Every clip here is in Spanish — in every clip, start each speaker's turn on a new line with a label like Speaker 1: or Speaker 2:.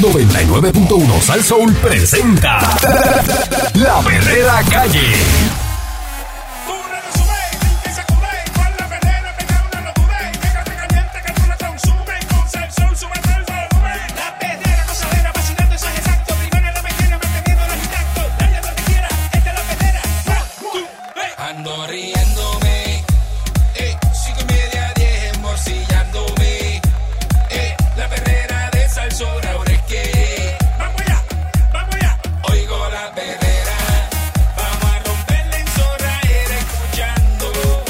Speaker 1: 99.1 Sal Soul presenta La Verdadera Calle.
Speaker 2: Ando riéndome, eh, cinco y media, diez, morcillándome, eh, la perrera de Salsón ahora es que, vamos allá, vamos allá, oigo la perrera, vamos a romperla en zorra, era escuchando,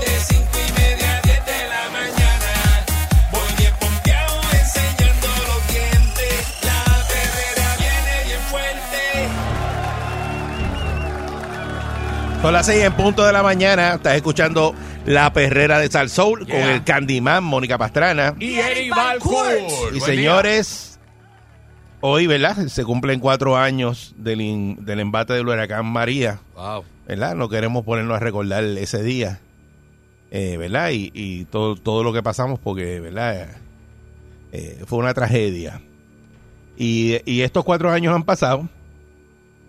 Speaker 2: de cinco y media a diez de la mañana, voy bien pompeado enseñando los dientes, la perrera viene bien fuerte.
Speaker 3: Son las 6 en punto de la mañana. Estás escuchando La Perrera de Sal Soul con el Candyman, Mónica Pastrana. Y,
Speaker 4: y Eric Balcourt.
Speaker 3: señores, hoy, ¿verdad? Se cumplen cuatro años del, in- del embate del huracán María,
Speaker 4: Wow.
Speaker 3: ¿verdad? No queremos ponernos a recordar ese día, eh, ¿verdad? Y, y todo, todo lo que pasamos porque, ¿verdad? Eh, fue una tragedia. Y, y estos cuatro años han pasado.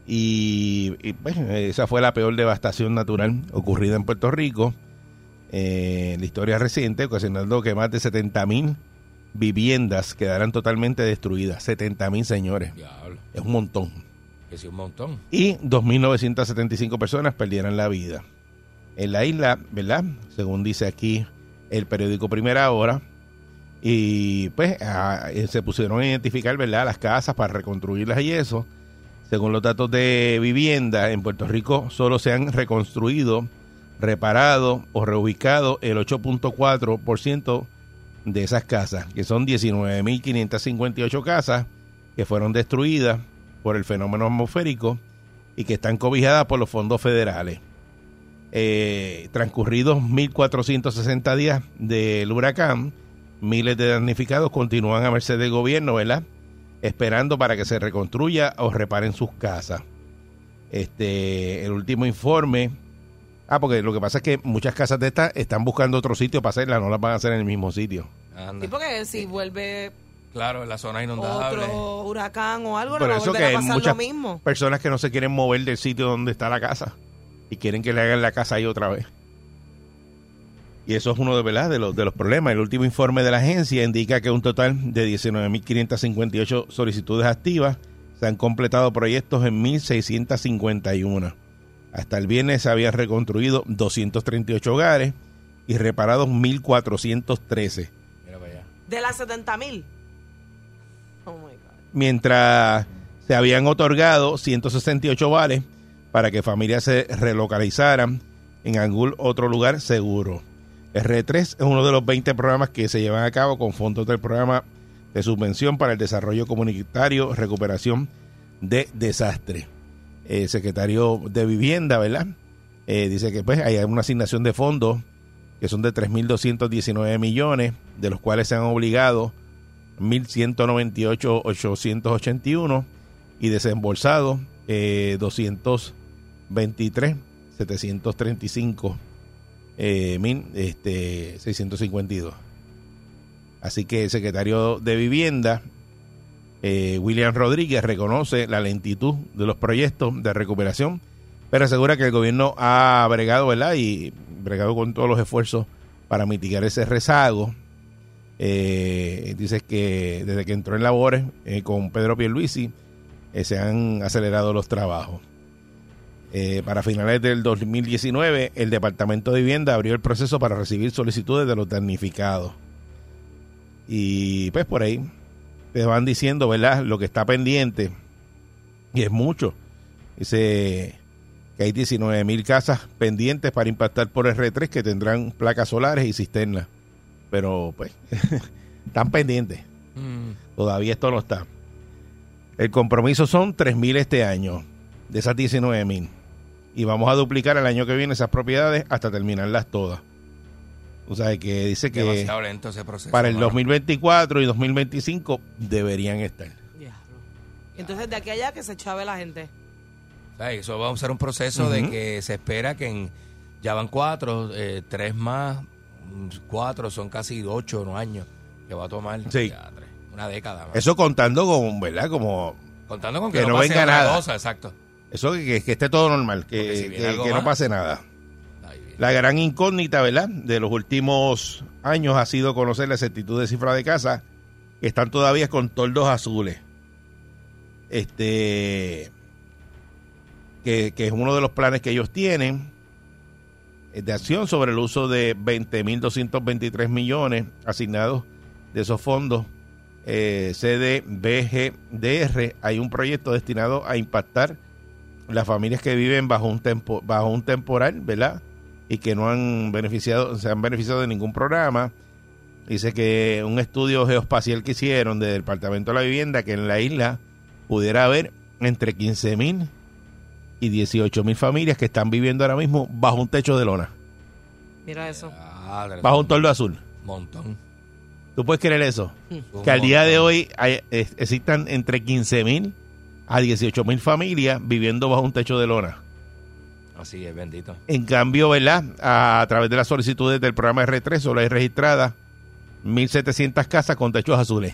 Speaker 3: Y, y, pues, esa fue la peor devastación natural ocurrida en Puerto Rico. eh, en la historia reciente, ocasionando que más de 70.000 viviendas quedaran totalmente destruidas. 70.000 señores.
Speaker 4: Diablo,
Speaker 3: Es un montón.
Speaker 4: que sí, un montón.
Speaker 3: Y 2.975 personas perdieron la vida. En la isla, ¿verdad? Según dice aquí el periódico Primera Hora. Y pues ah, eh, se pusieron a identificar, ¿verdad? Las casas para reconstruirlas y eso. Según los datos de vivienda, en Puerto Rico solo se han reconstruido, reparado o reubicado el 8.4% de esas casas, que son 19.558 casas que fueron destruidas por el fenómeno atmosférico y que están cobijadas por los fondos federales. Eh, transcurridos 1.460 días del huracán, miles de damnificados continúan a merced del gobierno, ¿verdad? Esperando para que se reconstruya o reparen sus casas. Este, el último informe. Ah, porque lo que pasa es que muchas casas de estas están buscando otro sitio para hacerlas, no las van a hacer en el mismo sitio.
Speaker 4: Anda.
Speaker 5: Sí, porque si vuelve
Speaker 4: Claro, en la zona inundable.
Speaker 5: otro huracán o algo,
Speaker 3: Por
Speaker 5: no va a
Speaker 3: eso
Speaker 5: volver
Speaker 3: que
Speaker 5: a
Speaker 3: hay
Speaker 5: pasar
Speaker 3: muchas
Speaker 5: lo mismo.
Speaker 3: personas que no se quieren mover del sitio donde está la casa y quieren que le hagan la casa ahí otra vez. Y eso es uno de, ¿verdad? de, los, de los problemas. El último informe de la agencia indica que un total de 19.558 solicitudes activas se han completado proyectos en 1.651. Hasta el viernes se habían reconstruido 238 hogares y reparados 1.413.
Speaker 4: Mira para allá.
Speaker 5: De las 70 mil. Oh my God.
Speaker 3: mientras se habían otorgado 168 bares para que familias se relocalizaran en algún otro lugar seguro. R3 es uno de los 20 programas que se llevan a cabo con fondos del programa de subvención para el desarrollo comunitario, recuperación de desastre. El secretario de Vivienda, ¿verdad? Eh, dice que pues hay una asignación de fondos que son de 3.219 millones, de los cuales se han obligado 1.198.881 y desembolsado eh, 223.735 eh, mil, este, 652. Así que el secretario de Vivienda, eh, William Rodríguez, reconoce la lentitud de los proyectos de recuperación, pero asegura que el gobierno ha bregado, ¿verdad? Y bregado con todos los esfuerzos para mitigar ese rezago. Eh, dice que desde que entró en labores eh, con Pedro Pierluisi eh, se han acelerado los trabajos. Eh, para finales del 2019, el Departamento de Vivienda abrió el proceso para recibir solicitudes de los damnificados. Y pues por ahí te van diciendo, ¿verdad? Lo que está pendiente. Y es mucho. Dice que hay 19 mil casas pendientes para impactar por R3 que tendrán placas solares y cisternas. Pero pues están pendientes.
Speaker 4: Mm.
Speaker 3: Todavía esto no está. El compromiso son 3.000 este año, de esas 19.000. Y vamos a duplicar el año que viene esas propiedades hasta terminarlas todas. O sea, que dice que
Speaker 4: Demasiado lento ese proceso.
Speaker 3: para el
Speaker 4: mano.
Speaker 3: 2024 y 2025 deberían estar.
Speaker 5: Diablo. Entonces de aquí a allá que se chave la gente.
Speaker 4: Ay, eso va a ser un proceso de que se espera que en- ya van cuatro, eh, tres más, mm, cuatro, son casi ocho no años que va a tomar.
Speaker 3: Sí.
Speaker 4: Ya, tres. Una década. mano.
Speaker 3: Eso contando con, ¿verdad? Como
Speaker 4: Contando con que,
Speaker 3: que
Speaker 4: no,
Speaker 3: no
Speaker 4: pase
Speaker 3: venga
Speaker 4: otra
Speaker 3: nada.
Speaker 4: cosa, exacto.
Speaker 3: Eso que, que esté todo normal,
Speaker 4: Porque
Speaker 3: que,
Speaker 4: si viene
Speaker 3: que-
Speaker 4: algo
Speaker 3: que
Speaker 4: más.
Speaker 3: no pase nada.
Speaker 4: Ahí viene.
Speaker 3: La gran incógnita, ¿verdad?, de los últimos años ha sido conocer la exactitud de cifra de casa, que están todavía con toldos azules. Este. Que, que es uno de los planes que ellos tienen eh, de acción sobre el uso de 20.223 millones asignados de esos fondos eh, CDBGDR. Hay un proyecto destinado a impactar las familias que viven bajo un, tempo- bajo un temporal, ¿verdad? y que no han beneficiado, se han beneficiado de ningún programa. Dice que un estudio geoespacial que hicieron del Departamento de la Vivienda, que en la isla pudiera haber entre 15.000 y 18.000 familias que están viviendo ahora mismo bajo un techo de lona,
Speaker 5: Mira eso.
Speaker 4: Ah, pero
Speaker 3: bajo
Speaker 4: es
Speaker 3: un toldo azul.
Speaker 4: un montón.
Speaker 3: ¿Tú puedes creer eso?
Speaker 4: Un
Speaker 3: Que al día de
Speaker 4: montón.
Speaker 3: hoy hay- es- existan entre 15.000 a 18.000 familias viviendo bajo un techo de lona.
Speaker 4: Así es, bendito.
Speaker 3: En cambio, ¿verdad? A, a través de las solicitudes del programa R3 solo hay registradas 1.700 casas con techos azules.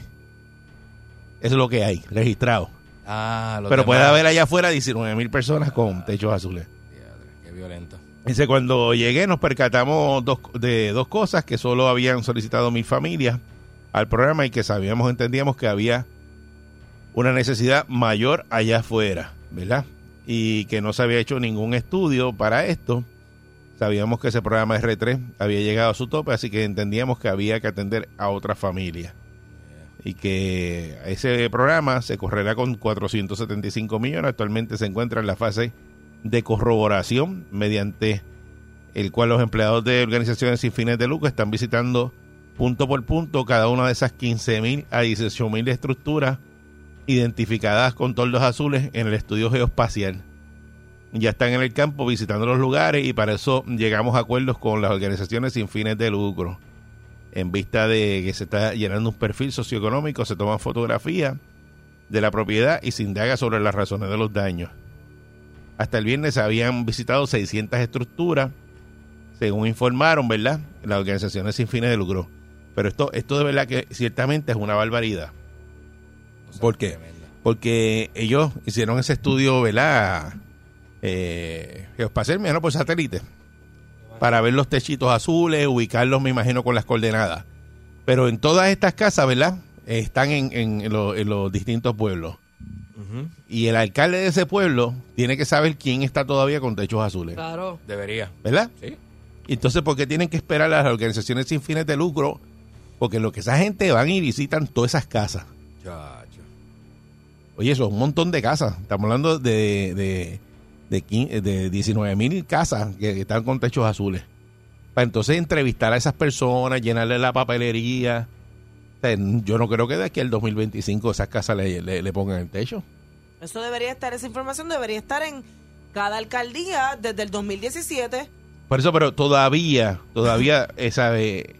Speaker 3: Eso es lo que hay, registrado.
Speaker 4: Ah, los
Speaker 3: Pero
Speaker 4: demás.
Speaker 3: puede haber allá afuera 19.000 personas con techos azules.
Speaker 4: Diadre, Qué violento.
Speaker 3: Dice, cuando llegué nos percatamos dos- de dos cosas que solo habían solicitado mi familia al programa y que sabíamos, entendíamos que había una necesidad mayor allá afuera, ¿verdad? Y que no se había hecho ningún estudio para esto. Sabíamos que ese programa R3 había llegado a su tope, así que entendíamos que había que atender a otra familia. Y que ese programa se correrá con 475 millones. Actualmente se encuentra en la fase de corroboración mediante el cual los empleados de organizaciones sin fines de lucro están visitando punto por punto cada una de esas 15.000 a 18.000 estructuras identificadas con toldos azules en el estudio geoespacial. Ya están en el campo visitando los lugares y para eso llegamos a acuerdos con las organizaciones sin fines de lucro. En vista de que se está llenando un perfil socioeconómico, se toman fotografías de la propiedad y se indaga sobre las razones de los daños. Hasta el viernes habían visitado 600 estructuras, según informaron, ¿verdad? Las organizaciones sin fines de lucro. Pero esto, esto de verdad que ciertamente es una barbaridad.
Speaker 4: O sea,
Speaker 3: ¿Por qué?
Speaker 4: tremendo.
Speaker 3: Porque ellos hicieron ese estudio, ¿verdad? Eh, geoespacial, me imagino, por satélite. Para ver los techitos azules, ubicarlos, me imagino, con las coordenadas. Pero en todas estas casas, ¿verdad? Eh, Están en, en lo- en los distintos pueblos.
Speaker 4: Ujú.
Speaker 3: Y el alcalde de ese pueblo tiene que saber quién está todavía con techos azules.
Speaker 5: Claro.
Speaker 4: Debería.
Speaker 3: ¿Verdad?
Speaker 4: Sí.
Speaker 3: Entonces, ¿por qué tienen que esperar a las organizaciones sin fines de lucro? Porque lo que esa gente van y visitan todas esas casas.
Speaker 4: Chacho.
Speaker 3: Oye, eso es un montón de casas. Estamos hablando de, de, de, quin- de 19 mil casas que, que están con techos azules. Para entonces entrevistar a esas personas, llenarle la papelería. O sea, yo no creo que de aquí al 2025 esas casas le, le- le pongan el techo.
Speaker 5: Eso debería estar, esa información debería estar en cada alcaldía desde el 2017.
Speaker 3: Por eso, pero todavía, todavía, esa de-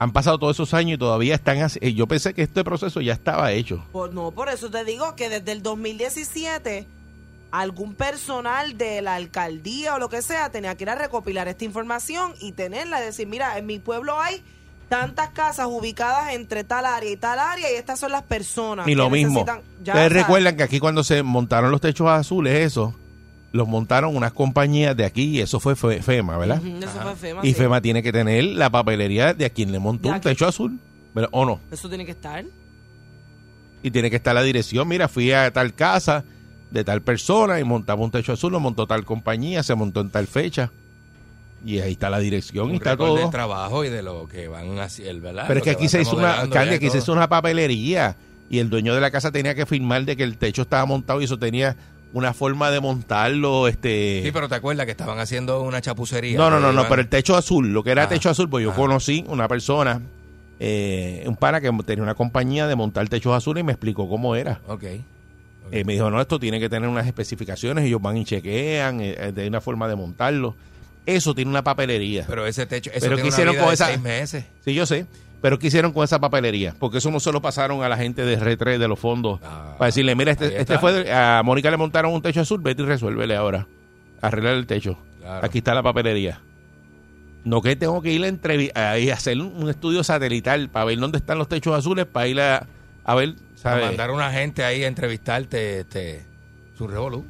Speaker 3: han pasado todos esos años y todavía están así. Eh, Yo pensé que este proceso ya estaba hecho.
Speaker 5: Por, no, por eso te digo que desde el 2017 algún personal de la alcaldía o lo que sea tenía que ir a recopilar esta información y tenerla, decir, mira, en mi pueblo hay tantas casas ubicadas entre tal área y tal área y estas son las personas.
Speaker 3: Ni lo
Speaker 5: que
Speaker 3: mismo.
Speaker 5: necesitan- Ya,
Speaker 3: Ustedes
Speaker 5: o sea,
Speaker 3: recuerdan que aquí cuando se montaron los techos azules, eso, los montaron unas compañías de aquí y eso fue Fe- FEMA, ¿verdad?
Speaker 5: ujú, Eso fue FEMA.
Speaker 3: Y
Speaker 5: sí.
Speaker 3: FEMA tiene que tener la papelería de a quien le montó
Speaker 5: De
Speaker 3: un
Speaker 5: aquí.
Speaker 3: techo azul, ¿verdad? ¿o no?
Speaker 5: Eso tiene que estar.
Speaker 3: Y tiene que estar la dirección, mira, fui a tal casa de tal persona y montamos un techo azul, lo montó tal compañía, se montó en tal fecha. Y ahí está la dirección y
Speaker 4: Un
Speaker 3: está
Speaker 4: récord
Speaker 3: todo.
Speaker 4: del trabajo y de lo que van haciendo, ¿verdad?
Speaker 3: Pero es
Speaker 4: Lo
Speaker 3: que aquí
Speaker 4: van
Speaker 3: se hizo una,
Speaker 4: remodelando ya
Speaker 3: Candy,
Speaker 4: y
Speaker 3: aquí se
Speaker 4: todo.
Speaker 3: hizo una papelería y el dueño de la casa tenía que firmar de que el techo estaba montado y eso tenía una forma de montarlo, este.
Speaker 4: Sí, pero te acuerdas que estaban haciendo una chapucería.
Speaker 3: no, no, no,
Speaker 4: Ahí
Speaker 3: no,
Speaker 4: van-
Speaker 3: pero el techo azul, lo que era
Speaker 4: Ah,
Speaker 3: techo azul, pues yo
Speaker 4: ah.
Speaker 3: conocí una persona, eh, un pana que tenía una compañía de montar techos azules y me explicó cómo era.
Speaker 4: Ok.
Speaker 3: Eh, me dijo, no, esto tiene que tener unas especificaciones, ellos van y chequean, eh, eh, hay una forma de montarlo. Eso tiene una papelería.
Speaker 4: Pero ese techo, eso
Speaker 3: Pero
Speaker 4: tiene
Speaker 3: ¿qué
Speaker 4: una
Speaker 3: hicieron
Speaker 4: vida
Speaker 3: con
Speaker 4: de
Speaker 3: esa-
Speaker 4: seis meses.
Speaker 3: Sí, yo sé. Pero ¿qué hicieron con esa papelería? Porque eso no se lo pasaron a la gente de R3 de los fondos.
Speaker 4: Ah,
Speaker 3: para decirle, mira,
Speaker 4: ahí
Speaker 3: este,
Speaker 4: está.
Speaker 3: este fue. de- A Mónica le montaron un techo azul, vete y resuélvele ahora. Arreglar el techo.
Speaker 4: Claro.
Speaker 3: Aquí está la papelería. No que tengo que ir a, entrevi- a ir a hacer un un estudio satelital para ver dónde están los techos azules, para ir a, a ver,
Speaker 4: A
Speaker 3: ¿sabes?
Speaker 4: mandar a una gente ahí a entrevistarte, este, es un revolú.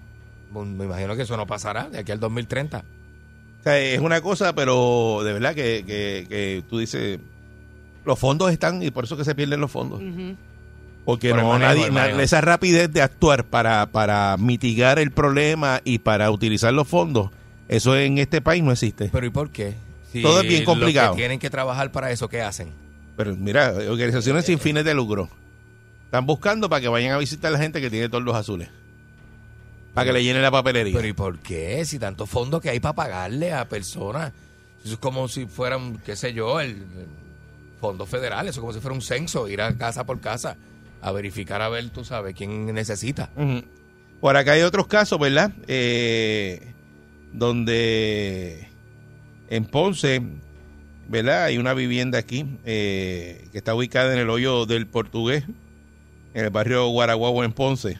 Speaker 4: Un- Me imagino que eso no pasará de aquí al 2030.
Speaker 3: O sea, es una cosa, pero de verdad que, que- que tú dices, los fondos están y por eso que se pierden los fondos.
Speaker 5: Ujú.
Speaker 3: Porque
Speaker 4: Por el
Speaker 3: no,
Speaker 4: manejo,
Speaker 3: nadie-
Speaker 4: el
Speaker 3: na-
Speaker 4: manejo.
Speaker 3: esa rapidez de actuar para, para mitigar el problema y para utilizar los fondos, eso en este país no existe.
Speaker 4: Pero ¿y por qué? Si
Speaker 3: Todo es bien
Speaker 4: los que
Speaker 3: complicado.
Speaker 4: tienen que trabajar para eso, ¿qué hacen?
Speaker 3: Pero mira, organizaciones sin fines de lucro están buscando para que vayan a visitar a la gente que tiene tordos azules. Para que le llenen la papelería.
Speaker 4: Pero ¿y por qué? Si tantos fondos que hay para pagarle a personas. Eso es como si fueran, qué sé yo, el, el fondo federal. Eso es como si fuera un censo, ir a casa por casa a verificar, a ver, tú sabes, quién necesita.
Speaker 3: Ujú. Por acá hay otros casos, ¿verdad? Eh, donde en Ponce, ¿verdad? Hay una vivienda aquí eh, que está ubicada en el hoyo del portugués, en el barrio Guaraguao en Ponce.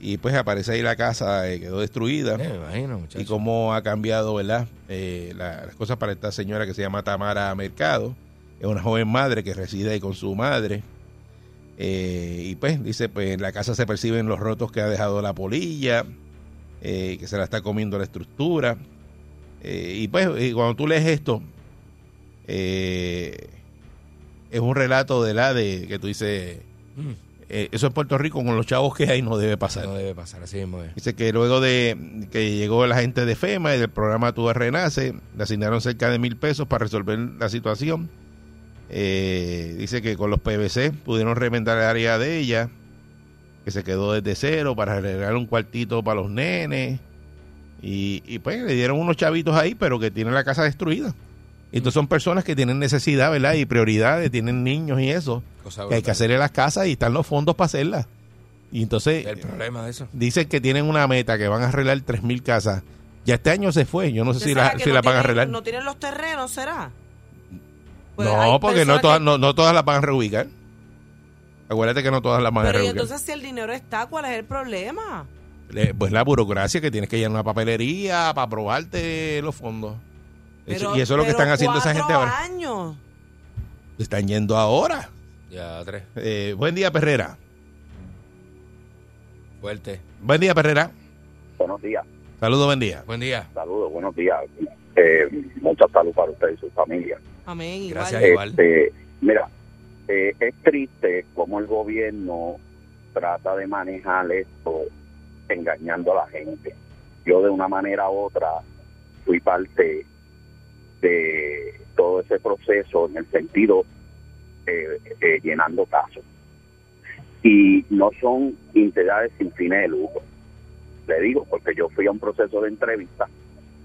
Speaker 3: Y pues aparece ahí la casa, eh, quedó destruida.
Speaker 4: Eh, me imagino,
Speaker 3: y
Speaker 4: muchachos.
Speaker 3: cómo ha cambiado, ¿verdad? Eh, la- las cosas para esta señora que se llama Tamara Mercado. Es una joven madre que reside ahí con su madre. Eh, y pues dice, pues en la casa se perciben los rotos que ha dejado la polilla, eh, que se la está comiendo la estructura. Eh, y pues y cuando tú lees esto, eh, es un relato de la de que tú dices,
Speaker 4: Mm,
Speaker 3: eh, eso en Puerto Rico con los chavos que hay no debe pasar.
Speaker 4: No debe pasar así mismo. eh. es.
Speaker 3: Dice que luego de que llegó la gente de FEMA y del programa Tu Renace, le asignaron cerca de mil pesos para resolver la situación. Eh, dice que con los PVC pudieron remendar el área de ella, que se quedó desde cero para arreglar un cuartito para los nenes. Y, y pues le dieron unos chavitos ahí, pero que tienen la casa destruida. Entonces son personas que tienen necesidad, ¿verdad? Y prioridades, tienen niños y eso.
Speaker 4: Cosa
Speaker 3: Que hay que
Speaker 4: brutal.
Speaker 3: hacerle las casas y están los fondos para hacerlas. Y entonces
Speaker 4: El problema de eso.
Speaker 3: dicen que tienen una meta que van a arreglar 3.000 casas. Ya este año se fue, yo no sé si
Speaker 5: ¿Será
Speaker 3: la,
Speaker 5: que
Speaker 3: si
Speaker 5: no
Speaker 3: la van a
Speaker 5: tienen-
Speaker 3: arreglar.
Speaker 5: No tienen los terrenos, ¿será? Pues hay
Speaker 3: no, porque no
Speaker 5: personas
Speaker 3: todas,
Speaker 5: que-
Speaker 3: no, no todas las van a reubicar. Acuérdate que no todas las van a
Speaker 5: Pero y
Speaker 3: reubicar.
Speaker 5: entonces si el dinero está, ¿cuál es el problema?
Speaker 3: Eh, Pues la burocracia que tienes que llenar una papelería para aprobarte los fondos. Eso-
Speaker 5: Pero-
Speaker 3: y eso es lo que
Speaker 5: pero
Speaker 3: están haciendo esa gente
Speaker 5: cuatro
Speaker 3: ahora.
Speaker 5: años.
Speaker 3: Se están yendo ahora.
Speaker 4: Ya, tres.
Speaker 3: Eh, buen día, Perrera.
Speaker 4: Fuerte.
Speaker 3: Buen día, Perrera.
Speaker 6: Buenos días,
Speaker 3: Saludos, buen día.
Speaker 4: Buen día.
Speaker 6: saludos, buenos días. Eh, mucha salud para usted y su familia.
Speaker 5: Amén. Igual.
Speaker 4: Gracias. Igual.
Speaker 6: Este, mira, eh, es triste cómo el gobierno trata de manejar esto engañando a la gente. Yo de una manera u otra fui parte de todo ese proceso en el sentido eh, eh, llenando casos. Y no son entidades sin fines de lucro. Le digo porque yo fui a un proceso de entrevista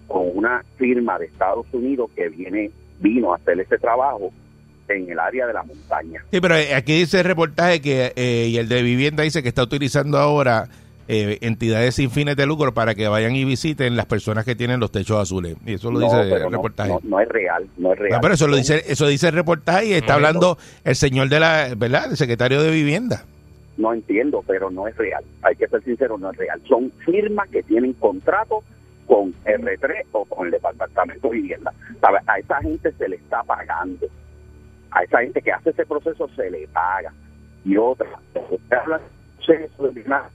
Speaker 6: con una firma de Estados Unidos que viene vino a hacer ese trabajo en el área de la montaña.
Speaker 3: Sí, pero eh, aquí dice el reportaje que eh, y el de vivienda dice que está utilizando ahora eh, entidades sin fines de lucro para que vayan y visiten las personas que tienen los techos azules. Y eso lo
Speaker 6: No,
Speaker 3: dice
Speaker 6: pero
Speaker 3: el
Speaker 6: no,
Speaker 3: reportaje.
Speaker 6: no- no es real, no es real.
Speaker 3: No, pero eso lo dice, eso dice el reportaje y
Speaker 4: Momento.
Speaker 3: está hablando el señor de la, ¿verdad? El secretario de vivienda.
Speaker 6: No entiendo, pero no es real. Hay que ser sincero, no es real. Son firmas que tienen contrato con R3 o con el Departamento de Vivienda. ¿Sabe? A esa gente se le está pagando. A esa gente que hace ese proceso se le paga. Y otra, usted habla de proceso de una-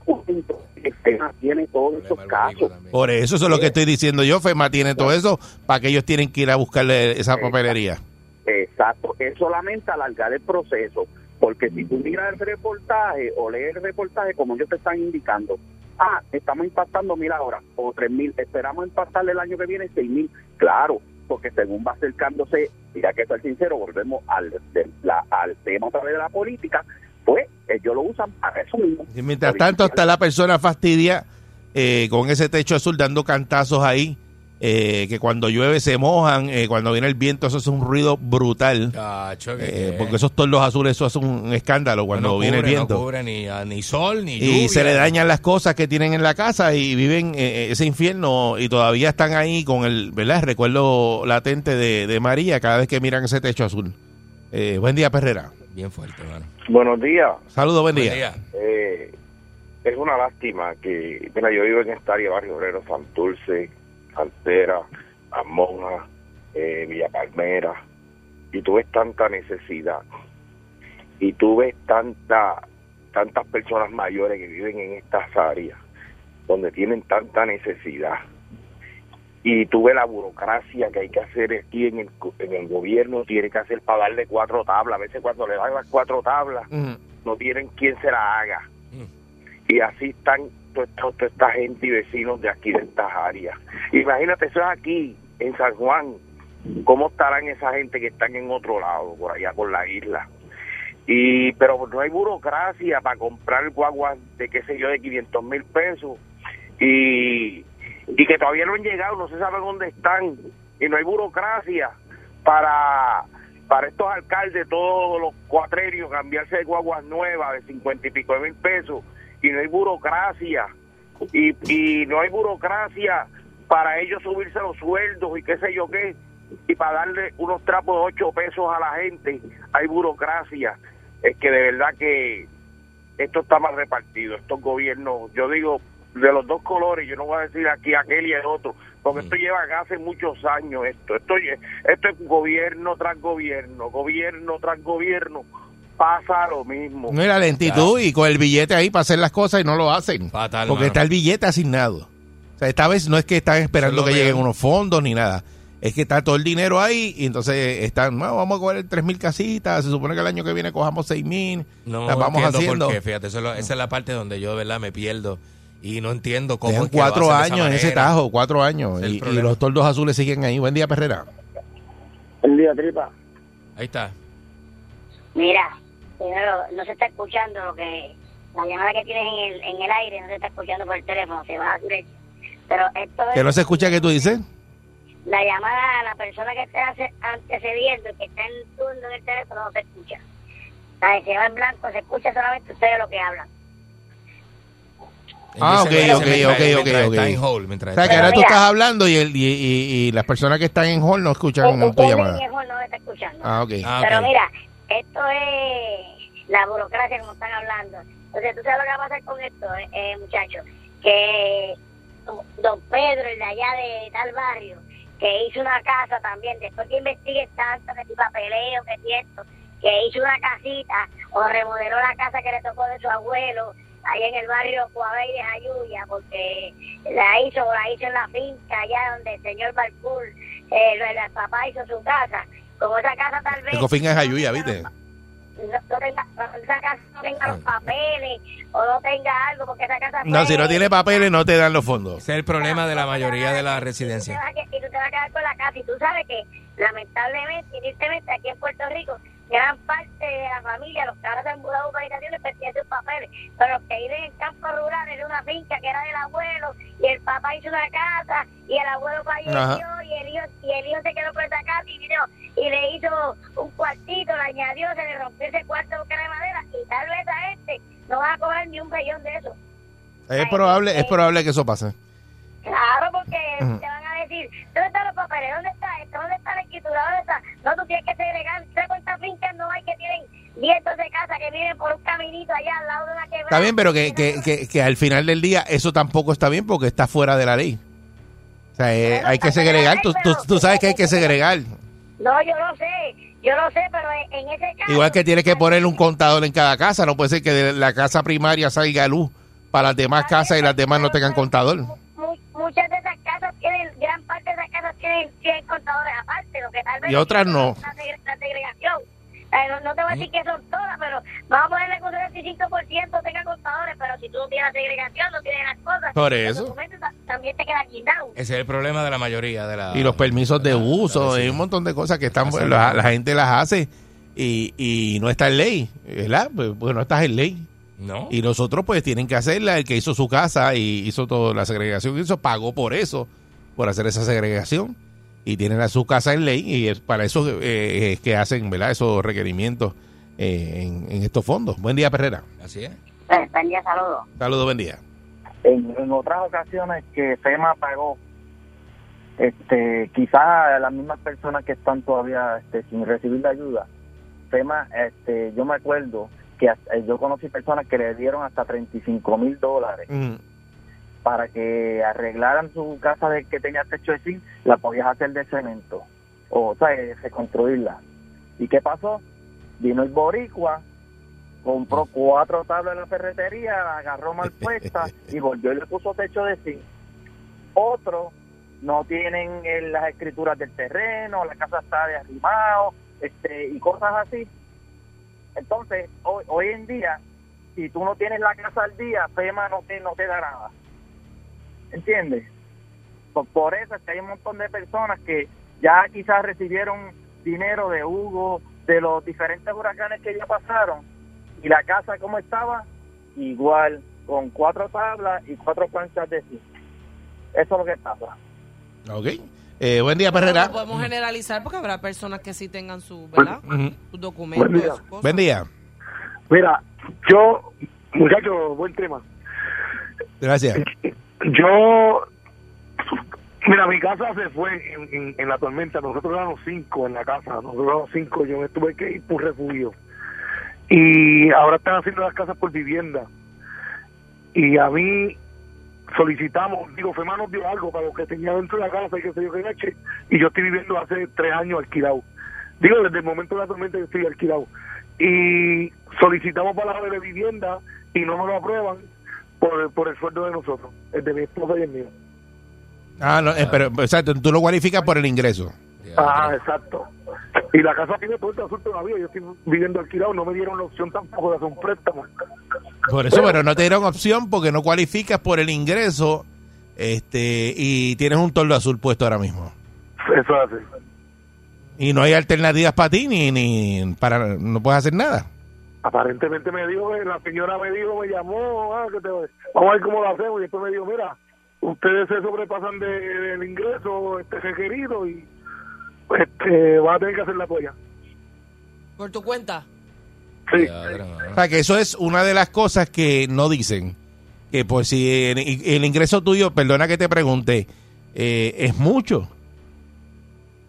Speaker 6: que FEMA tiene todos esos
Speaker 4: Problema del
Speaker 6: casos.
Speaker 4: gobierno también.
Speaker 3: Por eso, eso es lo que estoy diciendo yo. FEMA tiene todo eso para que ellos tienen que ir a buscarle esa papelería.
Speaker 6: Exacto, es solamente alargar el proceso, porque si tú miras el reportaje o lees el reportaje, como ellos te están indicando, ah, estamos impactando mil ahora o tres mil, esperamos impactarle el año que viene seis mil, claro, porque según va acercándose, mira que soy sincero, volvemos al, de- la- al tema otra vez de la política, pues ellos lo usan para eso mismo.
Speaker 3: Y mientras tanto está la persona fastidia eh, con ese techo azul dando cantazos ahí, eh, que cuando llueve se mojan, eh, cuando viene el viento eso es un ruido brutal,
Speaker 4: Chacho, que-
Speaker 3: eh, porque esos tordos azules eso es un escándalo cuando
Speaker 4: no
Speaker 3: viene el
Speaker 4: cubre,
Speaker 3: viento.
Speaker 4: No cubre ni, ah, ni sol, ni lluvia.
Speaker 3: y se le dañan las cosas que tienen en la casa y viven eh, ese infierno y todavía están ahí con el ¿verdad? El recuerdo latente de, de María cada vez que miran ese techo azul. Eh, buen día, Perrera.
Speaker 4: Bien fuerte, hermano.
Speaker 7: Buenos días.
Speaker 3: Saludos, buen,
Speaker 4: Buen
Speaker 3: día.
Speaker 4: día.
Speaker 7: Eh, es una lástima que, mira, yo vivo en esta área, barrio obrero, Santurce, Cantera, Las Monjas, eh, Villa Palmera, y tú ves tanta necesidad, y tú ves tanta, tantas personas mayores que viven en estas áreas, donde tienen tanta necesidad, y tú ves la burocracia que hay que hacer aquí en el, co- en el gobierno, tiene que hacer para darle cuatro tablas, a veces cuando le dan las cuatro tablas,
Speaker 3: Ujú.
Speaker 7: no tienen quien se la haga.
Speaker 3: Mm.
Speaker 7: Y así están toda esta, toda esta gente y vecinos de aquí, de estas áreas. Imagínate, eso es aquí, en San Juan. ¿Cómo estarán esa gente que están en otro lado, por allá por la isla? y Pero no hay burocracia para comprar guaguas de, qué sé yo, de 500 mil pesos. Y, y que todavía no han llegado, no se sabe dónde están. Y no hay burocracia para para estos alcaldes todos los cuatrerios cambiarse de guaguas nuevas de cincuenta y pico de mil pesos y no hay burocracia y, y no hay burocracia para ellos subirse los sueldos y qué sé yo qué y para darle unos trapos de ocho pesos a la gente hay burocracia es que de verdad que esto está mal repartido estos gobiernos yo digo de los dos colores yo no voy a decir aquí aquel y el otro porque
Speaker 4: Mm.
Speaker 7: esto lleva hace muchos años esto esto lle- esto es gobierno tras gobierno gobierno tras gobierno pasa lo mismo
Speaker 3: No era lentitud y con el billete ahí para hacer las cosas y no lo hacen.
Speaker 4: Fatal,
Speaker 3: porque
Speaker 4: mano.
Speaker 3: está el billete asignado. O sea, esta vez no es que están
Speaker 4: Eso
Speaker 3: esperando
Speaker 4: es
Speaker 3: que
Speaker 4: lo
Speaker 3: lleguen
Speaker 4: peor.
Speaker 3: unos fondos ni nada. Es que está todo el dinero ahí y entonces están, "Ah, vamos a coger 3.000 casitas, se supone que el año que viene cojamos 6.000,
Speaker 4: No
Speaker 3: las vamos
Speaker 4: entiendo
Speaker 3: haciendo.
Speaker 4: por qué, fíjate, eso es lo- esa es la parte donde yo de verdad me pierdo y no entiendo cómo
Speaker 3: Dejan
Speaker 4: es que lo
Speaker 3: cuatro
Speaker 4: hacen de
Speaker 3: años en
Speaker 4: esa
Speaker 3: ese
Speaker 4: manera.
Speaker 3: tajo, cuatro años.
Speaker 4: Es el
Speaker 3: Y, y
Speaker 4: problema.
Speaker 3: los tordos azules siguen ahí. Buen día, Perrera.
Speaker 8: Buen día, tripa.
Speaker 4: Ahí está.
Speaker 9: Mira, primero, no se está escuchando lo que la llamada que tienes en el, en el aire no se está escuchando por el teléfono, se va a derecho. Pero esto es
Speaker 3: ¿Que no se escucha que tú dices?
Speaker 9: la llamada a la persona que está ace- antecediendo, que está en turno en el teléfono, no se escucha. La de se va en blanco, se escucha solamente ustedes lo que hablan.
Speaker 3: Ah,
Speaker 4: Él dice,
Speaker 3: ok, ok,
Speaker 4: mientras-
Speaker 3: ok, ok,
Speaker 4: mientras
Speaker 3: ok.
Speaker 4: Está en hold, mientras
Speaker 3: O sea, que
Speaker 4: está-
Speaker 3: ahora tú
Speaker 9: mira.
Speaker 3: estás hablando y, el- y, y- y las personas que están en hall no escuchan
Speaker 9: El- el
Speaker 3: tu
Speaker 9: que es
Speaker 3: llamada.
Speaker 9: viejo no está escuchando.
Speaker 3: Ah, ok.
Speaker 4: Ah,
Speaker 9: Pero
Speaker 4: ok.
Speaker 9: mira, esto es la burocracia como están hablando. Entonces, ¿tú sabes lo que va a pasar con esto, eh, eh, muchachos?
Speaker 5: Eh,
Speaker 9: Que don Pedro, el de allá de tal barrio, que hizo una casa también, después que investigue tanto, que si papeleo, que si esto, que hizo una casita o remodeló la casa que le tocó de su abuelo, allá en el barrio Coabey de Jayuya, porque la hizo, la hizo en la finca allá donde el señor Balcour, eh, el, el papá hizo su casa. Como esa casa tal vez...
Speaker 3: El cofín es Jayuya, ¿viste?
Speaker 9: No, no tenga, esa casa no tenga los papeles o no tenga algo, porque esa casa...
Speaker 3: Ah. No,
Speaker 9: fue-
Speaker 3: si no tiene papeles no te dan los fondos.
Speaker 4: Ese es el problema de la mayoría de las residencias.
Speaker 9: Y tú te vas a que- y tú te vas a quedar con la casa. Y tú sabes que, lamentablemente, y tristemente, aquí en Puerto Rico, gran parte de la familia, los que ahora se han mudado a urbanizaciones, pues tienen sus papeles. Pero los que viven en campo rural, en una finca que era del abuelo, y el papá hizo una casa, y el abuelo falleció,
Speaker 3: Ajá.
Speaker 9: y el, hijo, y el hijo se quedó con esa casa y, vino, y le hizo un cuartito, le añadió, se le rompió ese cuarto que era de madera, y tal vez a este no va a coger ni un millón de eso.
Speaker 3: Es probable, es probable que eso pase.
Speaker 9: Claro, porque
Speaker 3: Ujú.
Speaker 9: te van a decir, ¿dónde están los papeles? ¿Dónde está esto? ¿Dónde está la escritura? ¿Dónde está? No, tú tienes que segregar. ¿Sabes cuántas fincas no hay que tienen 10, 12 casas que viven por un caminito allá al lado de una quebrada?
Speaker 3: Está bien, pero que, que, que, que al final del día eso tampoco está bien porque está fuera de la ley. O sea, eh, hay que segregar. Tú, tú- tú sabes que hay que segregar.
Speaker 9: No, yo no sé. Yo no sé, pero en- en ese caso...
Speaker 3: Igual que tienes que poner un contador en cada casa. No puede ser que de la casa primaria salga luz para las demás casas y las demás no tengan contador.
Speaker 9: Mu- Muchas de esas casas tienen, gran parte de esas casas tienen, tienen contadores aparte, lo que tal vez
Speaker 3: Y otras no.
Speaker 9: La, segre- la segregación. Eh, no, no te voy a decir que son todas, pero vamos a ponerle que un 35% tenga contadores, pero si tú no tienes la segregación, no tienes las cosas.
Speaker 3: Por
Speaker 9: los
Speaker 3: eso.
Speaker 9: documentos ta- También te quedan guindados.
Speaker 4: Ese es el problema de la mayoría de las...
Speaker 3: y los permisos de
Speaker 4: la-
Speaker 3: uso,
Speaker 4: la-
Speaker 3: hay un montón de cosas que están
Speaker 4: Hacer
Speaker 3: la,
Speaker 4: nada.
Speaker 3: la gente las hace y, y no está en ley, ¿verdad? Pues, pues no está en ley.
Speaker 4: No.
Speaker 3: Y los otros pues tienen que hacerla, el que hizo su casa y hizo toda la segregación que hizo, pagó por eso, por hacer esa segregación y tienen a su casa en ley y es para eso eh, es que hacen, ¿verdad? Esos requerimientos eh, en, en estos fondos. Buen día, Perrera.
Speaker 4: Así es.
Speaker 9: Pues, buen día, saludos.
Speaker 3: Saludos, buen día.
Speaker 8: En, en otras ocasiones que FEMA pagó, este, quizás a las mismas personas que están todavía este, sin recibir la ayuda, FEMA, este, yo me acuerdo que hasta- yo conocí personas que le dieron hasta 35 mil dólares
Speaker 3: Mm.
Speaker 8: para que arreglaran su casa de que tenía techo de zinc, la podías hacer de cemento. o ¿sabes? reconstruirla. ¿Y qué pasó? Vino el boricua, compró cuatro tablas en la ferretería, la agarró mal puesta y volvió y le puso techo de zinc. Otros no tienen eh, las escrituras del terreno, la casa está de arrimado, este, y cosas así. Entonces, hoy, hoy en día, si tú no tienes la casa al día, FEMA no te, no te da nada. ¿Entiendes? Por, por eso es que hay un montón de personas que ya quizás recibieron dinero de Hugo, de los diferentes huracanes que ya pasaron, y la casa como estaba, igual, con cuatro tablas y cuatro planchas de zinc. Eso es lo que pasa.
Speaker 3: Ok. Eh, buen día, Perrera.
Speaker 5: No podemos generalizar porque habrá personas que sí tengan su, ¿verdad?
Speaker 3: Ujú.
Speaker 5: sus documentos.
Speaker 10: Buen día.
Speaker 5: sus cosas.
Speaker 3: Buen día.
Speaker 10: Mira, yo, muchachos, buen tema.
Speaker 3: Gracias.
Speaker 10: Yo, mira, mi casa se fue en, en- en la tormenta. Nosotros éramos cinco en la casa. Nosotros éramos cinco. Yo me tuve que ir por refugio. Y ahora están haciendo las casas por vivienda. Y a mí solicitamos, digo, FEMA nos dio algo para lo que tenía dentro de la casa y que sé yo qué leche. Y yo estoy viviendo hace tres años alquilado. Digo, desde el momento de la tormenta yo estoy alquilado. Y solicitamos para la de vivienda y no nos lo aprueban por, por el sueldo de nosotros, el de mi esposa y el mío.
Speaker 3: Ah, no, eh, pero, pero, exacto, tú lo cualificas por el ingreso.
Speaker 10: Ah, exacto. Y la casa tiene todo el azul todavía. Yo estoy viviendo alquilado, no me dieron la opción tampoco de hacer un préstamo.
Speaker 3: Por eso, pero no te dieron opción porque no cualificas por el ingreso este y tienes un toldo azul puesto ahora mismo.
Speaker 10: Eso hace.
Speaker 3: Y no hay alternativas para ti ni, ni para... No puedes hacer nada.
Speaker 10: Aparentemente me dijo, eh, la señora me dijo, me llamó, ah, que te- vamos a ver cómo lo hacemos. Y después me dijo, mira, ustedes se sobrepasan de- del ingreso este requerido y este, va a tener que hacer la polla.
Speaker 5: Por tu cuenta.
Speaker 10: Sí.
Speaker 4: Diadre, mano.
Speaker 3: O sea, que eso es una de las cosas que no dicen. Que por si el, el ingreso tuyo, perdona que te pregunte, eh, es mucho.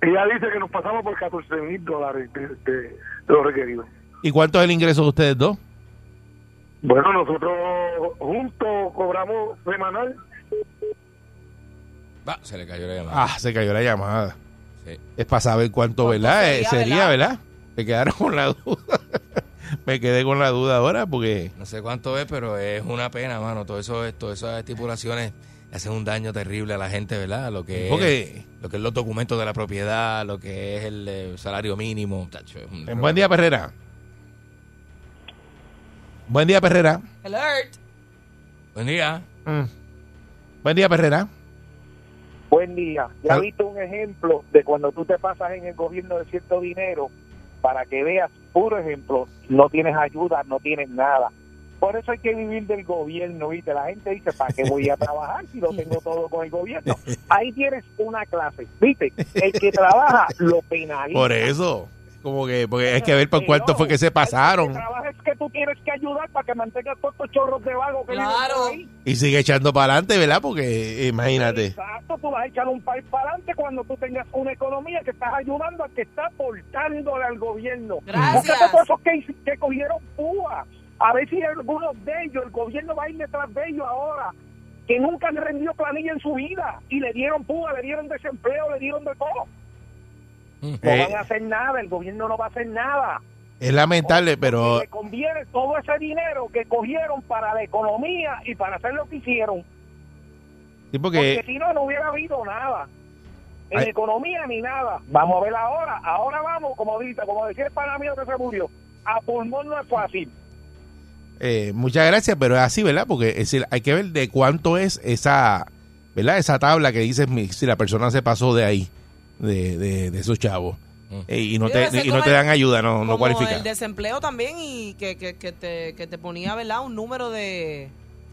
Speaker 10: Ella dice que nos pasamos por 14 mil dólares de, de, de lo requerido.
Speaker 3: ¿Y cuánto es el ingreso de ustedes dos?
Speaker 10: Bueno, nosotros juntos cobramos semanal.
Speaker 4: Va, se le cayó la llamada.
Speaker 3: Ah, se cayó la llamada.
Speaker 4: Sí.
Speaker 3: Es para saber cuánto,
Speaker 8: Pues,
Speaker 3: ¿verdad? Eh,
Speaker 5: sería,
Speaker 3: Sería, ¿verdad? Me quedaron con la duda. Me quedé con la duda ahora porque...
Speaker 4: No sé cuánto es, pero es una pena, mano. Todo eso, es- todas esas estipulaciones hacen un daño terrible a la gente, ¿verdad? Lo que
Speaker 3: Porque-
Speaker 4: es, lo que es los documentos de la propiedad, lo que es el eh, salario mínimo, tacho, es un-
Speaker 3: En buen día, Perrera. Buen día, Perrera.
Speaker 5: Alert.
Speaker 4: Buen día.
Speaker 8: Mm.
Speaker 3: Buen día, Perrera.
Speaker 8: Buen día. Ya
Speaker 3: Sal-
Speaker 8: viste un ejemplo de cuando tú te pasas en el gobierno de cierto dinero para que veas, puro ejemplo, no tienes ayuda, no tienes nada. Por eso hay que vivir del gobierno, ¿viste? La gente dice, ¿para qué voy a trabajar si lo tengo todo con el gobierno? Ahí tienes una clase, ¿viste? El que trabaja lo penaliza.
Speaker 3: Por eso. Como que, porque hay que ver por
Speaker 8: Sí,
Speaker 3: cuánto
Speaker 8: no.
Speaker 3: fue que se
Speaker 8: El
Speaker 3: pasaron.
Speaker 8: que trabaja es que tú tienes que ayudar para que mantengas todos estos chorros de vago que viven
Speaker 5: Claro.
Speaker 8: por ahí.
Speaker 3: Y sigue echando para adelante, ¿verdad? Porque eh, imagínate.
Speaker 8: Exacto, tú vas a echar un país para adelante cuando tú tengas una economía que estás ayudando a que está aportándole al gobierno.
Speaker 5: Gracias.
Speaker 8: Búscate todos esos que, hici- que cogieron púa. A ver si algunos de ellos, el gobierno va a ir detrás de ellos ahora, que nunca han rendido planilla en su vida y le dieron púa, le dieron desempleo, le dieron de todo.
Speaker 4: Mm.
Speaker 8: No
Speaker 3: Eh,
Speaker 8: van a hacer nada, el gobierno no va a hacer nada.
Speaker 3: es lamentable, pero
Speaker 8: Le conviene todo ese dinero que cogieron para la economía y para hacer lo que hicieron.
Speaker 3: sí,
Speaker 8: Porque
Speaker 3: porque
Speaker 8: si no, no hubiera habido nada. En
Speaker 3: Ay.
Speaker 8: economía ni nada. Vamos a ver ahora. Ahora vamos, como dice, como decía el pana mío que se murió. A pulmón no es fácil.
Speaker 3: eh, muchas gracias, pero es así, ¿verdad? Porque es decir, hay que ver de cuánto es esa, ¿verdad? Esa tabla que dices mi- si la persona se pasó de ahí, de, de, de esos chavos.
Speaker 4: Mm.
Speaker 3: Eh, y no
Speaker 5: Sí,
Speaker 3: te,
Speaker 5: debe ser
Speaker 3: y no
Speaker 5: como
Speaker 3: te
Speaker 5: el-
Speaker 3: dan ayuda, no, no
Speaker 5: Como
Speaker 3: cualifica.
Speaker 5: el desempleo también y que, que, que, te, que te ponía, ¿verdad? Un número de...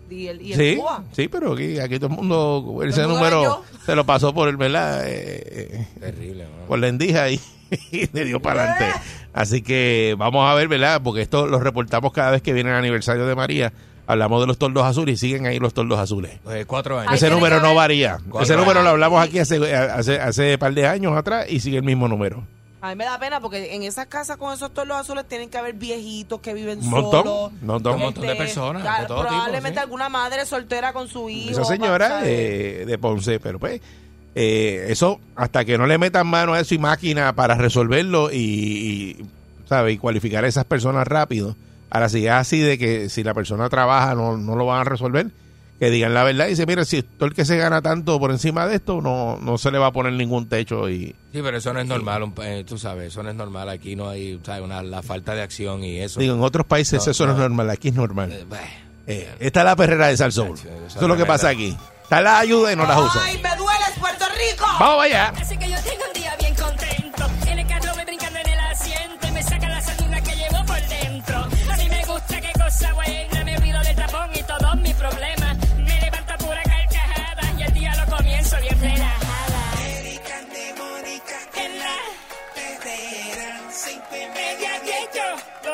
Speaker 5: Y el, y el
Speaker 3: Sí,
Speaker 5: PUA.
Speaker 3: sí, pero aquí, aquí todo el mundo, ese
Speaker 5: el mundo
Speaker 3: número
Speaker 5: ganó.
Speaker 3: se lo pasó por el, ¿verdad? Eh, eh,
Speaker 4: Terrible, mano.
Speaker 3: por la endija y, y le dio para adelante. Así que vamos a ver, ¿verdad? Porque esto lo reportamos cada vez que viene el aniversario de María. Hablamos de los tordos azules y siguen ahí los tordos azules.
Speaker 4: Eh, cuatro años.
Speaker 5: Ay,
Speaker 3: Ese
Speaker 5: tiene
Speaker 3: número
Speaker 5: que
Speaker 3: no
Speaker 5: ver-
Speaker 3: varía.
Speaker 4: Correcto.
Speaker 3: Ese número lo hablamos aquí hace, hace, hace par de años atrás y sigue el mismo número.
Speaker 5: A mí me da pena porque en esas casas con esos torlos azules tienen que haber viejitos que viven
Speaker 3: Un montón,
Speaker 5: solos.
Speaker 3: un montón.
Speaker 4: Un montón de personas,
Speaker 5: claro,
Speaker 4: de todo tipo,
Speaker 5: probablemente
Speaker 4: sí.
Speaker 5: alguna madre soltera con su hijo.
Speaker 3: Esa señora
Speaker 5: ¿sabes?
Speaker 3: eh, de Ponce, pero pues eh, eso, hasta que no le metan mano a eso y máquina para resolverlo y, y, ¿sabe? y cualificar a esas personas rápido, a la idea así de que si la persona trabaja no, no lo van a resolver, que digan la verdad y dice, mira, si todo el que se gana tanto por encima de esto, no, no se le va a poner ningún techo y...
Speaker 11: Sí, pero eso no es normal, un pa- eh, tú sabes, eso no es normal. Aquí no hay, ¿sabes? Una, la falta de acción y eso.
Speaker 3: Digo, en otros países
Speaker 11: No,
Speaker 3: eso no,
Speaker 11: no.
Speaker 3: es normal, aquí es normal.
Speaker 11: Eh, bueno,
Speaker 3: Eh, está la perrera de Salsón.
Speaker 11: Chacho,
Speaker 3: Eso
Speaker 11: esa
Speaker 3: es lo que
Speaker 11: tremenda.
Speaker 3: pasa aquí. Está la ayuda y no la usan.
Speaker 5: ¡Ay, me dueles, Puerto Rico!
Speaker 3: Vamos allá.
Speaker 12: Así que yo tengo un día bien contento. En el carro me brincando en el asiento y me saca la salida que llevo por dentro. A mí me gusta qué cosa buena, me olvido del tapón y todos mis problemas. Me levanto a pura carcajada y el día lo comienzo bien relajada. en la media diez, yo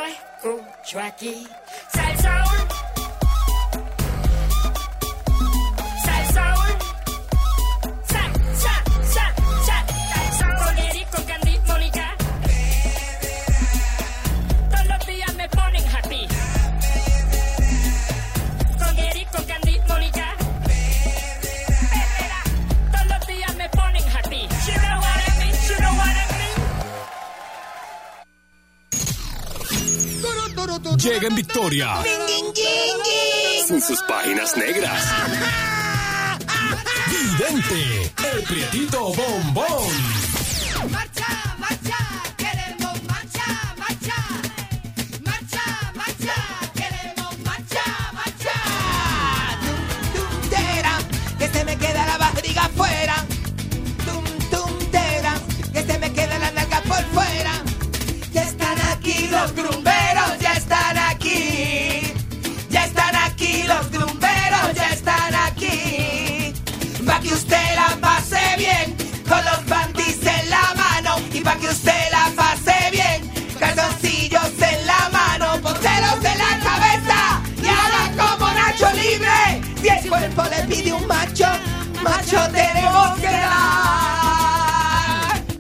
Speaker 12: lo escucho aquí. Salsaúl. Salsaúl. Sal, sal, sal, sal. Salsaúl con Eric, con Candy, Mónica. Todos los días me ponen happy. Con Eric, con Candy, Mónica. Perrera. Todos los días me ponen happy. You know what I mean, you know what I mean.
Speaker 1: Llega en victoria. Sin sus páginas negras. Vidente, el prietito bombón.
Speaker 4: Que se me queda la barriga afuera. Tum, tum, tera. Que se me queda la nalga por fuera. Ya están aquí los grumberos, ya están aquí. Ya están aquí los grumberos, ya están aquí. Pa' que usted la pase bien, con los bandis en la mano. Y pa' que usted la pase bien, calzoncillos en la mano, ponceros en la cabeza. Y haga como Nacho Libre. Si el cuerpo le pide un macho, macho tenemos que dar.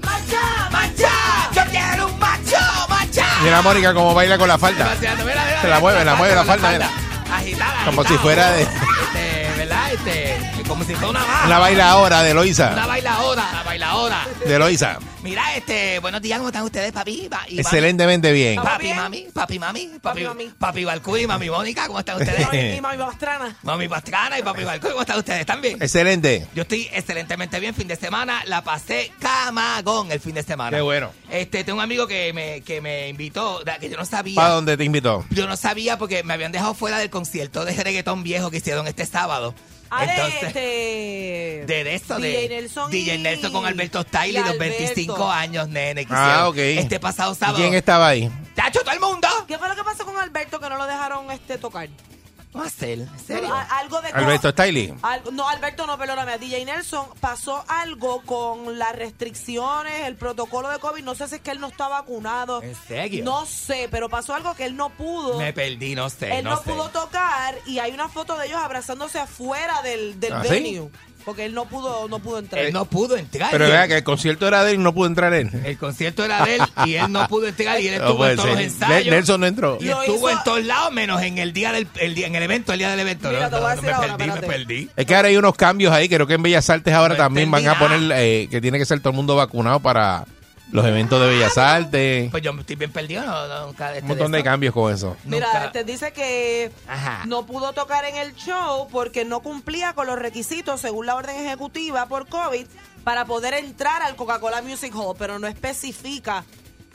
Speaker 4: Macha, macha, yo quiero un macho, macha.
Speaker 3: Mira Mónica cómo baila con la falda.
Speaker 4: Demasiado, mira, mira,
Speaker 3: Se la
Speaker 4: mira,
Speaker 3: mueve, la mueve, la
Speaker 4: con
Speaker 3: falda,
Speaker 4: Agitada,
Speaker 3: Como
Speaker 4: agitada.
Speaker 3: si fuera de-
Speaker 4: Este, ¿verdad? Este, como si fuera una baja.
Speaker 3: Una bailadora de
Speaker 4: Una
Speaker 3: Loisa.
Speaker 4: bailadora, una bailadora.
Speaker 3: De Loisa.
Speaker 4: Mira, este, buenos días, ¿cómo están ustedes, papi? Pa- y mami?
Speaker 3: Excelentemente bien.
Speaker 4: Papi, mami, papi, mami, papi,
Speaker 5: Papi, mami.
Speaker 4: papi Balcuy, mami Mónica, ¿cómo están ustedes?
Speaker 5: Y mami Pastrana.
Speaker 4: mami Pastrana y papi Balcuy, ¿cómo están ustedes? ¿Están bien?
Speaker 3: Excelente.
Speaker 4: Yo estoy excelentemente bien, fin de semana, la pasé camagón el fin de semana.
Speaker 3: Qué bueno.
Speaker 4: Este, tengo un amigo que me, que me invitó, da- que yo no sabía.
Speaker 3: ¿Para dónde te invitó?
Speaker 4: Yo no sabía porque me habían dejado fuera del concierto de reggaetón viejo que hicieron este sábado.
Speaker 5: Ah, de
Speaker 4: Entonces,
Speaker 5: este...
Speaker 4: de eso, de
Speaker 5: DJ Nelson
Speaker 4: DJ
Speaker 5: y-
Speaker 4: Nelson con Alberto
Speaker 5: y
Speaker 4: Style y los
Speaker 5: Alberto.
Speaker 4: 25 años, nene. que hicieron
Speaker 3: Ah, ok.
Speaker 4: Este pasado sábado.
Speaker 3: ¿Quién estaba ahí?
Speaker 4: ¡Tacho, todo el mundo!
Speaker 5: ¿Qué fue lo que pasó con Alberto que no lo dejaron este tocar?
Speaker 4: ¿Qué va a hacer? ¿En serio?
Speaker 5: A- algo de...
Speaker 3: Alberto Stiley.
Speaker 5: Al- no, Alberto no, perdóname, a DJ Nelson pasó algo con las restricciones, el protocolo de COVID, no sé si es que él no está vacunado.
Speaker 4: ¿En serio?
Speaker 5: No sé, pero pasó algo que él no pudo.
Speaker 4: Me perdí, no sé,
Speaker 5: él
Speaker 4: no,
Speaker 5: no,
Speaker 4: sé.
Speaker 5: pudo tocar y hay una foto de ellos abrazándose afuera del, del
Speaker 3: ¿Ah, sí?
Speaker 5: venue. Porque él no pudo, no pudo entrar.
Speaker 4: Él no pudo entrar.
Speaker 3: Pero
Speaker 4: Y
Speaker 3: vea
Speaker 4: él-
Speaker 3: que el concierto era de él y no pudo entrar él.
Speaker 4: El concierto era de él y él no pudo entregar y él
Speaker 3: No
Speaker 4: estuvo
Speaker 3: puede
Speaker 4: en todos los
Speaker 3: ser.
Speaker 4: ensayos.
Speaker 3: Ne- Nelson no entró.
Speaker 4: Y
Speaker 5: Lo hizo-
Speaker 4: estuvo en todos lados menos en el día del el día, en el evento, el día del evento.
Speaker 5: Mira,
Speaker 4: No,
Speaker 5: te voy a
Speaker 4: no,
Speaker 5: decir
Speaker 4: me
Speaker 5: ahora,
Speaker 4: perdí, me
Speaker 5: espérate.
Speaker 4: perdí.
Speaker 3: Es que ahora hay unos cambios ahí. Creo que en Bellas Artes ahora
Speaker 4: No
Speaker 3: también van a
Speaker 4: entendí
Speaker 3: poner eh, que tiene que ser todo el mundo vacunado para los eventos de Bellas Artes.
Speaker 4: Pues yo estoy bien perdido, no, no, nunca este
Speaker 3: Un montón de
Speaker 4: esto.
Speaker 3: cambios con eso.
Speaker 5: Mira,
Speaker 4: Nunca-
Speaker 5: te dice que
Speaker 4: Ajá.
Speaker 5: no pudo tocar en el show porque no cumplía con los requisitos según la orden ejecutiva por COVID para poder entrar al Coca-Cola Music Hall, pero no especifica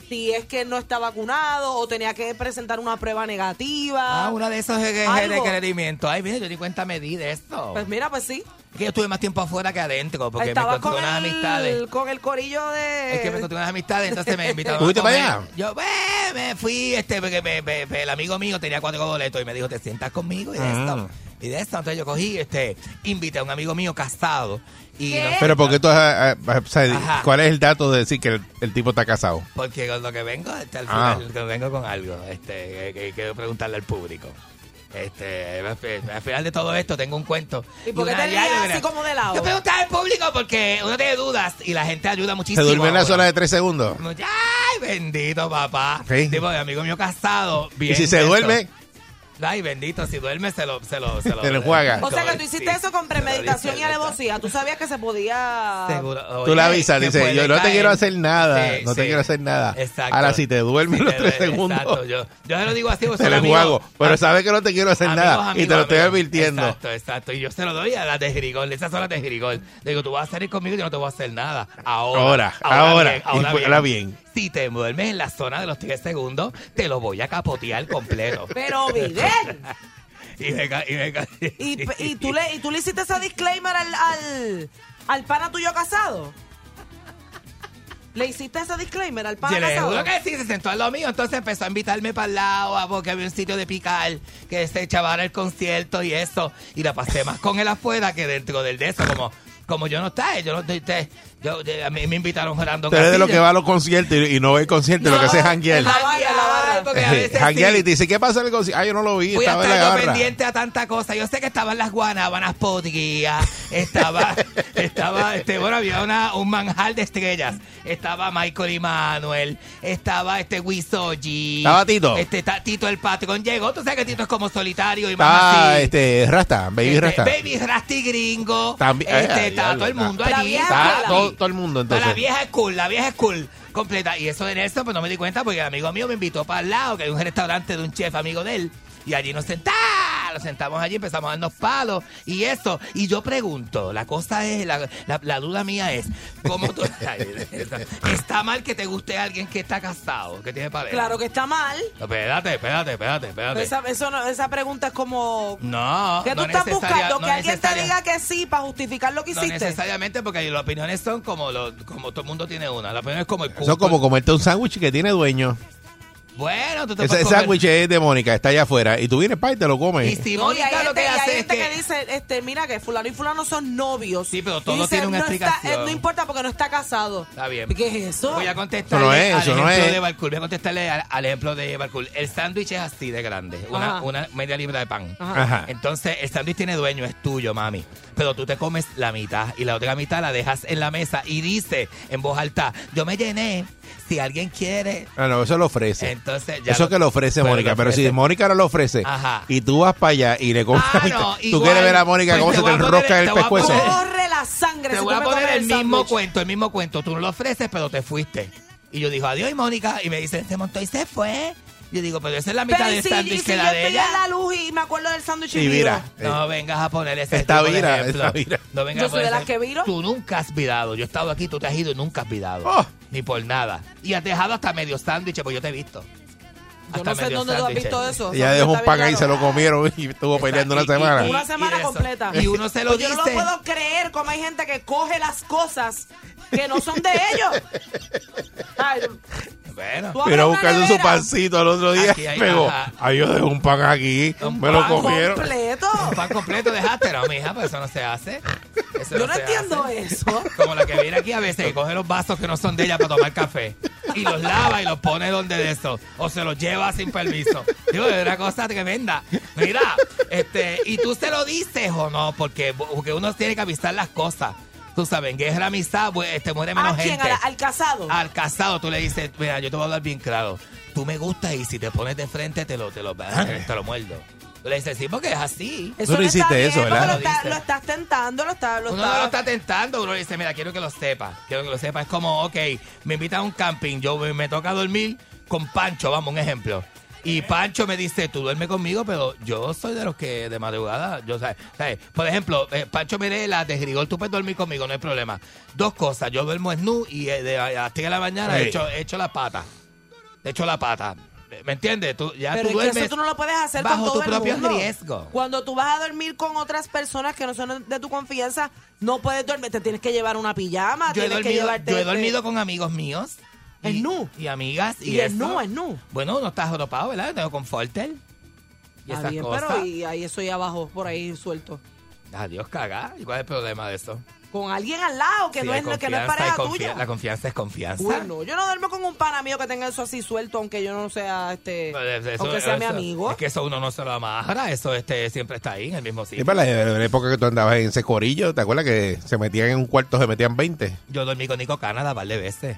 Speaker 5: si es que no está vacunado o tenía que presentar una prueba negativa.
Speaker 4: Ah, uno de esos ejes de
Speaker 5: Algo.
Speaker 4: requerimientos. Ay, mira, yo di cuenta, me di de esto.
Speaker 5: Pues mira, pues sí.
Speaker 4: Es que yo estuve más tiempo afuera que adentro Oh, porque me
Speaker 5: Estaba
Speaker 4: encontré
Speaker 5: con
Speaker 4: unas amistades.
Speaker 5: el, con el corillo de...
Speaker 4: Es que me encontré unas amistades, entonces me invitaron.
Speaker 3: ¿Tú fuiste
Speaker 4: a comer.
Speaker 3: para allá?
Speaker 4: Yo eh, me fui, este, porque me- me- me- el amigo mío tenía cuatro boletos y me dijo, te sientas conmigo y de
Speaker 3: Ah.
Speaker 4: esto. Y de esto, entonces yo cogí, este, invité a un amigo mío casado. Y nos-
Speaker 3: Pero porque tú, ah, ah, ah, o sea,
Speaker 4: Ajá.
Speaker 3: ¿cuál es el dato de decir que el, el tipo está casado?
Speaker 4: porque con lo que vengo, este, al
Speaker 3: Ah.
Speaker 4: final, que vengo con algo, este, que, que quiero preguntarle al público. Este, al fi- al final de todo esto tengo un cuento.
Speaker 5: ¿Y por qué
Speaker 4: una
Speaker 5: te ríes
Speaker 4: diaria,
Speaker 5: así
Speaker 4: mira.
Speaker 5: como de lado?
Speaker 4: Yo preguntaba al público porque uno tiene dudas y la gente ayuda
Speaker 3: Se
Speaker 4: muchísimo.
Speaker 3: durmió en la
Speaker 4: Bueno.
Speaker 3: zona de tres segundos.
Speaker 4: Como, Ay, bendito papá.
Speaker 3: Sí.
Speaker 4: Tipo de amigo mío casado.
Speaker 3: Y
Speaker 4: bien
Speaker 3: si se
Speaker 4: de
Speaker 3: duerme,
Speaker 4: esto. Ay, bendito, si duerme se lo... Se lo, se lo,
Speaker 3: Se lo juega.
Speaker 5: O sea que tú hiciste eso con premeditación y alevosía. Tú sabías que se podía.
Speaker 4: Seguro.
Speaker 3: Ah, Tú la
Speaker 4: Oye,
Speaker 3: avisas,
Speaker 4: que
Speaker 3: dice,
Speaker 4: puede
Speaker 3: yo no te
Speaker 4: caer.
Speaker 3: quiero hacer nada,
Speaker 4: Sí,
Speaker 3: no te
Speaker 4: sí.
Speaker 3: quiero hacer nada.
Speaker 4: Exacto.
Speaker 3: Ahora si te duermes
Speaker 4: Sí,
Speaker 3: los
Speaker 4: te
Speaker 3: tres
Speaker 4: duele,
Speaker 3: segundos,
Speaker 4: Exacto, yo, yo se lo digo así,
Speaker 3: te
Speaker 4: porque
Speaker 3: lo
Speaker 4: amigo-
Speaker 3: juego, pero
Speaker 4: am-
Speaker 3: sabes que no te quiero hacer
Speaker 4: amigos,
Speaker 3: nada y te
Speaker 4: amigos,
Speaker 3: lo estoy
Speaker 4: amigos.
Speaker 3: advirtiendo.
Speaker 4: Exacto, exacto. Y yo se lo doy a las de Jerigol, esas son las de Jerigol. Le digo, tú vas a salir conmigo y yo no te voy a hacer nada. Ahora.
Speaker 3: Ahora, ahora,
Speaker 4: bien,
Speaker 3: y fue- ahora bien.
Speaker 4: Si te duermes en la zona de los 10 segundos, te lo voy a capotear completo.
Speaker 5: Pero Miguel,
Speaker 4: y me ca- y me ca-
Speaker 5: y, y tú le, y tú le hiciste ese disclaimer al, al, al pana tuyo casado. ¿Le hiciste ese disclaimer al pana
Speaker 4: Yo le
Speaker 5: casado?
Speaker 4: juro que sí, se sentó al lado mío. Entonces empezó a invitarme para el lado, a- porque había un sitio de picar, que se echaban el concierto y eso. Y la pasé más con él afuera que dentro del de eso. Como, como yo no estaba, yo no estoy. te- Yo, yo- a mí me invitaron Rolando
Speaker 3: Tú eres de lo que
Speaker 4: Castillo.
Speaker 3: va a los conciertos y, y no ve el concierto, lo que hace es janguear.
Speaker 5: la barra, la barra.
Speaker 4: Porque a
Speaker 3: Eh,
Speaker 4: veces
Speaker 3: Janguear
Speaker 4: sí.
Speaker 3: y te dice, ¿qué pasa en el concierto? Ah, yo no lo vi,
Speaker 4: Fui a
Speaker 3: estaba en la
Speaker 4: estar yo
Speaker 3: garra.
Speaker 4: pendiente a tanta cosa. Yo sé que estaban las guanábanas podrías, estaba, estaba, este, bueno, había una, un manjar de estrellas. Estaba Michael y Manuel, estaba este Wisoji.
Speaker 3: Estaba Tito.
Speaker 4: Este, ta- Tito el patrón llegó. Tú sabes que Tito es como solitario y más
Speaker 3: Estaba
Speaker 4: así.
Speaker 3: Ah, este, Rasta, Baby
Speaker 4: Este,
Speaker 3: Rasta.
Speaker 4: Baby Rasta y gringo.
Speaker 3: También-
Speaker 4: este,
Speaker 3: ay,
Speaker 4: está
Speaker 3: ay,
Speaker 4: todo el
Speaker 3: diablo,
Speaker 4: mundo
Speaker 5: está-
Speaker 4: allí.
Speaker 5: está
Speaker 4: papi.
Speaker 3: todo- todo el mundo,
Speaker 4: Está La
Speaker 3: entonces.
Speaker 4: vieja school, la vieja school completa. Y eso de Nelson, pues no me di cuenta porque el amigo mío me invitó para el lado, que hay un restaurante de un chef amigo de él. Y allí nos sentamos, nos sentamos allí, empezamos a darnos palos y eso. Y yo pregunto, la cosa es, la, la- la duda mía es, ¿cómo tú... Ay, está mal que te guste alguien que está casado, que tiene pareja?
Speaker 5: Claro que está mal.
Speaker 4: Espérate, espérate, espérate, espérate.
Speaker 5: Esa, eso no- esa pregunta es como.
Speaker 4: No,
Speaker 5: que tú
Speaker 4: no
Speaker 5: estás
Speaker 4: necesaria-
Speaker 5: buscando?
Speaker 4: no
Speaker 5: que alguien te
Speaker 4: necesaria-
Speaker 5: diga que sí para justificar lo que
Speaker 4: No
Speaker 5: hiciste.
Speaker 4: necesariamente, porque las opiniones son como lo, como todo el mundo tiene una. La opinión es como el
Speaker 3: Eso es
Speaker 4: punto.
Speaker 3: como comerte un sándwich que tiene dueño.
Speaker 4: Bueno, tú te
Speaker 3: Ese
Speaker 4: puedes
Speaker 3: ese
Speaker 4: comer-
Speaker 3: sándwich es de Mónica, está allá afuera. Y tú vienes para y te lo
Speaker 4: Y
Speaker 3: comes.
Speaker 4: si
Speaker 5: No, y hay
Speaker 4: Mónica lo
Speaker 5: gente,
Speaker 4: que
Speaker 5: y hay
Speaker 4: hace es
Speaker 5: gente que,
Speaker 4: que...
Speaker 5: dice, este, mira que fulano y fulano son novios.
Speaker 4: Sí, pero
Speaker 5: Y
Speaker 4: todo tiene una
Speaker 5: no está-
Speaker 4: explicación.
Speaker 5: eh, no importa porque no está casado.
Speaker 4: Está bien.
Speaker 5: ¿Qué es eso?
Speaker 4: Voy a contestarle
Speaker 3: Eso no es,
Speaker 4: al
Speaker 3: eso no
Speaker 4: ejemplo
Speaker 3: es.
Speaker 4: de Barcool. Voy a contestarle al, al ejemplo de Barcool. El sándwich es así de grande.
Speaker 5: Ajá.
Speaker 4: Una, una media libra de pan.
Speaker 3: Ajá.
Speaker 4: Entonces, el sándwich tiene dueño, es tuyo, mami. Pero tú te comes la mitad y la otra mitad la dejas en la mesa y dice en voz alta, yo me llené, si alguien quiere...
Speaker 3: Ah, no, eso lo ofrece.
Speaker 4: Entonces, ya
Speaker 3: Eso que lo ofrece Mónica, pero si Mónica no lo ofrece
Speaker 4: Ajá.
Speaker 3: y tú vas para allá y le compras,
Speaker 4: Ah, no,
Speaker 3: tú
Speaker 4: igual.
Speaker 3: quieres ver a Mónica
Speaker 4: Pues
Speaker 3: cómo
Speaker 4: te
Speaker 3: se te
Speaker 4: voy a poner-
Speaker 3: enrosca el
Speaker 4: te voy a
Speaker 3: pescuezo.
Speaker 4: poner-
Speaker 5: Corre la sangre.
Speaker 4: Te
Speaker 5: si tú
Speaker 4: voy a
Speaker 5: me
Speaker 4: poner
Speaker 5: comes
Speaker 4: el mismo
Speaker 5: sándwich.
Speaker 4: cuento, el mismo cuento. Tú no lo ofreces, pero te fuiste. Y yo digo, adiós, Mónica. Y me dice, se montó y se fue. Yo digo, pero esa es la mitad
Speaker 5: Pero y
Speaker 4: del
Speaker 5: si, y
Speaker 4: sándwich
Speaker 5: si
Speaker 4: que
Speaker 5: yo
Speaker 4: la de
Speaker 5: estoy
Speaker 4: ella.
Speaker 5: a la luz y me acuerdo del sándwich
Speaker 3: Y
Speaker 5: viro.
Speaker 3: mira, eh,
Speaker 4: No vengas a poner ese
Speaker 3: Está
Speaker 4: tipo de
Speaker 3: vira,
Speaker 4: ejemplo.
Speaker 3: está vira.
Speaker 4: No vengas
Speaker 5: Yo
Speaker 4: a
Speaker 5: soy
Speaker 4: poner
Speaker 5: de las
Speaker 4: ese-
Speaker 5: que viro.
Speaker 4: Tú nunca has virado. Yo he estado aquí, tú te has ido y nunca has virado.
Speaker 3: Oh.
Speaker 4: Ni por nada. Y has dejado hasta medio sándwich, pues yo te he visto.
Speaker 5: Yo
Speaker 4: Hasta
Speaker 5: no sé
Speaker 4: medio
Speaker 5: dónde tú has
Speaker 4: sándwich.
Speaker 5: visto eso.
Speaker 3: Ella
Speaker 5: Sándwich
Speaker 3: dejó un
Speaker 5: está
Speaker 3: pan
Speaker 5: bien
Speaker 3: ahí, se
Speaker 5: raro.
Speaker 3: lo comieron y estuvo peleando una
Speaker 4: Exacto, y-
Speaker 3: semana.
Speaker 4: y-
Speaker 5: Una semana
Speaker 4: de eso.
Speaker 5: completa.
Speaker 4: Y uno se lo
Speaker 5: Pues
Speaker 4: dice.
Speaker 5: Yo no lo puedo creer cómo hay gente que coge las cosas que no son de ellos. Ay,
Speaker 4: Bueno.
Speaker 5: tú abres
Speaker 3: Pero
Speaker 5: una
Speaker 3: buscando su
Speaker 5: nevera
Speaker 3: pancito al otro día,
Speaker 4: Aquí hay-
Speaker 3: pegó.
Speaker 4: ajá.
Speaker 3: Ay, yo dejé un pan aquí,
Speaker 4: Un
Speaker 3: me lo
Speaker 4: pan
Speaker 3: comieron.
Speaker 5: Completo.
Speaker 4: Un pan completo dejaste, no, mija, pues eso no se hace. Eso
Speaker 5: Yo no
Speaker 4: se
Speaker 5: entiendo
Speaker 4: hace.
Speaker 5: eso.
Speaker 4: Como la que viene aquí a veces, que coge los vasos que no son de ella para tomar café y los lava y los pone donde de eso, o se los lleva sin permiso. Digo, es una cosa tremenda. Mira, este, y tú se lo dices o no, porque, porque uno tiene que avisar las cosas. Tú sabes, en guerra amistad, pues, este, muere menos
Speaker 5: ¿A quién?
Speaker 4: gente
Speaker 5: ¿A la- ¿Al casado?
Speaker 4: al casado tú le dices, mira, yo te voy a hablar bien claro. Tú me gustas y si te pones de frente te lo, te lo, te lo muerdo. Tú le dices, sí, porque es así.
Speaker 5: Eso
Speaker 3: Tú no hiciste
Speaker 5: está
Speaker 3: eso,
Speaker 5: bien, porque
Speaker 3: ¿verdad?
Speaker 5: Lo,
Speaker 4: Lo
Speaker 5: está-
Speaker 4: dice.
Speaker 5: lo estás tentando, lo estás... Lo
Speaker 4: Uno no lo está tentando, uno le dice, mira, quiero que lo sepa, quiero que lo sepa. Es como, ok, me invita a un camping, yo me, me toca dormir con Pancho, vamos, un ejemplo. Y Pancho me dice, tú duermes conmigo, pero yo soy de los que de madrugada, yo sabes, sabes, por ejemplo, eh, Pancho Mirela de Grigol, tú puedes dormir conmigo, no hay problema. Dos cosas, yo duermo snu y eh, de, a las 3 de la mañana
Speaker 3: Sí.
Speaker 4: he hecho, he hecho la pata. He hecho la pata. ¿Me entiendes? Tú, ya
Speaker 5: Pero es
Speaker 4: tú
Speaker 5: que
Speaker 4: duermes
Speaker 5: eso tú no lo puedes hacer
Speaker 4: bajo
Speaker 5: con todo
Speaker 4: tu
Speaker 5: el
Speaker 4: propio
Speaker 5: mundo.
Speaker 4: riesgo.
Speaker 5: Cuando tú vas a dormir con otras personas que no son de tu confianza, no puedes dormir. Te tienes que llevar una pijama,
Speaker 4: yo he
Speaker 5: tienes que
Speaker 4: dormido,
Speaker 5: llevarte...
Speaker 4: yo he dormido con amigos míos.
Speaker 5: Es
Speaker 4: y-
Speaker 5: nu.
Speaker 4: Y amigas. Y,
Speaker 5: Y es
Speaker 4: eso.
Speaker 5: nu, es nu.
Speaker 4: Bueno, no estás arropado, ¿verdad? Yo tengo conforter. Y
Speaker 5: Ah,
Speaker 4: esas
Speaker 5: bien,
Speaker 4: cosas.
Speaker 5: pero y ahí eso ahí abajo, por ahí suelto.
Speaker 4: Adiós, cagar. ¿Y cuál es el problema de eso?
Speaker 5: con alguien al lado que,
Speaker 4: Sí,
Speaker 5: no,
Speaker 4: hay
Speaker 5: es, que no es
Speaker 4: confianza, hay
Speaker 5: pareja
Speaker 4: confi-
Speaker 5: tuya.
Speaker 4: La confianza es confianza.
Speaker 5: Uy, no, yo no duermo con un pana mío que tenga eso así suelto, aunque yo no sea este,
Speaker 4: Eso-
Speaker 5: aunque sea mi
Speaker 4: eso-
Speaker 5: amigo.
Speaker 4: Es que eso uno no se lo amarra, eso este siempre está ahí en el mismo
Speaker 3: Es
Speaker 4: sitio.
Speaker 3: para la, la época que tú andabas en ese corillo, ¿te acuerdas que se metían en un cuarto, se metían 20?
Speaker 4: Yo dormí con Nico Canadá par de veces.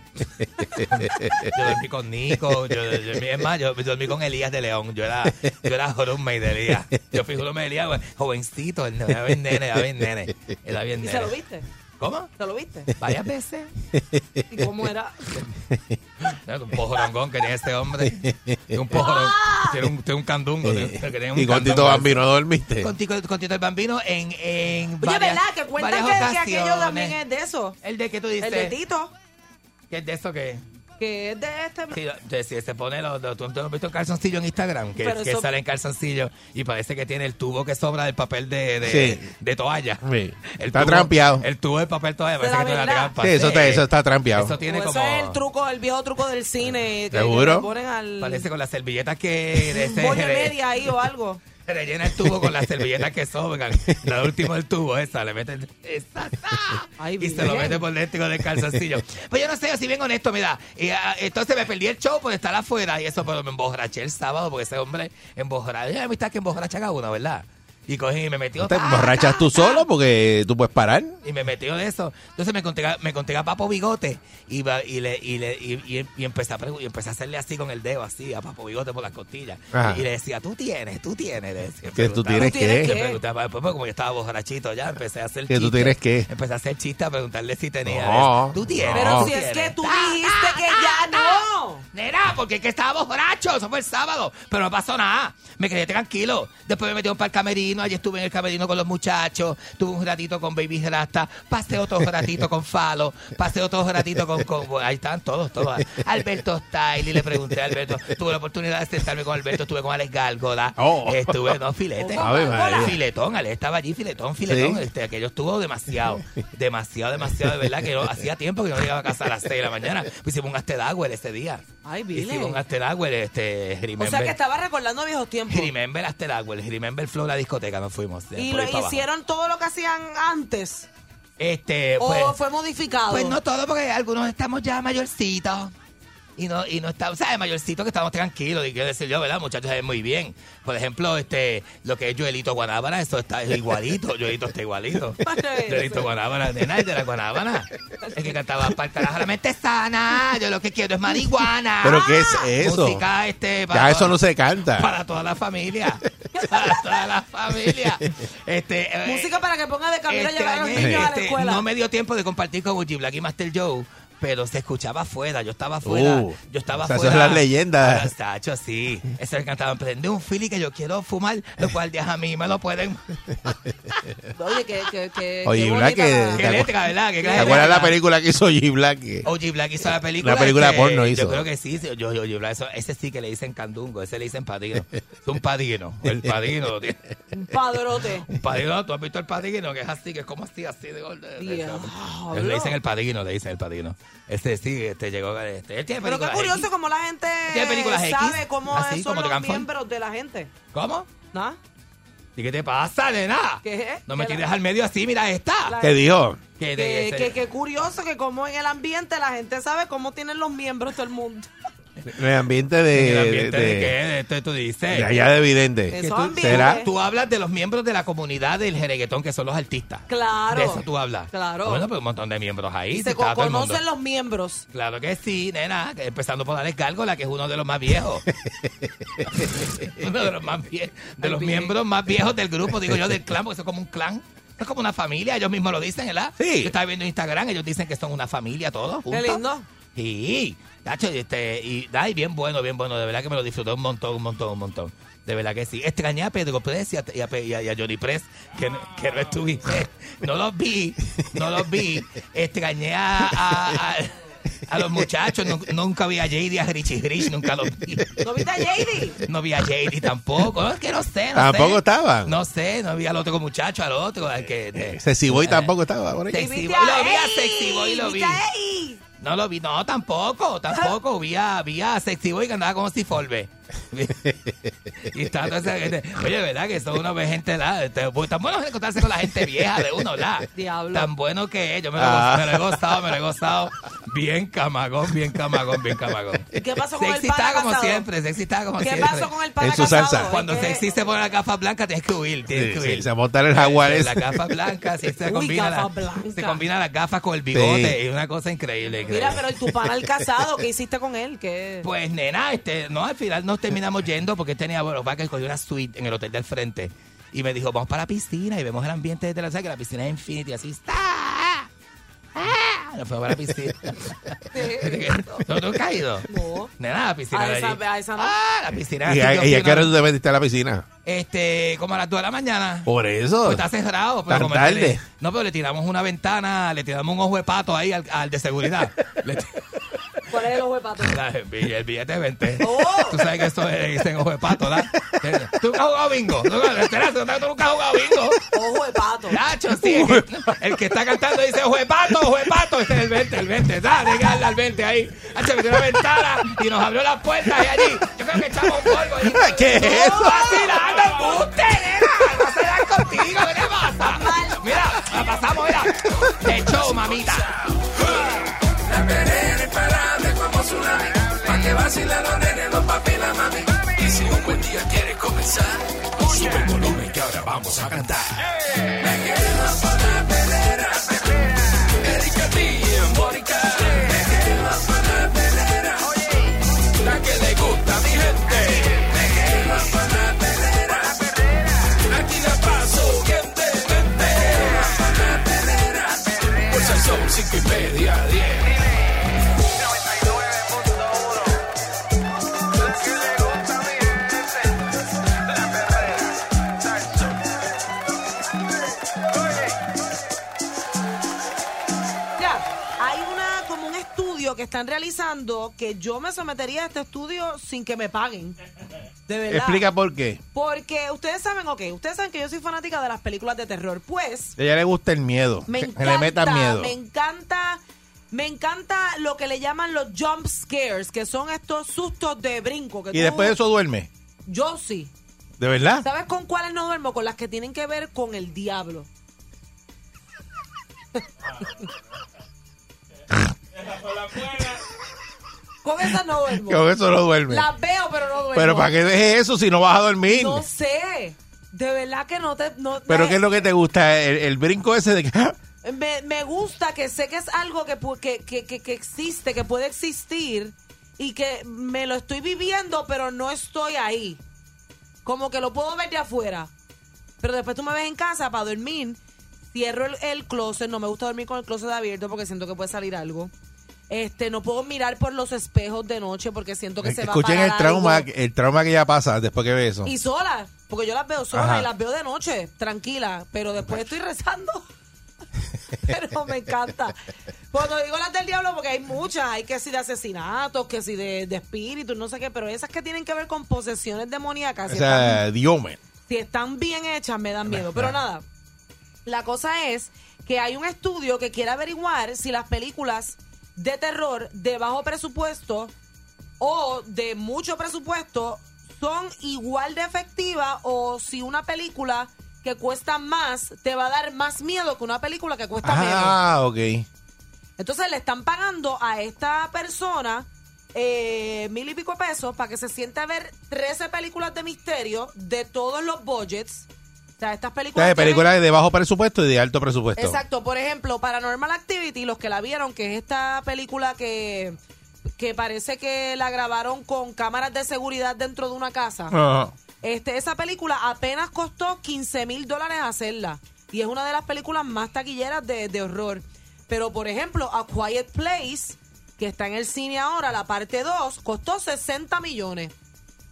Speaker 4: yo dormí con Nico, yo, yo- es más, yo, yo dormí con Elías de León. Yo era, yo era Jorumey de Elías. Yo fui Jorumey de Elías, pues, jovencito, era bien nene, era bien nene. Era bien
Speaker 5: ¿Y
Speaker 4: nene.
Speaker 5: se lo viste?
Speaker 4: ¿Cómo?
Speaker 5: ¿Se lo viste?
Speaker 4: Varias veces.
Speaker 5: ¿Y cómo era?
Speaker 4: Era Un pojorongón que tiene este hombre. Tiene Un pojorongón.
Speaker 5: ¡Ah!
Speaker 4: Tiene un, tiene un candungo. tiene- que tiene un
Speaker 3: y con Tito
Speaker 4: candungo.
Speaker 3: Bambino dormiste.
Speaker 4: Con Tito, con Tito el Bambino en, en
Speaker 5: Oye,
Speaker 4: varias-
Speaker 5: ¿verdad? Que cuentan
Speaker 4: varias
Speaker 5: que, que
Speaker 4: ocasiones.
Speaker 5: aquello también es de eso.
Speaker 4: ¿El de que tú
Speaker 5: El de
Speaker 4: dices?
Speaker 5: Tito,
Speaker 4: ¿Qué es de eso que
Speaker 5: que es de este.
Speaker 4: Sí, yo- si se pone los, los- tú tú has visto calzoncillo en Instagram que,
Speaker 5: Pero
Speaker 4: que
Speaker 5: eso-
Speaker 4: sale en calzoncillo y parece que tiene el tubo que sobra del papel de, de,
Speaker 3: Sí.
Speaker 4: de toalla
Speaker 3: Sí.
Speaker 4: El
Speaker 3: Está
Speaker 4: tubo-
Speaker 3: trampeado.
Speaker 4: el tubo de papel toalla parece
Speaker 5: la
Speaker 4: que tiene una
Speaker 5: verdad.
Speaker 4: trampa
Speaker 3: Sí, eso está- eso está trampeado.
Speaker 4: eso tiene
Speaker 5: o
Speaker 4: como
Speaker 5: Eso es el truco, el viejo truco del cine. Que
Speaker 3: ¿Seguro?
Speaker 5: le ponen al.
Speaker 4: parece con las servilletas que de ese-
Speaker 5: Boña
Speaker 4: de-
Speaker 5: media ahí o algo.
Speaker 4: rellena el tubo con las servilletas que sobran la última del tubo esa le mete esa, esa.
Speaker 5: Ay,
Speaker 4: y se lo
Speaker 5: bien.
Speaker 4: mete por dentro del calzoncillo. Pues yo no sé, yo si bien honesto, mira, y, ah, entonces me perdí el show por estar afuera y eso, pero me emborraché el sábado porque ese hombre emborraché. Hay amistad que emborracha cada uno, ¿verdad? Y cogí y me metió.
Speaker 3: ¿No te
Speaker 4: ta,
Speaker 3: emborrachas
Speaker 4: ta,
Speaker 3: tú
Speaker 4: ta,
Speaker 3: solo? Porque tú puedes parar.
Speaker 4: Y me metió de eso. Entonces me conté, a- me conté a Papo Bigote y, va- y, le, y, le, y, y- y empecé a pregu- y empecé a hacerle así con el dedo, así a Papo Bigote por las costillas.
Speaker 3: Ajá.
Speaker 4: Y le decía, tú tienes, tú tienes. Le decía,
Speaker 3: ¿Que tú
Speaker 4: preguntaba.
Speaker 3: tienes
Speaker 5: ¿Tú tienes
Speaker 3: qué?
Speaker 4: Le preguntaba, después, pues, como yo estaba borrachito ya, empecé a hacer
Speaker 3: ¿Que tú
Speaker 4: chiste.
Speaker 3: tienes qué?
Speaker 4: Empecé a hacer chiste a preguntarle si tenía.
Speaker 3: No,
Speaker 4: eso. tú tienes.
Speaker 3: no.
Speaker 5: Pero
Speaker 4: ¿Tú
Speaker 5: si es que
Speaker 4: tienes?
Speaker 5: tú
Speaker 4: Ta,
Speaker 5: dijiste
Speaker 4: ta,
Speaker 5: que
Speaker 4: ta,
Speaker 5: ya
Speaker 4: ta.
Speaker 5: no.
Speaker 4: Nena, porque es que estaba borracho, eso fue el sábado, pero no pasó nada. Me quedé tranquilo. Después me metieron para el camerino, ayer estuve en el camerino con los muchachos, tuve un ratito con Baby Rasta, pasé otro ratito con Falo, pasé otro ratito con... con- bueno, ahí están todos, todos. Alberto Style, y le pregunté a Alberto, tuve la oportunidad de sentarme con Alberto, estuve con Alex Gárgola,
Speaker 3: Oh.
Speaker 4: estuve, no, filete.
Speaker 3: Ave María.
Speaker 4: Filetón, Alex estaba allí, filetón, filetón.
Speaker 3: Sí.
Speaker 4: Este, aquello estuvo demasiado, demasiado, demasiado, de verdad, que yo hacía tiempo que yo no llegaba a casa a las 6 de la mañana. Pues hicimos un after hour ese día.
Speaker 5: Ay,
Speaker 4: Y
Speaker 5: Vile.
Speaker 4: sí, con After Hour, este,
Speaker 5: O
Speaker 4: Remember.
Speaker 5: sea que estaba recordando viejos tiempos.
Speaker 4: Remember After Hour, Remember Flow, la discoteca, nos fuimos. de
Speaker 5: Y
Speaker 4: por
Speaker 5: lo
Speaker 4: ahí para abajo.
Speaker 5: hicieron todo lo que hacían antes.
Speaker 4: Este,
Speaker 5: O
Speaker 4: pues,
Speaker 5: Oh, fue modificado.
Speaker 4: pues no todo, porque algunos estamos ya mayorcitos. Y no, y no estamos, ¿sabes? Mayorcitos que estamos tranquilos. Y quiero decir yo, ¿verdad? Muchachos, es muy bien. Por ejemplo, este, lo que es Joelito Guanábana, eso está es igualito. Joelito está igualito. Joelito Guanábana, nena, el de la Guanábana. El que cantaba para la mente sana. Yo lo que quiero es marihuana.
Speaker 3: ¿Pero qué es eso?
Speaker 4: Ah, Música, este,
Speaker 3: Ya eso no se canta.
Speaker 4: para toda la familia. Para toda la familia. Este, eh,
Speaker 5: Música para que ponga de camino
Speaker 4: este
Speaker 5: a llevar a los
Speaker 4: año,
Speaker 5: niños a la
Speaker 4: este,
Speaker 5: escuela.
Speaker 4: No me dio tiempo de compartir con Uji Black y Master Joe. Pero se escuchaba afuera, yo estaba afuera.
Speaker 3: Uh,
Speaker 4: yo estaba
Speaker 3: o sea, eso
Speaker 4: afuera.
Speaker 3: es la leyenda.
Speaker 4: Ah, Sacho, sí. Eso me encantaba. Prende un fili que yo quiero fumar, lo cual ya a mí me lo pueden.
Speaker 5: Oye, que, que, que
Speaker 3: Oye,
Speaker 5: qué
Speaker 3: ¿verdad
Speaker 5: bonita
Speaker 3: que-
Speaker 5: la-
Speaker 4: Qué
Speaker 3: acuer-
Speaker 4: letra, ¿verdad? Qué
Speaker 3: eh, ¿Te
Speaker 4: clase de
Speaker 3: acuerdas la
Speaker 4: letra.
Speaker 3: película que hizo G. Black?
Speaker 4: OG Black hizo la película. este,
Speaker 3: Una película porno hizo.
Speaker 4: Yo creo que sí. sí, Yo, yo, yo, Black, eso- ese sí que le dicen candungo, ese le dicen padrino. Es un padrino. El padrino lo tiene.
Speaker 5: Un padrote.
Speaker 4: Un padrino, tú has visto el padrino, que es así, que es como así, así de gordo.
Speaker 5: Diablo.
Speaker 4: Le dicen el padrino, le dicen el padrino. Este sí, este llegó. Este, él tiene
Speaker 5: Pero qué
Speaker 4: películas
Speaker 5: curioso
Speaker 4: X.
Speaker 5: como la gente
Speaker 4: ¿Tiene películas X?
Speaker 5: sabe cómo
Speaker 4: Así,
Speaker 5: son
Speaker 4: como
Speaker 5: los
Speaker 4: Tecan Fun.
Speaker 5: miembros de la gente.
Speaker 4: ¿Cómo?
Speaker 5: ¿No?
Speaker 4: ¿Y qué te pasa, nena?
Speaker 5: ¿Ah? ¿Qué?
Speaker 4: No me
Speaker 5: Que la-
Speaker 4: tires al medio así, mira esta.
Speaker 5: La-
Speaker 3: ¿Qué dijo?
Speaker 4: Que de-
Speaker 5: Que,
Speaker 4: este-
Speaker 5: que, que curioso que como en el ambiente la gente sabe cómo tienen los miembros todo el mundo.
Speaker 3: En el ambiente de...
Speaker 4: en el ambiente de,
Speaker 3: de-
Speaker 4: qué, de esto tú dices.
Speaker 3: de allá de Vidente.
Speaker 5: Esos
Speaker 4: tú-
Speaker 5: ambientes.
Speaker 3: será-
Speaker 4: Tú hablas de los miembros de la comunidad del jereguetón, que son los artistas.
Speaker 5: Claro.
Speaker 4: De eso tú hablas.
Speaker 5: Claro.
Speaker 4: Bueno, pero un montón de miembros ahí.
Speaker 5: Y
Speaker 4: si
Speaker 5: se
Speaker 4: está
Speaker 5: co-
Speaker 4: todo el mundo.
Speaker 5: conocen los miembros.
Speaker 4: Claro que sí, nena. que Empezando por Alex Gárgola, que es uno de los más viejos. uno de los más vie- de los miembros más viejos del grupo, digo yo, del clan, porque eso es como un clan. Es como una familia, ellos mismos lo dicen, ¿verdad?
Speaker 3: Sí.
Speaker 4: Yo estaba viendo Instagram, ellos dicen que son una familia todos juntos.
Speaker 5: Qué lindo.
Speaker 4: Sí, Nacho, y este, y ay, bien bueno, bien bueno, de verdad que me lo disfruté un montón, un montón, un montón. De verdad que sí. Extrañé a Pedro Press y a, y a- y a- y a Johnny Press, que, no- que no estuviste. No los vi, no los vi. Extrañé a, a- a- a los muchachos, nu- nunca vi a JD, a Richie Rich, nunca los vi.
Speaker 5: ¿No viste a JD?
Speaker 4: No vi a JD tampoco, No, es que no sé. No
Speaker 3: Tampoco
Speaker 4: sé.
Speaker 3: estaban.
Speaker 4: No sé, no vi al otro muchacho, al otro. Al que, de-
Speaker 3: Sexy Boy tampoco estaba por ahí.
Speaker 5: Pues, ¿Y
Speaker 4: Sexy
Speaker 5: viste
Speaker 4: Boy, lo vi a
Speaker 5: Eddie?
Speaker 4: Sexy Boy, lo vi.
Speaker 5: ¿Viste a Eddie?
Speaker 4: No lo vi, no, tampoco, tampoco. Vi a, vi a Sexy Boy que andaba con Siforbe. y está toda esa gente. Oye, ¿verdad? Que son una vez gente la. este, pues, Tan bueno es encontrarse con la gente vieja de uno, la.
Speaker 5: Diablo.
Speaker 4: Tan bueno que es. Yo me lo, he
Speaker 3: Ah.
Speaker 4: goz- me lo he gozado, me lo he gozado. Bien camagón, bien camagón, bien camagón.
Speaker 5: ¿Y qué pasó
Speaker 4: Se
Speaker 5: con el pana
Speaker 4: excitaba como
Speaker 5: casado?
Speaker 4: siempre, se excitaba como
Speaker 5: ¿Qué
Speaker 4: siempre.
Speaker 5: pasó con el pana
Speaker 3: En su
Speaker 5: casado?
Speaker 3: salsa.
Speaker 5: Es
Speaker 4: Cuando
Speaker 5: que-
Speaker 4: sexy se pone la gafa blanca, tienes que huir, tienes
Speaker 3: Sí,
Speaker 4: que
Speaker 3: sí,
Speaker 4: huir.
Speaker 3: se montan el jaguar
Speaker 4: Eh,
Speaker 3: ese.
Speaker 4: La gafa blanca, sí, se
Speaker 5: Uy,
Speaker 4: combina,
Speaker 5: gafa
Speaker 4: la-
Speaker 5: blanca.
Speaker 4: se combina las gafas con el bigote,
Speaker 3: Sí.
Speaker 4: es una cosa increíble.
Speaker 5: Mira,
Speaker 4: increíble.
Speaker 5: pero el tu pana el casado, ¿qué hiciste con él? ¿Qué?
Speaker 4: Pues nena, este, no, al final nos terminamos yendo porque él tenía bueno, va que cogió una suite en el hotel del frente y me dijo, vamos para la piscina y vemos el ambiente desde la sala, que la piscina es infinity, así está. Ah, nos fuimos para la piscina. ¿No te has caído?
Speaker 5: No.
Speaker 4: Nena, la piscina
Speaker 5: A
Speaker 4: de
Speaker 5: esa-
Speaker 4: allí.
Speaker 5: a esa no.
Speaker 4: Ah, la piscina.
Speaker 3: ¿Y
Speaker 4: así
Speaker 3: a,
Speaker 4: que
Speaker 3: y a qué hora
Speaker 4: opinaba.
Speaker 3: tú te metiste a la piscina?
Speaker 4: Este, como a las 2 de la mañana.
Speaker 3: Por eso.
Speaker 4: Pues está cerrado. Pero
Speaker 3: Tan
Speaker 4: como este le-
Speaker 3: tarde.
Speaker 4: no, pero le tiramos una ventana, le tiramos un ojo de pato ahí al, al de seguridad. Le ti-
Speaker 5: ¿Cuál es el ojo de pato?
Speaker 4: la- el bill- el billete de 20.
Speaker 5: Oh.
Speaker 4: Tú sabes que esto es, es en ojo de pato, ¿verdad? Tú nunca has jugado bingo. Tú, espérate, tú nunca has jugado bingo.
Speaker 5: Ojo de pato.
Speaker 4: Nacho, sí. El que, el que está cantando dice, ojo de pato, ojo de pato. Este es el 20, el 20. Dale, hay que darle al 20 ahí. Ah, Nacho, me tiró la ventana y nos abrió las puertas y allí. Yo creo que echamos polvo. Y,
Speaker 3: ¿Qué es eso?
Speaker 4: vacilando, embuste, nena. No se dan contigo, ¿qué te pasa? Mira, la pasamos, mira. De show, mamita.
Speaker 2: La perrera imparable como tsunami. Pa' que vacilan los nenes, los papi y la mami. Y si un buen día quieres comenzar, sube el volumen que ahora vamos a cantar. Me quedo con la perrera. Erika T y Mónica. Me quedo con la perrera. La que le gusta a mi gente. Me quedo con la perrera. Aquí la paso bien de mente. La perrera. Pues el son cinco y media, diez.
Speaker 5: Mira, hay una como un estudio que están realizando que yo me sometería a este estudio sin que me paguen. De verdad.
Speaker 3: Explica por qué.
Speaker 5: Porque ustedes saben, ok, ustedes saben que yo soy fanática de las películas de terror. Pues,
Speaker 3: A ella le gusta el miedo.
Speaker 5: me
Speaker 3: que
Speaker 5: encanta,
Speaker 3: le metan miedo.
Speaker 5: me encanta, me encanta lo que le llaman los jump scares, que son estos sustos de brinco. Que
Speaker 3: Y
Speaker 5: tú-
Speaker 3: después de eso duerme.
Speaker 5: Yo sí.
Speaker 3: ¿De verdad?
Speaker 5: ¿Sabes con cuáles no duermo? Con las que tienen que ver con el diablo. con esas no duermo.
Speaker 3: Con eso no duerme.
Speaker 5: Las veo, pero no duermo.
Speaker 3: Pero ¿para qué dejes eso si no vas a dormir?
Speaker 5: No sé. De verdad que no te. No,
Speaker 3: ¿Pero
Speaker 5: me,
Speaker 3: qué es lo que te gusta? El, el brinco ese de que... ¡ah!
Speaker 5: me, me gusta que sé que es algo que, pu- que, que, que, que existe, que puede existir y que me lo estoy viviendo, pero no estoy ahí. Como que lo puedo ver de afuera. Pero después tú me ves en casa para dormir. Cierro el, el closet. No me gusta dormir con el closet abierto porque siento que puede salir algo. Este, no puedo mirar por los espejos de noche porque siento que se va a
Speaker 3: Eh, Escuchen
Speaker 5: parar
Speaker 3: el trauma,
Speaker 5: algo.
Speaker 3: el trauma que ella pasa después que ve eso.
Speaker 5: Y sola, porque yo las veo sola
Speaker 3: Ajá.
Speaker 5: y las veo de noche, tranquila, pero después estoy rezando. pero me encanta. Cuando digo las del diablo, porque hay muchas, hay que si de asesinatos, que si de, de espíritus, no sé qué, pero esas que tienen que ver con posesiones demoníacas,
Speaker 3: o
Speaker 5: si,
Speaker 3: sea,
Speaker 5: están,
Speaker 3: Diomen.
Speaker 5: si están bien hechas, me dan miedo. Pero nada, la cosa es que hay un estudio que quiere averiguar si las películas de terror de bajo presupuesto o de mucho presupuesto son igual de efectivas o si una película que cuesta más te va a dar más miedo que una película que cuesta menos.
Speaker 3: Ah, ok.
Speaker 5: Entonces le están pagando a esta persona eh, mil y pico de pesos para que se siente a ver 13 películas de misterio de todos los budgets. O sea, estas
Speaker 3: O sea,
Speaker 5: películas...
Speaker 3: de
Speaker 5: tienen-
Speaker 3: películas de bajo presupuesto y de alto presupuesto.
Speaker 5: Exacto, por ejemplo, Paranormal Activity, los que la vieron, que es esta película que, que parece que la grabaron con cámaras de seguridad dentro de una casa.
Speaker 3: Ajá.
Speaker 5: Este, esa película apenas costó 15 mil dólares hacerla. Y es una de las películas más taquilleras de, de horror. Pero, por ejemplo, A Quiet Place, que está en el cine ahora, la parte 2, costó 60 millones.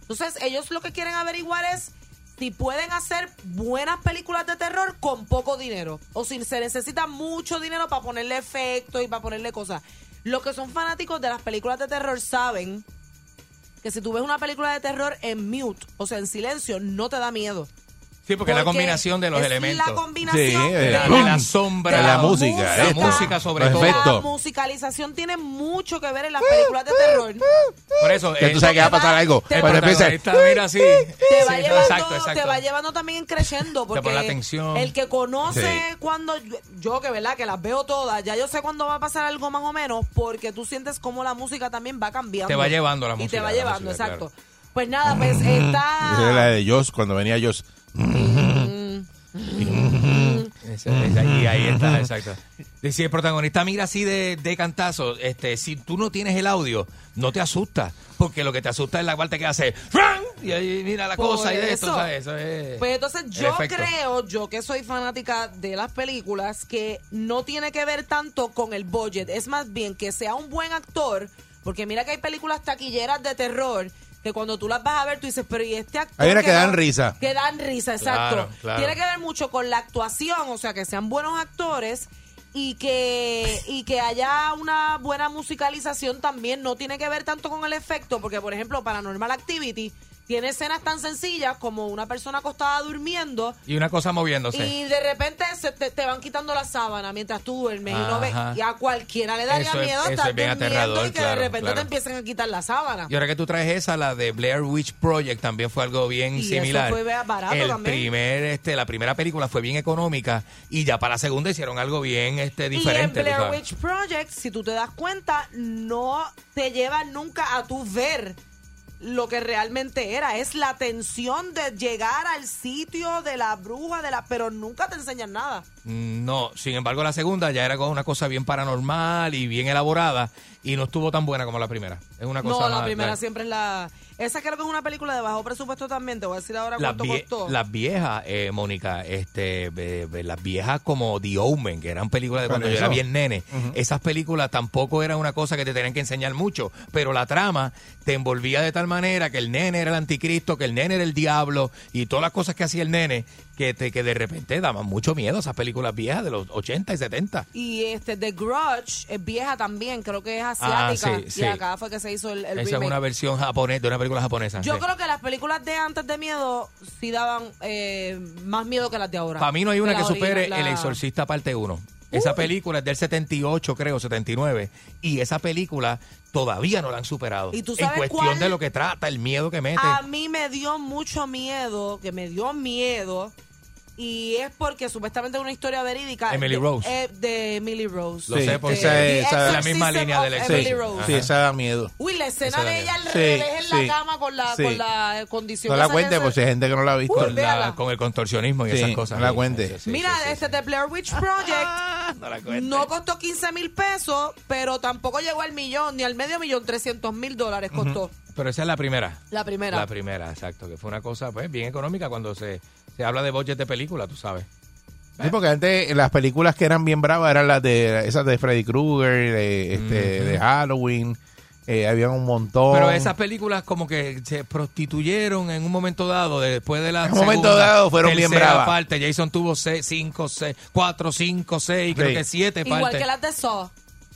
Speaker 5: Entonces, ellos lo que quieren averiguar es si pueden hacer buenas películas de terror con poco dinero. O si se necesita mucho dinero para ponerle efectos y para ponerle cosas. Los que son fanáticos de las películas de terror saben que si tú ves una película de terror en mute, o sea, en silencio, no te da miedo.
Speaker 4: Sí, porque es la combinación de los
Speaker 5: es
Speaker 4: elementos.
Speaker 5: La combinación
Speaker 3: Sí,
Speaker 4: de, la,
Speaker 3: ¡Bum!
Speaker 4: de la sombra.
Speaker 3: De la música,
Speaker 4: La
Speaker 3: esto.
Speaker 4: música sobre
Speaker 3: Los
Speaker 4: todo.
Speaker 5: La
Speaker 3: efectos.
Speaker 5: musicalización tiene mucho que ver en las películas de terror.
Speaker 4: Por eso.
Speaker 3: Que tú sabes que va a pasar algo.
Speaker 5: te
Speaker 3: Cuando
Speaker 4: el
Speaker 3: empieza,
Speaker 4: protagonista mira así.
Speaker 5: Te va,
Speaker 4: Sí,
Speaker 5: llevando,
Speaker 4: exacto, exacto.
Speaker 5: te va llevando también creciendo porque
Speaker 4: pone la atención.
Speaker 5: el que conoce
Speaker 3: Sí.
Speaker 5: cuando yo, yo, que verdad que las veo todas ya yo sé cuándo va a pasar algo más o menos porque tú sientes cómo la música también va cambiando
Speaker 4: Te va llevando
Speaker 5: y
Speaker 4: la
Speaker 5: te
Speaker 4: música,
Speaker 5: va
Speaker 4: la
Speaker 5: llevando
Speaker 4: música,
Speaker 5: exacto pues nada pues está
Speaker 3: Esa es la de Joss, cuando venía Joss.
Speaker 4: Esa- Mm. esa- Y ahí está, exacto. Y Si el protagonista mira así de, de cantazo, este, si tú no tienes el audio, no te asustas, porque lo que te asusta es la parte que hace ¡Ran! y ahí mira la
Speaker 5: Por
Speaker 4: cosa y de esto,
Speaker 5: eso.
Speaker 4: ¿sabes? Eso es
Speaker 5: Pues entonces
Speaker 4: el
Speaker 5: yo
Speaker 4: efecto.
Speaker 5: creo, yo que soy fanática de las películas, que no tiene que ver tanto con el budget, es más bien que sea un buen actor, porque mira que hay películas taquilleras de terror que cuando tú las vas a ver tú dices, pero ¿y este actor?
Speaker 3: Hay unas que
Speaker 5: da-
Speaker 3: dan risa.
Speaker 5: Que dan risa, exacto.
Speaker 4: Claro, claro.
Speaker 5: Tiene que ver mucho con la actuación, o sea, que sean buenos actores y que y que haya una buena musicalización también no tiene que ver tanto con el efecto porque por ejemplo Paranormal Activity tiene escenas tan sencillas como una persona acostada durmiendo
Speaker 4: Y una cosa moviéndose.
Speaker 5: y de repente se te, te van quitando la sábana mientras tú duermes y no ves
Speaker 4: Ajá.
Speaker 5: y a cualquiera le daría
Speaker 4: Eso es-
Speaker 5: miedo
Speaker 4: eso
Speaker 5: estar
Speaker 4: es bien
Speaker 5: durmiendo
Speaker 4: aterrador,
Speaker 5: y que
Speaker 4: claro,
Speaker 5: de repente
Speaker 4: claro.
Speaker 5: te empiezan a quitar la sábana
Speaker 4: Y ahora que tú traes esa, la de Blair Witch Project también fue algo bien
Speaker 5: Y eso
Speaker 4: similar.
Speaker 5: fue barato
Speaker 4: El
Speaker 5: también.
Speaker 4: primer, este, la primera película fue bien económica y ya para la segunda hicieron algo bien, este, diferente.
Speaker 5: Y en
Speaker 4: tú
Speaker 5: Blair
Speaker 4: sabes.
Speaker 5: Witch Project, si tú te das cuenta, no te lleva nunca a tu ver lo que realmente era. Es la tensión de llegar al sitio de la bruja, de la, pero nunca te enseñan nada.
Speaker 4: No, sin embargo la segunda ya era con una cosa bien paranormal y bien elaborada y no estuvo tan buena como la primera. Es una cosa
Speaker 5: No, la
Speaker 4: más-
Speaker 5: primera siempre es la... Esa creo que es una película de bajo presupuesto también, te voy a decir ahora
Speaker 4: las,
Speaker 5: cuánto
Speaker 4: vie-
Speaker 5: costó.
Speaker 4: las viejas, eh, Mónica, este, eh, eh, las viejas como The Omen, que eran películas de
Speaker 3: Por
Speaker 4: cuando yo era
Speaker 3: eso.
Speaker 4: bien nene, esas películas tampoco era una cosa que te tenían que enseñar mucho, pero la trama te envolvía de tal manera que el nene era el anticristo, que el nene era el diablo y todas las cosas que hacía el nene, que, te, que de repente daban mucho miedo esas películas viejas de los 80 y 70.
Speaker 5: Y este The Grudge es vieja también, creo que es asiática.
Speaker 4: Ah, sí, sí.
Speaker 5: Y acá fue que se hizo el, el
Speaker 4: Esa
Speaker 5: remake.
Speaker 4: es una versión japonesa, de una película japonesa.
Speaker 5: Yo creo que las películas de antes de miedo sí daban eh, más miedo que las de ahora.
Speaker 4: Para mí no hay una
Speaker 5: De
Speaker 4: que
Speaker 5: las
Speaker 4: supere
Speaker 5: originales, la-
Speaker 4: El Exorcista parte 1. Esa película es del 78, creo, 79. Y esa película todavía no la han superado.
Speaker 5: ¿Y tú
Speaker 4: en
Speaker 5: sabes
Speaker 4: cuestión
Speaker 5: cuál?
Speaker 4: de lo que trata, el miedo que mete.
Speaker 5: A mí me dio mucho miedo, que me dio miedo, y es porque supuestamente es una historia verídica.
Speaker 4: Emily
Speaker 5: de,
Speaker 4: Rose.
Speaker 5: eh, de Emily Rose. Este,
Speaker 4: Lo
Speaker 3: Sí,
Speaker 4: sé porque
Speaker 3: esa es-
Speaker 5: The
Speaker 3: esa es
Speaker 4: la misma
Speaker 5: Exorcism
Speaker 4: línea
Speaker 5: of
Speaker 4: del
Speaker 5: Emily
Speaker 3: Sí,
Speaker 5: Rose.
Speaker 3: sí,
Speaker 4: Ajá.
Speaker 3: esa da miedo.
Speaker 5: Uy, la escena
Speaker 4: Esa
Speaker 5: de
Speaker 4: es
Speaker 5: ella al
Speaker 3: la-
Speaker 5: revés
Speaker 3: Sí,
Speaker 5: en
Speaker 3: sí,
Speaker 5: la cama con la,
Speaker 3: sí.
Speaker 5: con la eh, condición.
Speaker 3: No la
Speaker 5: esa que
Speaker 3: cuente,
Speaker 5: se-
Speaker 3: pues hay gente que no la ha visto.
Speaker 5: Uy,
Speaker 4: con, la-
Speaker 5: véala.
Speaker 4: con el contorsionismo y
Speaker 3: Sí,
Speaker 4: esas cosas.
Speaker 3: no la
Speaker 4: Sí,
Speaker 3: cuente.
Speaker 4: sí, sí,
Speaker 5: Mira,
Speaker 4: sí, sí,
Speaker 5: este
Speaker 4: sí.
Speaker 5: The Blair Witch Project
Speaker 4: Ah, no la cuente.
Speaker 5: no costó 15 mil pesos, pero tampoco llegó al millón, ni al medio millón, 300 mil dólares costó.
Speaker 4: Pero esa es la primera.
Speaker 5: La primera.
Speaker 4: La primera, exacto. Que fue una cosa pues, bien económica cuando se, se habla de budget de película, tú sabes.
Speaker 3: Sí, porque antes las películas que eran bien bravas eran las de esas de Freddy Krueger, de, este, de Halloween, eh, había un montón.
Speaker 4: Pero esas películas como que se prostituyeron en un momento dado, después de la
Speaker 3: En un momento
Speaker 4: segunda,
Speaker 3: dado fueron bien
Speaker 4: tercera
Speaker 3: bravas.
Speaker 4: parte, Jason tuvo 5, 6, 4, 5, 6, creo
Speaker 3: Sí.
Speaker 4: que 7
Speaker 5: Igual
Speaker 4: partes.
Speaker 5: que las de Saw.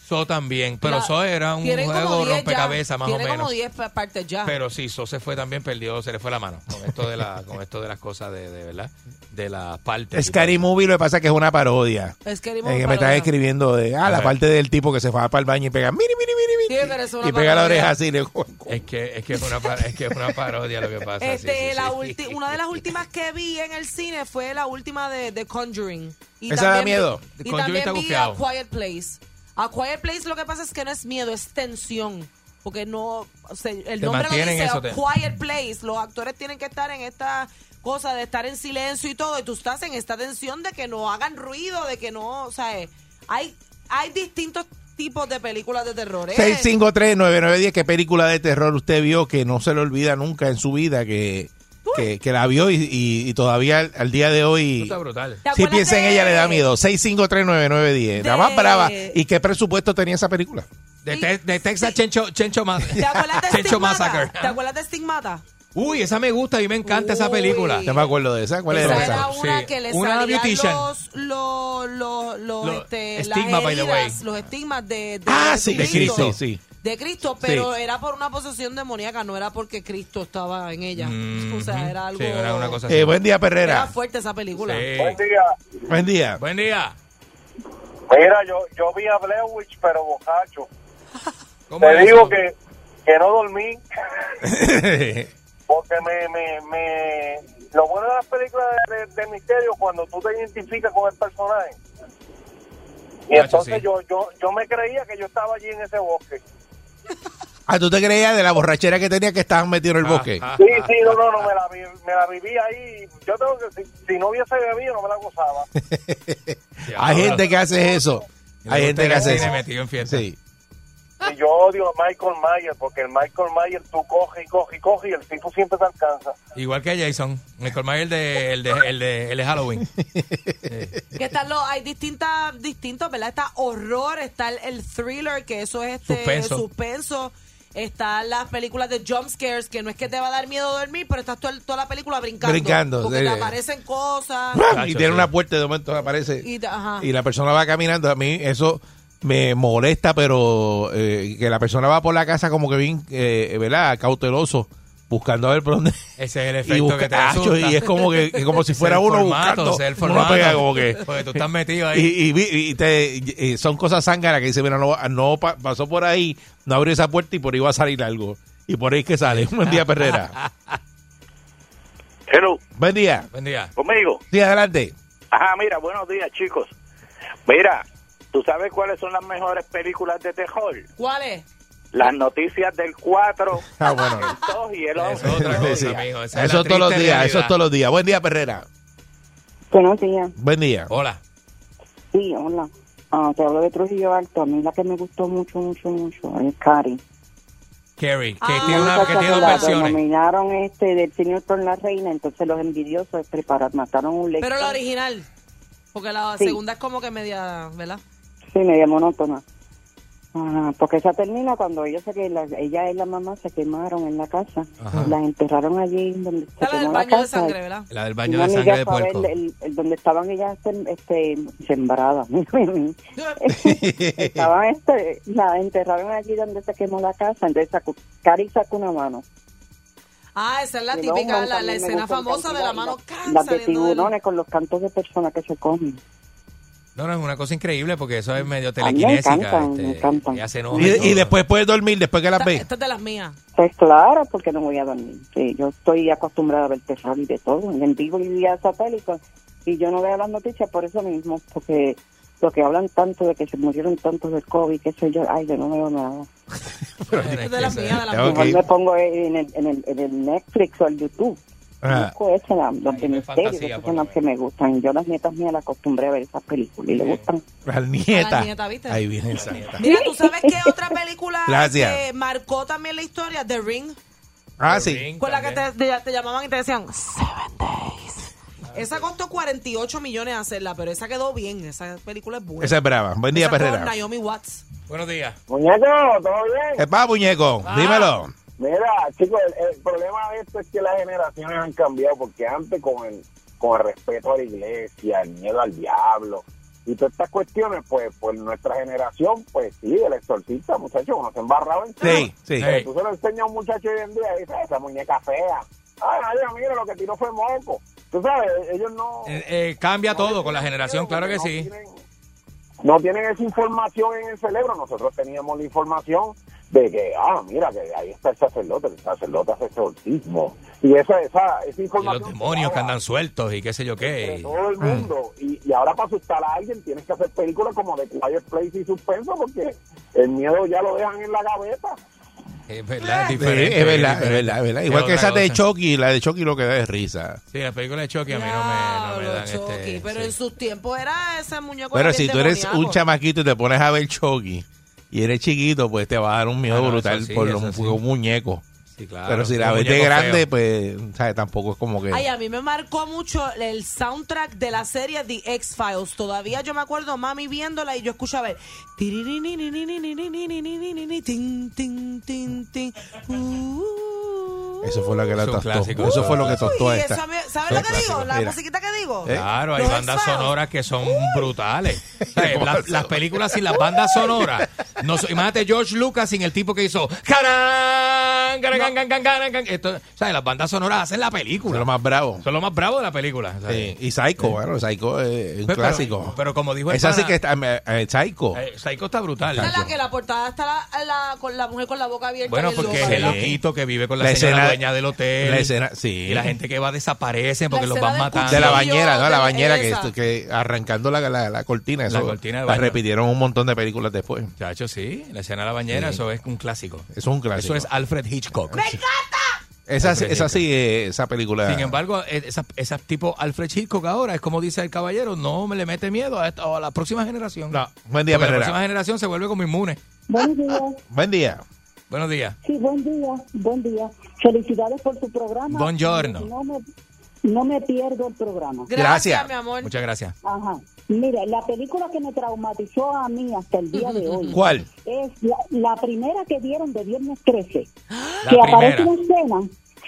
Speaker 4: So también, pero
Speaker 5: La-
Speaker 4: So era un
Speaker 5: tienen como
Speaker 4: juego
Speaker 5: 10 ya,
Speaker 4: rompecabezas más o
Speaker 5: Tiene como
Speaker 4: menos.
Speaker 5: 10 pa- partes ya.
Speaker 4: Pero sí, So se fue también, perdió, se le fue la mano con esto de, la, con esto de las cosas de, de ¿verdad? De las partes.
Speaker 3: Scary Movie lo que pasa es que es una parodia.
Speaker 5: Es que,
Speaker 3: Eh, que me están escribiendo de ah, la
Speaker 4: Ajá.
Speaker 3: parte del tipo que se va para el baño y pega miri, miri, miri, miri",
Speaker 5: Sí, pero es una
Speaker 3: y pega la
Speaker 5: parodia.
Speaker 3: oreja así. Le,
Speaker 4: Es que es, que es, una, par- es que es una parodia lo que pasa. sí,
Speaker 5: Este,
Speaker 4: sí,
Speaker 5: la
Speaker 4: sí.
Speaker 5: ulti- una de las últimas que vi en el cine fue la última de, de Conjuring. Y
Speaker 3: Esa da
Speaker 5: también vi- Y
Speaker 3: miedo.
Speaker 4: Conjuring
Speaker 5: también
Speaker 4: está
Speaker 5: vi
Speaker 4: bufiado.
Speaker 5: A Quiet Place. A Quiet Place lo que pasa es que no es miedo, es tensión. Porque no, o sea, el
Speaker 4: Te
Speaker 5: nombre lo
Speaker 4: mantienen
Speaker 5: dice
Speaker 4: eso,
Speaker 5: A
Speaker 4: te-
Speaker 5: Quiet Place. Los actores tienen que estar en esta cosa de estar en silencio y todo. Y tú estás en esta tensión de que no hagan ruido, de que no, o sea, eh, hay, hay distintos tipos de películas de terror. ¿eh?
Speaker 3: 653-9910, ¿qué película de terror usted vio que no se le olvida nunca en su vida? Que, que, que la vio y, y- y todavía al, al día de
Speaker 4: Eso
Speaker 3: hoy.
Speaker 4: está brutal.
Speaker 5: ¿Te
Speaker 3: Si
Speaker 5: acuerdas
Speaker 3: piensa en
Speaker 5: de-
Speaker 3: ella le da miedo. 6539910. La más
Speaker 5: de-
Speaker 3: brava. ¿Y qué presupuesto tenía esa película?
Speaker 4: De, Te- de Texas Chencho, Chencho, Ma-
Speaker 5: ¿Te acuerdas de
Speaker 4: Chencho
Speaker 5: Stigmata?
Speaker 4: Massacre.
Speaker 5: ¿Te acuerdas de Stigmata?
Speaker 4: Uy, esa me gusta y me encanta esa
Speaker 5: Uy.
Speaker 4: película.
Speaker 3: No me acuerdo de esa. ¿Cuál
Speaker 5: Esa
Speaker 3: era
Speaker 5: era,
Speaker 3: esa?
Speaker 5: una
Speaker 4: Sí.
Speaker 5: que le
Speaker 4: Una
Speaker 5: salían
Speaker 4: beautician.
Speaker 5: los, los, los, los,
Speaker 4: Los
Speaker 5: este,
Speaker 4: estigmas,
Speaker 5: las
Speaker 4: by the way.
Speaker 5: heridas, los estigmas de, de
Speaker 3: Ah, sí,
Speaker 4: de
Speaker 3: sí,
Speaker 4: Cristo.
Speaker 3: sí, sí.
Speaker 5: de de Cristo, pero era por una posesión demoníaca, no era porque Cristo estaba en ella. O sea, era algo.
Speaker 4: Mm-hmm. Sí, era una cosa así.
Speaker 3: Eh, buen día,
Speaker 5: Era
Speaker 3: Perrera.
Speaker 5: fuerte esa película.
Speaker 4: Sí.
Speaker 8: Buen día.
Speaker 3: Buen día.
Speaker 4: Buen día.
Speaker 8: Mira, yo, yo vi a Blewich, pero bocacho.
Speaker 4: ¿Cómo
Speaker 8: Te
Speaker 4: es
Speaker 8: digo
Speaker 4: eso?
Speaker 8: que, que no dormí porque me, me, me... Lo bueno de las películas de, de- de misterio cuando tú te identificas con el personaje. Y
Speaker 4: Macho,
Speaker 8: entonces
Speaker 4: sí.
Speaker 8: yo, yo, yo me creía que yo estaba allí en ese bosque.
Speaker 3: Ah, ¿tú te creías de la borrachera que tenía que estaban metidos en el bosque?
Speaker 4: Ah, ah,
Speaker 8: Sí,
Speaker 4: ah,
Speaker 8: sí, no, no, no, me la, vi- me la viví ahí. Yo tengo que, si, si no hubiese bebido, no me la gozaba.
Speaker 3: Hay gente que hace eso.
Speaker 4: Yo
Speaker 3: Hay
Speaker 4: le
Speaker 3: gente
Speaker 4: gusta
Speaker 3: que hace
Speaker 4: el cine
Speaker 3: eso.
Speaker 4: metido en fiesta.
Speaker 3: Sí.
Speaker 8: Y yo odio a Michael Myers, porque el Michael Myers tú coges y coges y coges y el tipo siempre te alcanza.
Speaker 4: Igual que Jason. Michael Myers, el de, el de, el de, el de Halloween.
Speaker 5: Que están los, hay distintas, distintos, ¿verdad? Está horror, está el, el thriller, que eso es este
Speaker 4: Suspenso.
Speaker 5: suspenso. Están las películas de jump scares, que no es que te va a dar miedo dormir, pero estás toda, toda la película brincando.
Speaker 3: Brincando,
Speaker 5: Porque
Speaker 3: sí.
Speaker 5: te aparecen cosas.
Speaker 3: Y
Speaker 4: Chacho,
Speaker 3: tiene
Speaker 4: sí.
Speaker 3: una puerta y de momento aparece.
Speaker 5: Y, ajá.
Speaker 3: y la persona va caminando. A mí eso me molesta, pero eh, que la persona va por la casa como que bien, eh, ¿verdad? Cauteloso, buscando a ver por dónde.
Speaker 4: Ese es el
Speaker 3: Y,
Speaker 4: efecto
Speaker 3: busca-
Speaker 4: que te
Speaker 3: Acho,
Speaker 4: asusta.
Speaker 3: y es como que que como si
Speaker 4: Ese
Speaker 3: fuera
Speaker 4: es el
Speaker 3: uno
Speaker 4: formato,
Speaker 3: buscando.
Speaker 4: ese es el
Speaker 3: uno
Speaker 4: formato.
Speaker 3: pega como que-
Speaker 4: Porque tú estás metido ahí.
Speaker 3: y, y vi- y te- y, eh, son cosas zánganas que dice, mira, no, no pa- pasó por ahí, no abrió esa puerta y por ahí va a salir algo. Y por ahí es que sale. Buen día, Perrera.
Speaker 7: Hello,
Speaker 3: Buen día.
Speaker 4: Buen día.
Speaker 7: conmigo.
Speaker 3: Sí, adelante.
Speaker 7: Ajá, mira, buenos días, chicos. Mira, ¿tú sabes cuáles son las mejores películas de terror?
Speaker 5: ¿Cuál es?
Speaker 7: Las noticias del 4,
Speaker 3: Ah, bueno.
Speaker 7: el 2 y el
Speaker 4: Eso
Speaker 7: 11.
Speaker 4: es otra cosa,
Speaker 3: Sí.
Speaker 4: amigo. Esa es
Speaker 3: Eso
Speaker 4: la
Speaker 3: todos los
Speaker 4: triste
Speaker 3: días, eso
Speaker 4: realidad.
Speaker 3: todos los días. Buen día, Perrera.
Speaker 13: Buenos días.
Speaker 3: Buen día.
Speaker 4: Hola.
Speaker 13: Sí, hola. Ah, te hablo de Trujillo Alto. A mí la que me gustó mucho, mucho, mucho es Cari.
Speaker 4: Carrie, que
Speaker 5: Ah,
Speaker 4: tiene, una, que tiene dos
Speaker 13: La
Speaker 4: versiones.
Speaker 13: nominaron este del señor con la reina, entonces los envidiosos prepararon, mataron un lector.
Speaker 5: Pero la original. Porque la
Speaker 13: Sí.
Speaker 5: segunda es como que media, ¿verdad?
Speaker 13: Sí, media monótona. Ajá, porque esa termina cuando ellos se que la- ella y la mamá se quemaron en la casa, las enterraron allí donde se
Speaker 5: Está la del
Speaker 13: quemó la
Speaker 5: baño de
Speaker 13: casa.
Speaker 5: sangre, ¿verdad?
Speaker 4: La del
Speaker 13: Y
Speaker 4: baño
Speaker 13: una
Speaker 4: de
Speaker 13: amiga
Speaker 4: sangre de
Speaker 13: fue a ver
Speaker 4: puerco.
Speaker 13: el- el- donde estaban ellas sem- este, sembradas. estaban este, la enterraron allí donde se quemó la casa. Entonces sacó, Cari sacó una mano.
Speaker 5: Ah, esa es la
Speaker 13: Y luego
Speaker 5: típica, la,
Speaker 13: un
Speaker 5: la
Speaker 13: montón de
Speaker 5: escena
Speaker 13: negocios
Speaker 5: famosa de la
Speaker 13: cantidad,
Speaker 5: mano
Speaker 13: las-
Speaker 5: can
Speaker 13: Las de
Speaker 5: saliendo del-
Speaker 13: tiburones con los cantos de personas que se comen.
Speaker 4: No, no, es una cosa increíble porque eso es medio
Speaker 13: A mí me
Speaker 4: telequinésica.
Speaker 13: encantan,
Speaker 4: este,
Speaker 13: me encantan.
Speaker 4: ella se enoja
Speaker 3: Y, y
Speaker 4: todo.
Speaker 3: después puedes dormir, después que las
Speaker 5: Esta,
Speaker 3: ves.
Speaker 5: esta es de las mías.
Speaker 13: Pues claro, porque no voy a dormir. Sí, yo estoy acostumbrada a ver terror y de todo. En vivo y día satélico. Y yo no veo las noticias por eso mismo, porque lo que hablan tanto de que se murieron tantos del COVID, qué sé yo, ay, yo no veo nada.
Speaker 4: Bueno,
Speaker 5: Esta
Speaker 4: es
Speaker 5: es de
Speaker 4: que
Speaker 5: las
Speaker 4: eso-
Speaker 5: mías, de las
Speaker 3: Ya,
Speaker 5: mías.
Speaker 3: ok.
Speaker 13: Mejor me pongo en el, en el, en el Netflix o el YouTube.
Speaker 3: Ajá.
Speaker 13: Busco esa, la- Pues, los
Speaker 4: Ahí
Speaker 13: de
Speaker 4: no es
Speaker 13: misterio,
Speaker 4: fantasía,
Speaker 13: esas
Speaker 4: por
Speaker 13: son
Speaker 4: lo
Speaker 13: las que me gustan. Yo las nietas mías las acostumbré a ver esas películas y le gustan.
Speaker 3: La nieta.
Speaker 5: nieta, ¿viste?
Speaker 3: Ahí viene esa nieta.
Speaker 5: Mira, ¿tú sabes qué otra película
Speaker 3: Gracias.
Speaker 5: que marcó también la historia? The Ring.
Speaker 3: Ah,
Speaker 4: The
Speaker 3: sí.
Speaker 4: Ring
Speaker 5: Con la que
Speaker 4: también.
Speaker 5: te, te- te llamaban y te decían Seven Days. Esa costó 48 millones hacerla, pero esa quedó bien. Esa película es buena.
Speaker 3: Esa es brava. Buen día,
Speaker 5: Esa con
Speaker 3: Perrera.
Speaker 5: Naomi Watts.
Speaker 4: Buenos días.
Speaker 8: Muñeco, ¿todo bien?
Speaker 3: Epa, Eh, muñeco, dímelo.
Speaker 8: Mira, chicos, el, el problema de esto es que las generaciones han cambiado, porque antes con el, con el respeto a la iglesia, el miedo al diablo y todas estas cuestiones, pues, pues nuestra generación, pues sí, el exorcista, muchachos, uno se embarraba en todo.
Speaker 3: Sí, sí.
Speaker 4: Hey.
Speaker 8: Tú se lo enseñas a un muchacho hoy en día y dice, esa muñeca fea. Ay, ay, mira, lo que tiró fue moco. Tú sabes, ellos no...
Speaker 4: Eh, eh, cambia todo con la generación, claro que
Speaker 8: no
Speaker 4: sí.
Speaker 8: tienen- No tienen esa información en el cerebro. Nosotros teníamos la información de que, ah, mira, que ahí está el sacerdote, el sacerdote hace exorcismo. Y esa, esa, esa
Speaker 4: Y los
Speaker 8: información.
Speaker 4: demonios que
Speaker 8: llegaba
Speaker 4: andan sueltos y qué sé yo qué.
Speaker 8: entre
Speaker 4: y-
Speaker 8: todo el mundo. Y, y ahora, para asustar a alguien, tienes que hacer películas como de Quiet Place y Suspenso, porque el miedo ya lo dejan en la gaveta.
Speaker 4: Es verdad, es
Speaker 3: Sí,
Speaker 4: diferente.
Speaker 3: es verdad, es
Speaker 4: diferente.
Speaker 3: verdad, es verdad. Igual
Speaker 4: Es
Speaker 3: que
Speaker 4: otra
Speaker 3: esa de
Speaker 4: cosa.
Speaker 3: Chucky, la de Chucky lo que da es risa.
Speaker 4: Sí, la película de Chucky a mí no me, no me
Speaker 5: Diablo,
Speaker 4: dan
Speaker 5: Chucky,
Speaker 4: este.
Speaker 5: pero
Speaker 4: sí.
Speaker 5: en sus tiempos era ese muñeco.
Speaker 3: Pero
Speaker 5: era
Speaker 3: si
Speaker 5: bien
Speaker 3: tú eres un
Speaker 5: demoníaco.
Speaker 3: chamaquito y te pones a ver Chucky y eres chiquito, pues te va a dar un miedo
Speaker 4: Ah, no, eso
Speaker 3: brutal
Speaker 4: sí,
Speaker 3: por
Speaker 4: eso
Speaker 3: los
Speaker 4: sí.
Speaker 3: un muñeco.
Speaker 4: Sí, claro.
Speaker 3: Pero si la
Speaker 4: Un
Speaker 3: ves de
Speaker 4: muñeco
Speaker 3: grande,
Speaker 4: feo.
Speaker 3: pues ¿sabes? tampoco es como que...
Speaker 5: Ay, a mí me marcó mucho el soundtrack de la serie The X-Files. Todavía yo me acuerdo mami viéndola y yo escuchaba el... tin, tin, tin, tin, uh,
Speaker 3: Eso fue lo que la
Speaker 4: Es un
Speaker 3: tostó.
Speaker 4: clásico.
Speaker 3: Eso fue lo que tostó a
Speaker 5: Y
Speaker 3: esta.
Speaker 5: eso a mí- ¿Sabes lo que digo? La musiquita que digo.
Speaker 4: Claro, hay
Speaker 5: Los
Speaker 4: bandas
Speaker 5: X-Files.
Speaker 4: sonoras que son brutales. Eh, las, las películas sin las bandas sonoras. No, so- imagínate George Lucas sin el tipo que hizo. "Carán, carán, carán, carán, carán, carán". Esto- o sea, las bandas sonoras hacen la película.
Speaker 3: Son lo más bravo.
Speaker 4: Son lo más bravo de la película. o sea,
Speaker 3: Sí, Y Psycho, bueno, Psycho es un
Speaker 4: Pero-
Speaker 3: clásico.
Speaker 4: pero- pero como dijo el
Speaker 3: Esa sí
Speaker 4: pana-
Speaker 3: que está. eh, eh, Psycho.
Speaker 4: eh, Psycho está brutal.
Speaker 5: Esa es la que la portada está la, la- con la mujer con la boca abierta.
Speaker 4: Bueno,
Speaker 5: bien
Speaker 4: porque es
Speaker 5: loca,
Speaker 4: el
Speaker 5: ¿verdad?
Speaker 4: loquito que vive con la,
Speaker 3: La
Speaker 4: señora
Speaker 3: escena-
Speaker 4: dueña del hotel.
Speaker 3: la escena- sí.
Speaker 4: Y la gente que va desaparece porque
Speaker 5: La
Speaker 4: los
Speaker 5: escena
Speaker 4: van
Speaker 5: del
Speaker 4: matando.
Speaker 3: De la
Speaker 5: Sí,
Speaker 3: bañera,
Speaker 5: yo,
Speaker 3: ¿no? La
Speaker 5: de-
Speaker 3: bañera que,
Speaker 5: esa.
Speaker 3: que arrancando la, la, la cortina. Eso,
Speaker 4: cortina del
Speaker 3: la
Speaker 4: baño.
Speaker 3: repitieron un montón de películas después. Eso
Speaker 4: Chacho, sí. La escena de la bañera, eso es un clásico.
Speaker 3: es un
Speaker 4: Eso
Speaker 3: clásico.
Speaker 4: es Alfred Hitchcock.
Speaker 3: esa,
Speaker 4: Alfred
Speaker 3: esa sí, eh, esa película.
Speaker 4: Sin embargo, eh, esas esas tipo Alfred Hitchcock ahora, es como dice el caballero, no me le mete miedo a, esta- a la próxima generación.
Speaker 3: No, buen
Speaker 4: Porque
Speaker 3: día,
Speaker 4: la
Speaker 3: Perrera.
Speaker 4: próxima generación se vuelve como inmune.
Speaker 13: Buen día.
Speaker 3: Buen día.
Speaker 4: Buenos días.
Speaker 13: Sí, buen día, buen día. Felicidades por tu programa.
Speaker 4: Buongiorno.
Speaker 13: No me, no me pierdo el programa.
Speaker 3: Gracias.
Speaker 5: mi amor.
Speaker 4: Muchas gracias.
Speaker 13: Ajá. Mira, la película que me traumatizó a mí hasta el día de hoy
Speaker 3: ¿Cuál?
Speaker 13: es la, la primera que dieron de Viernes 13.
Speaker 4: La
Speaker 13: que aparece
Speaker 4: primera.
Speaker 13: una escena,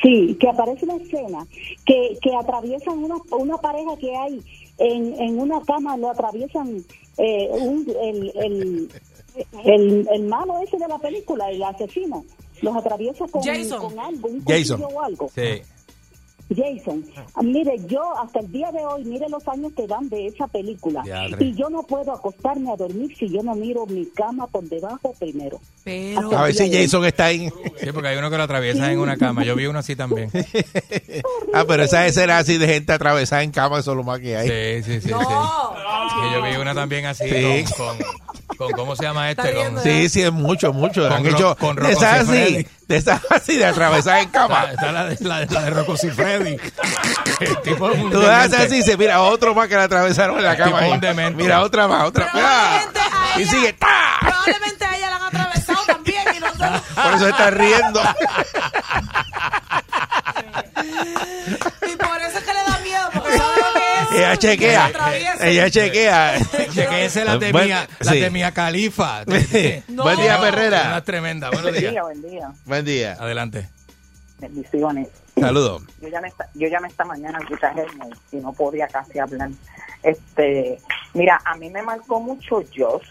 Speaker 13: sí, que aparece una escena que, que atraviesan una, una pareja que hay en, en una cama, lo atraviesan eh, un- el, el, el, el malo ese de la película, el asesino, los atraviesa con,
Speaker 5: Jason.
Speaker 13: con algo, un
Speaker 3: Jason.
Speaker 13: cuchillo o algo.
Speaker 4: Sí.
Speaker 13: Jason, ah, mire, yo hasta el día de hoy, mire los años que dan de esa película.
Speaker 4: Diadre.
Speaker 13: Y yo no puedo acostarme a dormir si yo no miro mi cama por debajo primero.
Speaker 5: Pero,
Speaker 3: A ver si Jason está ahí.
Speaker 4: Sí, porque hay uno que lo atraviesa en una cama. Yo vi uno así también. Sí,
Speaker 3: Ah, pero esas escenas así de gente atravesada en cama, eso es lo más que hay.
Speaker 4: sí, sí. sí.
Speaker 5: no.
Speaker 4: Que yo vi una también así
Speaker 3: Sí.
Speaker 4: con, con- con- ¿cómo se llama este?
Speaker 5: Está
Speaker 4: Con,
Speaker 5: riendo.
Speaker 3: Sí, sí, es mucho, mucho.
Speaker 4: Con
Speaker 3: Han
Speaker 4: Ro-
Speaker 3: hecho
Speaker 4: con Rocco
Speaker 3: de esas así,
Speaker 4: Siffredi.
Speaker 3: de esas así de atravesar en
Speaker 4: está,
Speaker 3: cama.
Speaker 4: está la, de- la, de- la de Rocco Siffredi. El tipo es un
Speaker 3: Tú das
Speaker 4: demente. Este
Speaker 3: así y dices, mira, otro más que la atravesaron en la
Speaker 4: Tipo
Speaker 3: cama. ahí.
Speaker 4: un demente.
Speaker 3: Mira, otra más, otra
Speaker 5: Pero
Speaker 3: ¡Ah!
Speaker 5: obviamente a
Speaker 3: Y
Speaker 5: ella-
Speaker 3: sigue, ¡tá!
Speaker 5: Probablemente a ella la han atravesado también y nosotros.
Speaker 3: Por eso está riendo.
Speaker 5: Y por eso es que le da miedo, porque sabe lo que es.
Speaker 3: Ella chequea.
Speaker 5: Que la atraviesa.
Speaker 3: Ella chequea. Eh,
Speaker 4: Chequense las de
Speaker 3: Bueno,
Speaker 4: Mia, las
Speaker 3: sí.
Speaker 4: de Mia Califa.
Speaker 5: No.
Speaker 3: Buen día,
Speaker 4: Una
Speaker 3: Perrera.
Speaker 4: tremenda. Buenos días.
Speaker 13: buen día.
Speaker 3: Buen día.
Speaker 4: Adelante.
Speaker 13: Bendiciones.
Speaker 3: Saludos.
Speaker 13: yo ya me esta, yo llamé esta mañana al guitarreño y no podía casi hablar. Este, mira, a mí me marcó mucho Joss.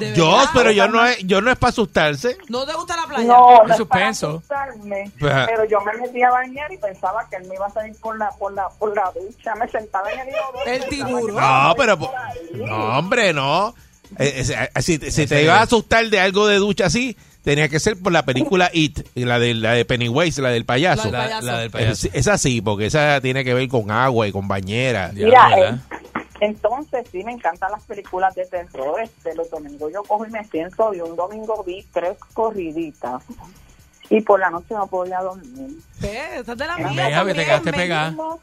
Speaker 5: De
Speaker 3: Yo,
Speaker 5: verdad.
Speaker 3: pero yo no es, yo no es para asustarse.
Speaker 5: ¿No te gusta la playa?
Speaker 13: No,
Speaker 4: Un
Speaker 13: no es para
Speaker 4: suspenso.
Speaker 13: asustarme,
Speaker 3: Ajá.
Speaker 13: pero yo me metí a bañar y pensaba que él me iba a salir por la por la por la ducha, me sentaba en el inodoro.
Speaker 5: El tiburón.
Speaker 3: No, pero po- no, hombre, no. Eh, eh, si si te ibas a asustar de algo de ducha así, tenía que ser por la película It, la de, la de Pennywise, la del payaso.
Speaker 5: La-
Speaker 4: La, la del
Speaker 3: Es,
Speaker 4: payaso.
Speaker 3: esa sí, porque esa tiene que ver con agua y con bañera.
Speaker 4: Ya,
Speaker 13: Mira,
Speaker 4: ¿verdad?
Speaker 13: eh, entonces sí me encantan las películas de terror. Este, los domingos yo cojo y me siento y un domingo vi tres corriditas y por la noche no podía dormir.
Speaker 5: ¿Qué? Estás de la
Speaker 4: Mira,
Speaker 5: mía.
Speaker 4: que te
Speaker 5: también.
Speaker 4: quedaste
Speaker 13: Me
Speaker 4: pegada.
Speaker 13: mismo,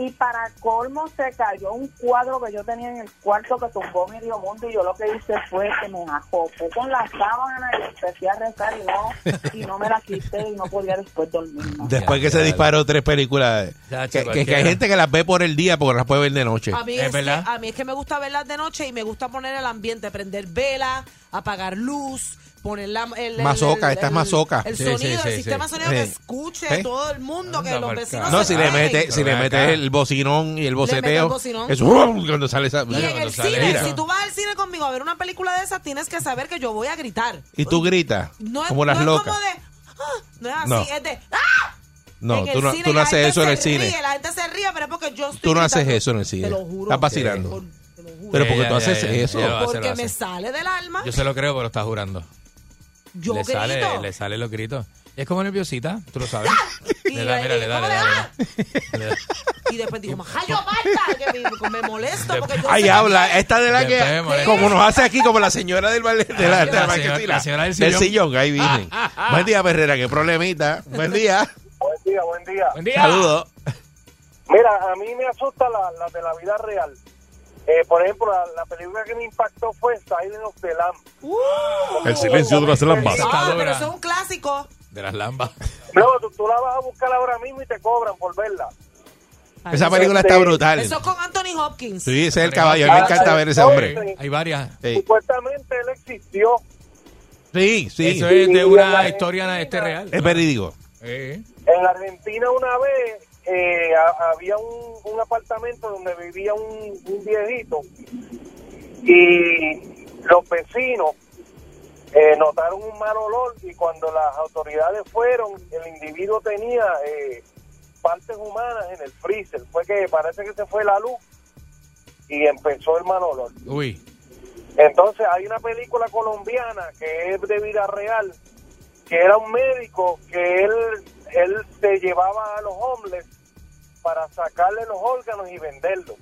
Speaker 13: Y para colmo se cayó un cuadro que yo tenía en el cuarto que tumbó medio mundo y yo lo que hice fue que me acopé con la sábana y empecé a rezar y no, y no me la quité y no podía después dormir. más.
Speaker 3: Después
Speaker 4: Ya,
Speaker 3: que se
Speaker 4: ya,
Speaker 3: disparó tres películas.
Speaker 4: Ya,
Speaker 3: que,
Speaker 4: chico,
Speaker 3: que- que hay
Speaker 4: cualquiera.
Speaker 3: gente que las ve por el día porque no las puede ver de noche.
Speaker 5: A mí
Speaker 4: Es
Speaker 5: es, que,
Speaker 4: verdad.
Speaker 5: a mí es que me gusta verlas de noche y me gusta poner el ambiente, prender vela, apagar luz, poner la el- el-
Speaker 3: Mazoca,
Speaker 5: el-
Speaker 3: estas
Speaker 5: el-
Speaker 3: mazocas.
Speaker 5: El
Speaker 4: Sí,
Speaker 5: sonido,
Speaker 4: sí, sí,
Speaker 5: el sistema
Speaker 4: sí.
Speaker 5: sonido que
Speaker 3: Sí. ¿Eh?
Speaker 5: escuche
Speaker 3: Sí.
Speaker 5: todo el mundo, que
Speaker 4: Anda
Speaker 5: los
Speaker 4: pa'l
Speaker 5: vecinos
Speaker 4: carajo.
Speaker 3: No,
Speaker 5: se
Speaker 3: si le
Speaker 5: enteren.
Speaker 3: metes si le
Speaker 4: Pero
Speaker 3: metes
Speaker 4: acá.
Speaker 3: el bocinón y el
Speaker 5: meto el
Speaker 3: boceteo,
Speaker 5: bocinón.
Speaker 3: es ¡rum! cuando sale esa.
Speaker 5: Y en
Speaker 4: cuando
Speaker 5: el
Speaker 4: sale
Speaker 5: cine,
Speaker 4: eso.
Speaker 5: si tú vas al cine conmigo a ver una película de esas, tienes que saber que yo voy a gritar.
Speaker 3: Y tú gritas
Speaker 5: No es,
Speaker 3: como las
Speaker 5: no
Speaker 3: locas.
Speaker 5: es como de... "Ah", no es así,
Speaker 3: No.
Speaker 5: es de... "Ah".
Speaker 3: No,
Speaker 5: En el
Speaker 3: tú no,
Speaker 5: cine
Speaker 3: tú no
Speaker 5: la
Speaker 3: haces
Speaker 5: gente
Speaker 3: eso en el
Speaker 5: se
Speaker 3: cine.
Speaker 5: ríe, La gente se ríe, pero es porque yo estoy
Speaker 3: Tú no haces
Speaker 5: gritando.
Speaker 3: eso en el cine.
Speaker 5: Te lo juro.
Speaker 3: Estás vacilando.
Speaker 5: Te lo juro.
Speaker 3: Pero porque
Speaker 4: Ya,
Speaker 3: tú
Speaker 4: ya,
Speaker 3: haces
Speaker 4: ya, ya,
Speaker 3: eso.
Speaker 4: ya lo hace, lo
Speaker 5: porque me
Speaker 4: hace.
Speaker 5: sale del alma.
Speaker 4: Yo se lo creo, pero está jurando.
Speaker 5: Yo
Speaker 4: le
Speaker 5: grito.
Speaker 4: sale, le sale los gritos. Es como nerviosita, tú lo sabes.
Speaker 5: Y
Speaker 4: le da,
Speaker 5: le-
Speaker 4: mira, le da,
Speaker 5: ¿cómo
Speaker 4: le
Speaker 5: le
Speaker 4: da. le da.
Speaker 5: Y después dijo, yo basta, que me, me molesto porque yo sé
Speaker 3: Ay,
Speaker 5: que-
Speaker 3: habla, esta de la
Speaker 4: Después me
Speaker 3: que
Speaker 4: molesta.
Speaker 3: como nos hace aquí como la señora del ballet de la, de la
Speaker 4: La señora-
Speaker 3: marquesina.
Speaker 4: la señora del sillón.
Speaker 3: ahí vienen. Buen día, Herrera, qué problemita. Buen día.
Speaker 10: Buen día, buen día.
Speaker 4: Buen día.
Speaker 3: Saludos.
Speaker 10: Mira, a mí me asusta la, la de la vida real. Eh, por ejemplo, la, la película que me impactó fue Silent of the Lamb.
Speaker 5: Uh,
Speaker 10: El silencio de las lambas.
Speaker 5: ah,
Speaker 4: Está
Speaker 5: pero
Speaker 4: dura.
Speaker 5: eso es un clásico.
Speaker 4: De las lambas.
Speaker 10: No, tú, tú la vas a buscar ahora mismo y te cobran por verla. Este,
Speaker 3: Esa película está brutal.
Speaker 5: Eso es con Anthony Hopkins.
Speaker 3: Sí, ese es el caballo. A mí me encanta ver ese hombre.
Speaker 4: Hay varias.
Speaker 3: Sí,
Speaker 10: Supuestamente él existió.
Speaker 3: sí. sí.
Speaker 4: Eso es de
Speaker 10: Y la
Speaker 4: una
Speaker 10: de-
Speaker 4: historia este real.
Speaker 3: Es verídico.
Speaker 4: Eh,
Speaker 14: En la Argentina una vez eh, ha- había un, un apartamento donde vivía un, un viejito y los vecinos eh, notaron un mal olor y cuando las autoridades fueron, el individuo tenía eh, partes humanas en el freezer. Fue que parece que se fue la luz y empezó el mal olor.
Speaker 4: Uy.
Speaker 14: Entonces hay una película colombiana que es de vida real, que era un médico que él, él se llevaba a los hombres para sacarle los órganos y venderlos.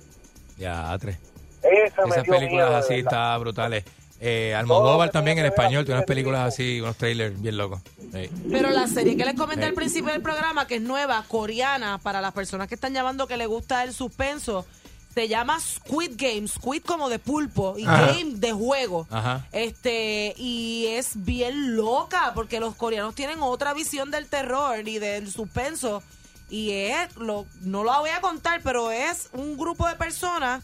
Speaker 4: Ya, tres.
Speaker 14: Esa me
Speaker 4: Esas
Speaker 14: dio
Speaker 4: películas
Speaker 14: miedo,
Speaker 4: así
Speaker 14: de verdad.
Speaker 4: está brutales. Eh, Almodóvar también en español tiene unas películas así, unos trailers bien locos. Sí.
Speaker 5: Pero la serie que les comenté
Speaker 4: Sí.
Speaker 5: al principio del programa, que es nueva, coreana, para las personas que están llamando que les gusta el suspenso, se llama Squid Game, Squid como de pulpo y
Speaker 4: Ajá.
Speaker 5: game de juego.
Speaker 4: Ajá.
Speaker 5: Este, y es bien loca, porque los coreanos tienen otra visión del terror y del suspenso. Y es, lo, no lo voy a contar, pero es un grupo de personas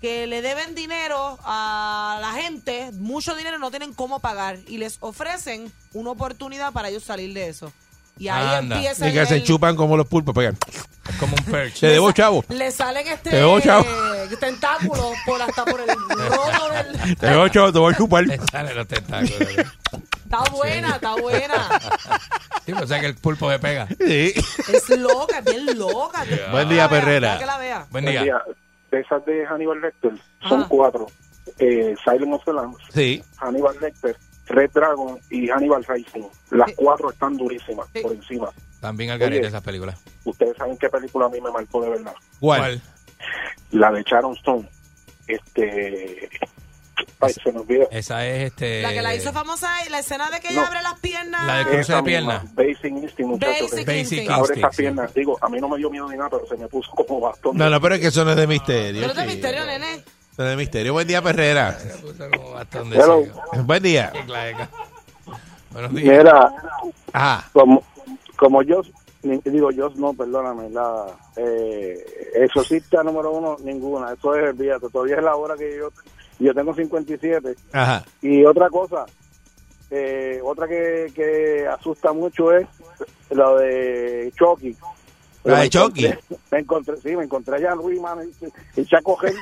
Speaker 5: que le deben dinero a la gente, mucho dinero, no tienen cómo pagar. Y les ofrecen una oportunidad para ellos salir de eso. Y ahí
Speaker 3: Anda.
Speaker 5: empieza
Speaker 3: Y que
Speaker 5: el-
Speaker 3: se chupan como los pulpos, pegan.
Speaker 4: Como un perch.
Speaker 3: Te debo, chavo.
Speaker 5: Le salen este
Speaker 3: Te veo, chavo.
Speaker 5: tentáculos por hasta por el roto del...
Speaker 3: Te debo, chavo, te voy a chupar.
Speaker 4: Sale los tentáculos.
Speaker 5: Está buena, está buena.
Speaker 4: Sí, pues, o sea que el pulpo se pega.
Speaker 3: Sí.
Speaker 5: Es loca, es bien loca.
Speaker 4: Ya.
Speaker 3: Buen día,
Speaker 5: Que
Speaker 3: Perrera.
Speaker 5: la vea.
Speaker 4: Buen
Speaker 15: Buen
Speaker 4: día.
Speaker 15: día. De esas de Hannibal Lecter, son cuatro. Eh, Silent of the Lambs,
Speaker 3: Sí.
Speaker 15: Hannibal Lecter, Red Dragon y Hannibal Rising. Las cuatro están durísimas, por encima.
Speaker 4: También al garete
Speaker 15: Oye.
Speaker 4: esas películas.
Speaker 15: Ustedes saben qué película a mí me marcó de verdad.
Speaker 3: ¿Cuál?
Speaker 15: La de Sharon Stone. Este... Ay, se me olvidó.
Speaker 4: Esa es este.
Speaker 5: La que la hizo famosa es la escena de que ella abre las piernas.
Speaker 4: La del cruce de
Speaker 15: Esa
Speaker 4: piernas.
Speaker 15: misma, Basic Instinct, muchachos.
Speaker 5: Basic
Speaker 15: que
Speaker 4: Instinct.
Speaker 15: Abre
Speaker 4: Instinct,
Speaker 15: esas piernas. Digo, a mí no me dio miedo ni nada, pero se me puso como bastón.
Speaker 3: No, no, pero es que eso no es de misterio.
Speaker 5: Ah, Pero es de
Speaker 3: sí.
Speaker 5: misterio, nene.
Speaker 3: Eso es de misterio. Buen día, Perrera.
Speaker 4: Bastón de
Speaker 15: Hello.
Speaker 4: ciego.
Speaker 3: Buen día.
Speaker 4: Qué claeca. Buenos días.
Speaker 15: Mira,
Speaker 3: Ah,
Speaker 15: como, como yo, ni- digo yo, no, perdóname, la eh, exorcista número uno, ninguna, eso es, olvídate, todavía es la hora que yo, yo tengo 57.
Speaker 3: ajá.
Speaker 15: Y otra cosa, eh, otra que, que asusta mucho es la de Chucky.
Speaker 3: La de
Speaker 15: Me encontré-
Speaker 3: Chucky.
Speaker 15: Me encontré, sí, me encontré allá a Luis, mano, y, y Chaco Gel.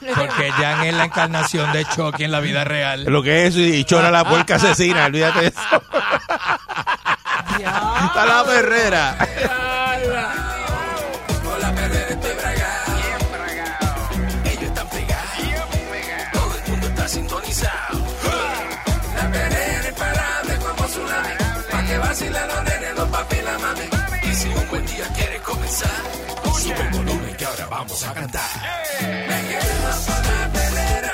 Speaker 4: Porque Jan es la encarnación de Chucky en la vida real.
Speaker 3: Lo que es eso y chora la puerca asesina. Olvídate de eso. Está la Perrera.
Speaker 2: Con la perrera estoy bragado. Ellos están pegados. Todo el mundo está sintonizado. La perrera es parable como tsunami. Pa' que vacilen los nenes, los papi y la mami. Y si un buen día quieres comenzar, sube el volumen que ahora vamos a cantar. Me quedo con la perrera.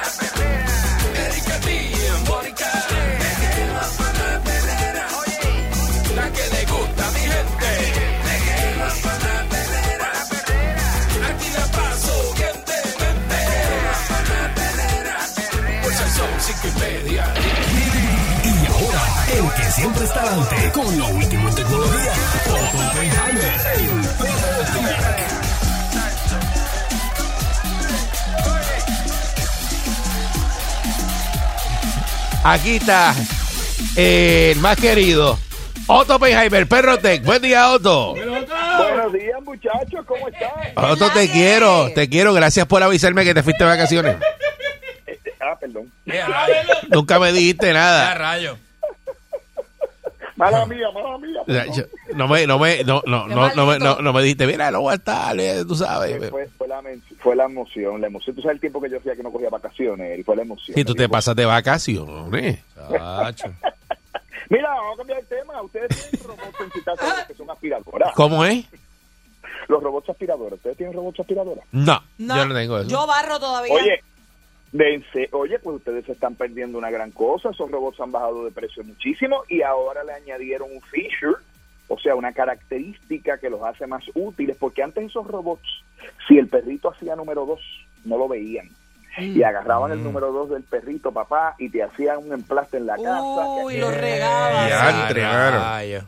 Speaker 2: Erika D en Bórica. Me quedo con la perrera. La que le gusta a mi gente. Me quedo con la perrera. Aquí la paso bien de mente. Pues el son cinco y media.
Speaker 1: Y ahora, el que siempre está adelante con lo último en tecnología, Otto Oppenheimer. en Perrera.
Speaker 3: Aquí está eh, el más querido. Otto Oppenheimer, Perrotec. Buen día, Otto.
Speaker 14: Buenos días, muchachos, ¿cómo están?
Speaker 3: Otto, te quiero. Te quiero. Gracias por avisarme que te fuiste de vacaciones.
Speaker 14: Este, ah, perdón.
Speaker 4: Qué rayo.
Speaker 3: Nunca me dijiste
Speaker 4: Qué
Speaker 3: nada.
Speaker 4: rayo.
Speaker 14: Mala mía, mala mía.
Speaker 3: O sea, yo- No me, no me, no, no, no, no, me, no, no me dijiste, mira, no voy a estar, eh, tú sabes.
Speaker 14: Fue, fue la, men- fue la emoción, la emoción. Tú sabes el tiempo que yo hacía que no cogía vacaciones, y fue la emoción.
Speaker 3: Si tú te pasas de vacaciones.
Speaker 4: Chacho.
Speaker 14: Mira, vamos a cambiar el tema. Ustedes tienen robots en citación que son aspiradoras.
Speaker 3: ¿Cómo es?
Speaker 14: Los robots aspiradoras. ¿Ustedes tienen robots aspiradoras?
Speaker 3: No,
Speaker 5: No,
Speaker 3: yo no tengo eso.
Speaker 5: Yo barro todavía.
Speaker 14: Oye, dense, oye, pues ustedes se están perdiendo una gran cosa. Esos robots han bajado de precio muchísimo y ahora le añadieron un feature, o sea, una característica que los hace más útiles, porque antes esos robots, si el perrito hacía número dos, no lo veían.
Speaker 5: Mm.
Speaker 14: Y agarraban
Speaker 3: Mm.
Speaker 14: el número dos del perrito, papá, y te hacían un emplaste en la casa. que
Speaker 5: Uy, lo
Speaker 3: Ya.
Speaker 5: regaba.
Speaker 3: Diantre,
Speaker 4: Qué
Speaker 3: mano.
Speaker 4: rayo.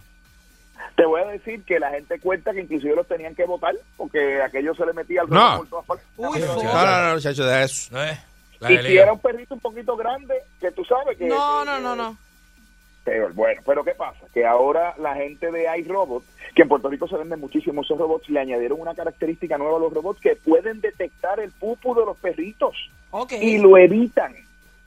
Speaker 14: Te voy a decir que la gente cuenta que inclusive los tenían que votar porque aquello se le metía al
Speaker 3: No.
Speaker 14: robot por todas partes.
Speaker 5: Uy,
Speaker 3: No,
Speaker 5: fo-
Speaker 3: no, no, muchacho, de eso.
Speaker 4: No es. Eh, La
Speaker 14: Y
Speaker 4: de
Speaker 14: si
Speaker 4: lío.
Speaker 14: era un perrito un poquito grande, que tú sabes que...
Speaker 5: No, no, no, no.
Speaker 14: Peor. Bueno, pero ¿qué pasa? Que ahora la gente de iRobot, que en Puerto Rico se venden muchísimo esos robots, le añadieron una característica nueva a los robots que pueden detectar el pupu de los perritos y lo evitan.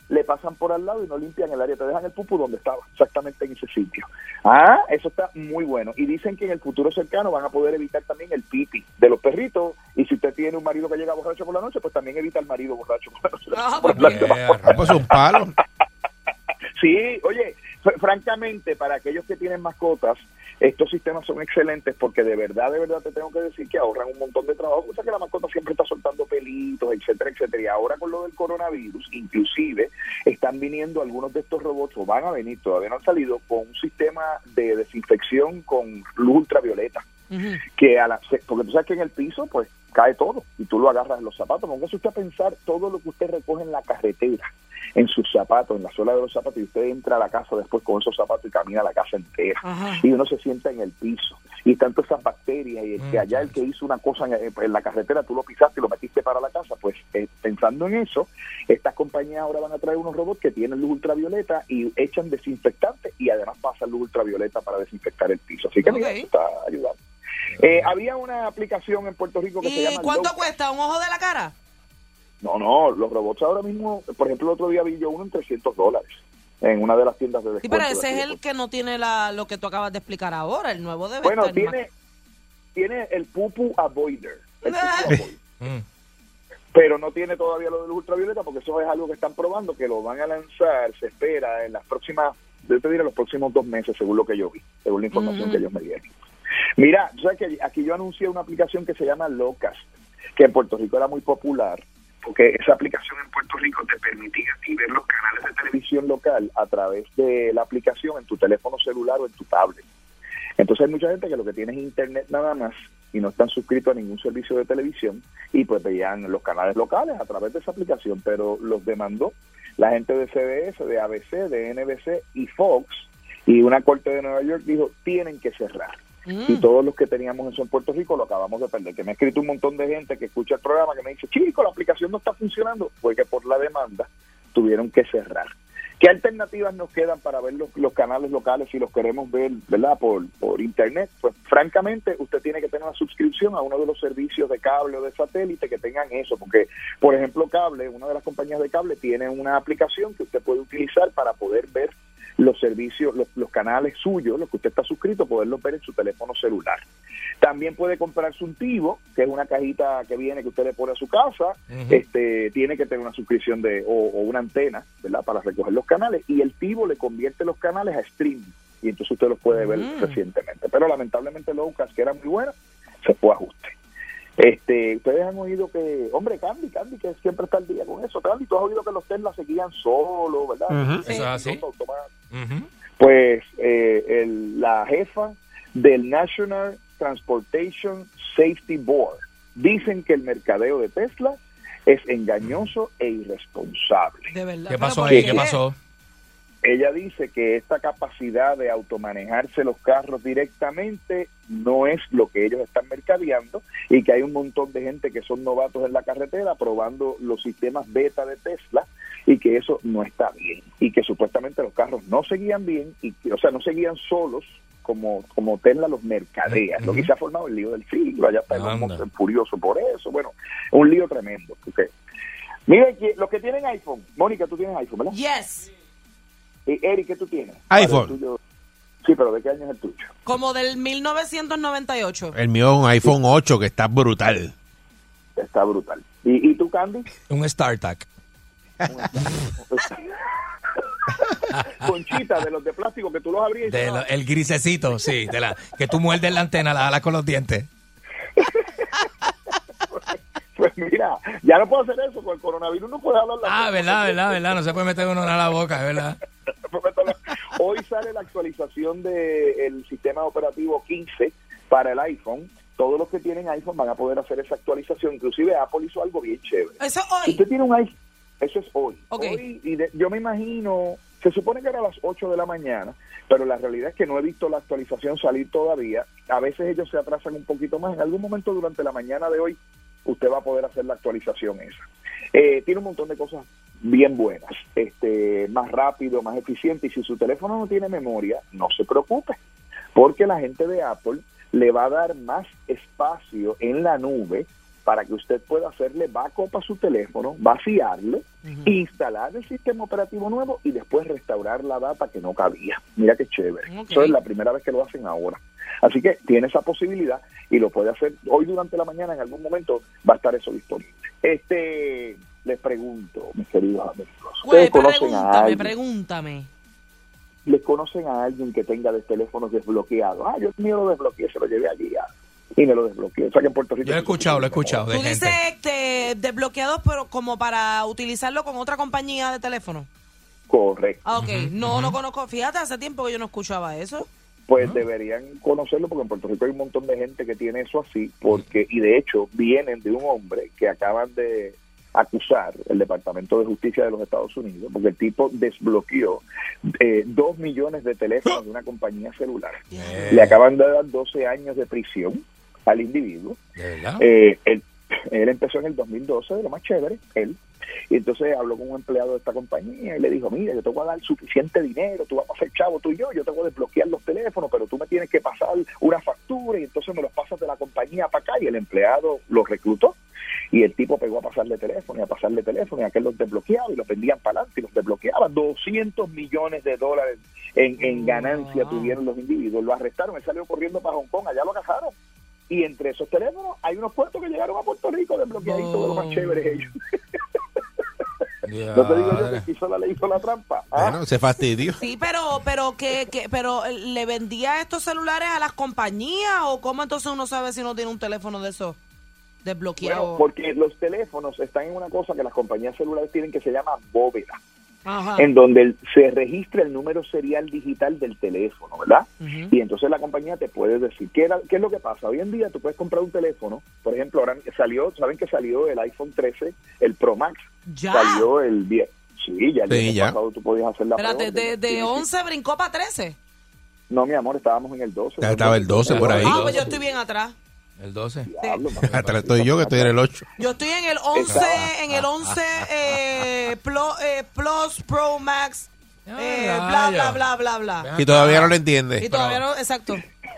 Speaker 14: Le pasan por al lado y no limpian el área, te dejan el pupu donde estaba, exactamente en ese sitio. Ah, eso está muy bueno. Y dicen que en el futuro cercano van a poder evitar también el pipi de los perritos. Y si usted tiene un marido que llega borracho por la noche, pues también evita el marido borracho por la noche.
Speaker 3: Ah, pues un palo.
Speaker 14: Sí, oye, fr- francamente, para aquellos que tienen mascotas, estos sistemas son excelentes porque de verdad, de verdad te tengo que decir que ahorran un montón de trabajo, cosa que la mascota siempre está soltando pelitos, etcétera, etcétera. Y ahora con lo del coronavirus, inclusive, están viniendo algunos de estos robots, o van a venir, todavía no han salido, con un sistema de desinfección con luz ultravioleta que a la, se- porque tú sabes que en el piso pues cae todo y tú lo agarras en los zapatos. Póngase usted a pensar todo lo que usted recoge en la carretera, en sus zapatos, en la suela de los zapatos y usted entra a la casa después con esos zapatos y camina la casa entera
Speaker 16: Ajá.
Speaker 14: y uno se sienta en el piso y tanto esas bacterias y el que allá el que hizo una cosa en, en la carretera tú lo pisaste y lo metiste para la casa, pues eh, pensando en eso, estas compañías ahora van a traer unos robots que tienen luz ultravioleta y echan desinfectante y además pasan luz ultravioleta para desinfectar el piso. Así que mira,
Speaker 5: Ok.
Speaker 14: eso está ayudando. Eh, había una aplicación en Puerto Rico que se
Speaker 5: ¿Y
Speaker 14: llama
Speaker 5: cuánto
Speaker 14: Low-
Speaker 5: cuesta? ¿Un ojo de la cara?
Speaker 14: No, no, los robots ahora mismo, por ejemplo, el otro día vi yo uno en 300 dólares en una de las tiendas de
Speaker 5: Sí,
Speaker 14: descuento.
Speaker 5: pero
Speaker 14: de
Speaker 5: ese
Speaker 14: aquí
Speaker 5: es
Speaker 14: de
Speaker 5: el que no tiene la, lo que tú acabas de explicar ahora. El nuevo debe
Speaker 14: Bueno,
Speaker 5: estar más-
Speaker 14: tiene, tiene el pupu avoider. el
Speaker 5: Ah.
Speaker 14: pupu avoider. Pero no tiene todavía lo de luz ultravioleta porque eso es algo que están probando, que lo van a lanzar, se espera en las próximas, yo te diré los próximos dos meses, según lo que yo vi, según la
Speaker 5: Mm.
Speaker 14: información que ellos me dieron. Mira, tú sabes que aquí yo anuncié una aplicación que se llama Locas, que en Puerto Rico era muy popular, porque esa aplicación en Puerto Rico te permitía a ti ver los canales de televisión local a través de la aplicación en tu teléfono celular o en tu tablet. Entonces hay mucha gente que lo que tiene es internet nada más y no están suscritos a ningún servicio de televisión y pues veían los canales locales a través de esa aplicación, pero los demandó la gente de CBS, de ABC, de NBC y Fox y una corte de Nueva York dijo tienen que cerrar. Y todos los que teníamos eso en Puerto Rico lo acabamos de perder. Que me ha escrito un montón de gente que escucha el programa que me dice, chico, la aplicación no está funcionando. Fue que por la demanda tuvieron que cerrar. ¿Qué alternativas nos quedan para ver los, los canales locales si los queremos ver, verdad, por, por internet? Pues francamente, usted tiene que tener una suscripción a uno de los servicios de cable o de satélite que tengan eso, porque, por ejemplo, cable, una de las compañías de cable tiene una aplicación que usted puede utilizar para poder ver los servicios, los, los canales suyos, los que usted está suscrito, poderlos ver en su teléfono celular. También puede comprarse un Tivo, que es una cajita que viene que usted le pone a su casa,
Speaker 16: Ujú.
Speaker 14: este tiene que tener una suscripción de o, o una antena, ¿verdad? Para recoger los canales y el Tivo le convierte los canales a stream y entonces usted los puede ver recientemente. Pero lamentablemente Lowcast, que era muy buena, se fue a ajuste. Este, ustedes han oído que, hombre, Candy, Candy, que siempre está al día con eso. Candy, tú has oído que los Tesla se guían solo, ¿verdad?
Speaker 4: Ujú.
Speaker 14: Sí.
Speaker 4: Eso es así.
Speaker 14: Automático
Speaker 4: Ujú.
Speaker 14: pues eh, el- la jefa del National Transportation Safety Board. Dicen que el mercadeo de Tesla es engañoso e irresponsable.
Speaker 5: De verdad.
Speaker 4: ¿Qué pasó ahí? ¿Qué pasó?
Speaker 14: Ella dice que esta capacidad de automanejarse los carros directamente no es lo que ellos están mercadeando y que hay un montón de gente que son novatos en la carretera probando los sistemas beta de Tesla y que eso no está bien y que supuestamente los carros no seguían bien y que, o sea, no seguían solos como, como Tesla los mercadea, lo que se ha formado el lío del siglo, allá está Elon Musk furioso por eso, bueno, un lío tremendo. porque Miren, que- los que tienen iPhone, Mónica, tú tienes iPhone, ¿verdad?
Speaker 5: Yes.
Speaker 14: Y Eric, ¿qué tú tienes?
Speaker 3: iPhone.
Speaker 14: El tuyo- Sí, pero ¿de qué año es el tuyo?
Speaker 5: Como del 1998.
Speaker 3: El mío es un iPhone 8 que está brutal.
Speaker 14: Está brutal. ¿Y, y tú, Candy?
Speaker 4: Un StarTac.
Speaker 14: Conchita, de los de plástico que tú los abrías. y
Speaker 4: De
Speaker 14: no-
Speaker 4: lo- el grisecito, sí. De la, que tú muerdes la antena, la alas con los dientes.
Speaker 14: Pues mira, ya no puedo hacer eso con el coronavirus, no puedo hablar.
Speaker 4: Ah, verdad, verdad, verdad. No se puede meter uno nada a la boca, es verdad.
Speaker 14: Hoy sale la actualización del sistema operativo 15 para el iPhone. Todos los que tienen iPhone van a poder hacer esa actualización. Inclusive Apple hizo algo bien chévere.
Speaker 5: Eso hoy.
Speaker 14: Usted tiene un iPhone. Eso es hoy.
Speaker 5: Ok.
Speaker 14: Hoy, y de- yo me imagino, se supone que era a las 8 de la mañana, pero la realidad es que no he visto la actualización salir todavía. A veces ellos se atrasan un poquito más. En algún momento durante la mañana de hoy, usted va a poder hacer la actualización esa. Eh, tiene un montón de cosas bien buenas, este, más rápido, más eficiente. Y si su teléfono no tiene memoria, no se preocupe, porque la gente de Apple le va a dar más espacio en la nube para que usted pueda hacerle backup a su teléfono, vaciarlo, instalar el sistema operativo nuevo y después restaurar la data que no cabía. Mira qué chévere.
Speaker 16: Ok.
Speaker 14: Eso es la primera vez que lo hacen ahora. Así que tiene esa posibilidad y lo puede hacer hoy durante la mañana, en algún momento va a estar eso disponible. Este, les pregunto, mis queridos amigos, ¿ustedes
Speaker 5: Güey,
Speaker 14: conocen a
Speaker 5: pregúntame,
Speaker 14: alguien?
Speaker 5: pregúntame.
Speaker 14: ¿Les conocen a alguien que tenga de teléfonos desbloqueados? Ah, yo el mío lo desbloqueé, se lo llevé allí ah, y me lo desbloqueé. O sea que en Puerto Rico...
Speaker 4: Yo lo he escuchado, lo he escuchado de
Speaker 5: Tú dices
Speaker 4: gente.
Speaker 5: este, desbloqueados, pero como para utilizarlo con otra compañía de teléfono.
Speaker 14: Correcto.
Speaker 5: Ah, ok. no, no conozco. Fíjate, hace tiempo que yo no escuchaba eso.
Speaker 14: pues deberían conocerlo porque en Puerto Rico hay un montón de gente que tiene eso así porque y de hecho vienen de un hombre que acaban de acusar el Departamento de Justicia de los Estados Unidos porque el tipo desbloqueó eh, dos millones de teléfonos de una compañía celular le acaban de dar 12 años de prisión al individuo
Speaker 4: ¿De verdad?
Speaker 14: eh, él, él empezó en el 2012, de lo más chévere, él. Y entonces habló con un empleado de esta compañía y le dijo, mira, yo te voy a dar suficiente dinero, tú vas a ser chavo, tú y yo, yo te voy a desbloquear los teléfonos, pero tú me tienes que pasar una factura y entonces me los pasas de la compañía para acá. Y el empleado los reclutó y el tipo pegó a pasarle teléfono y a pasarle teléfono y aquel los desbloqueaba y los vendían para adelante y los desbloqueaba. 200 millones de dólares en, en ganancia tuvieron los individuos. Lo arrestaron, él salió corriendo para Hong Kong, allá lo cazaron. Y entre esos teléfonos hay unos puertos que llegaron a Puerto Rico desbloqueaditos de los
Speaker 3: Oh.
Speaker 14: más chéveres ellos. No te digo yo que el que hizo la ley hizo la trampa. ¿ah?
Speaker 3: Bueno, se fastidió.
Speaker 5: Sí, pero, pero que, que- pero eh, le vendía estos celulares a las compañías o cómo entonces uno sabe si uno tiene un teléfono de esos
Speaker 14: Bueno,
Speaker 5: desbloqueados.
Speaker 14: porque los teléfonos están en una cosa que las compañías celulares tienen que se llama bóveda,
Speaker 5: Ajá.
Speaker 14: en donde el- se registra el número serial digital del teléfono, ¿verdad?
Speaker 5: Ujú.
Speaker 14: Y entonces la compañía te puede decir, ¿qué, era- qué es lo que pasa? Hoy en día tú puedes comprar un teléfono, por ejemplo, ahora salió, ¿saben que salió el iPhone 13, el Pro Max?
Speaker 5: Ya.
Speaker 14: Salió el 10. Sí, ya el
Speaker 3: Sí,
Speaker 14: viernes
Speaker 3: ya.
Speaker 14: pasado tú podías hacer la
Speaker 5: Espérate,
Speaker 14: preorden.
Speaker 5: de, de 11 brincó para 13.
Speaker 14: No, mi amor, estábamos en el 12.
Speaker 3: Ya estaba el 12 por ahí.
Speaker 5: Ah, pues yo estoy bien atrás.
Speaker 4: El 12.
Speaker 3: Atrás estoy yo que estoy en el 8.
Speaker 5: Yo estoy en el 11, en el 11 eh, Plo- eh, Plus Pro Max, eh, bla, bla, bla, bla, bla.
Speaker 3: Y todavía no lo
Speaker 5: Y
Speaker 3: entiende.
Speaker 5: todavía no, exacto.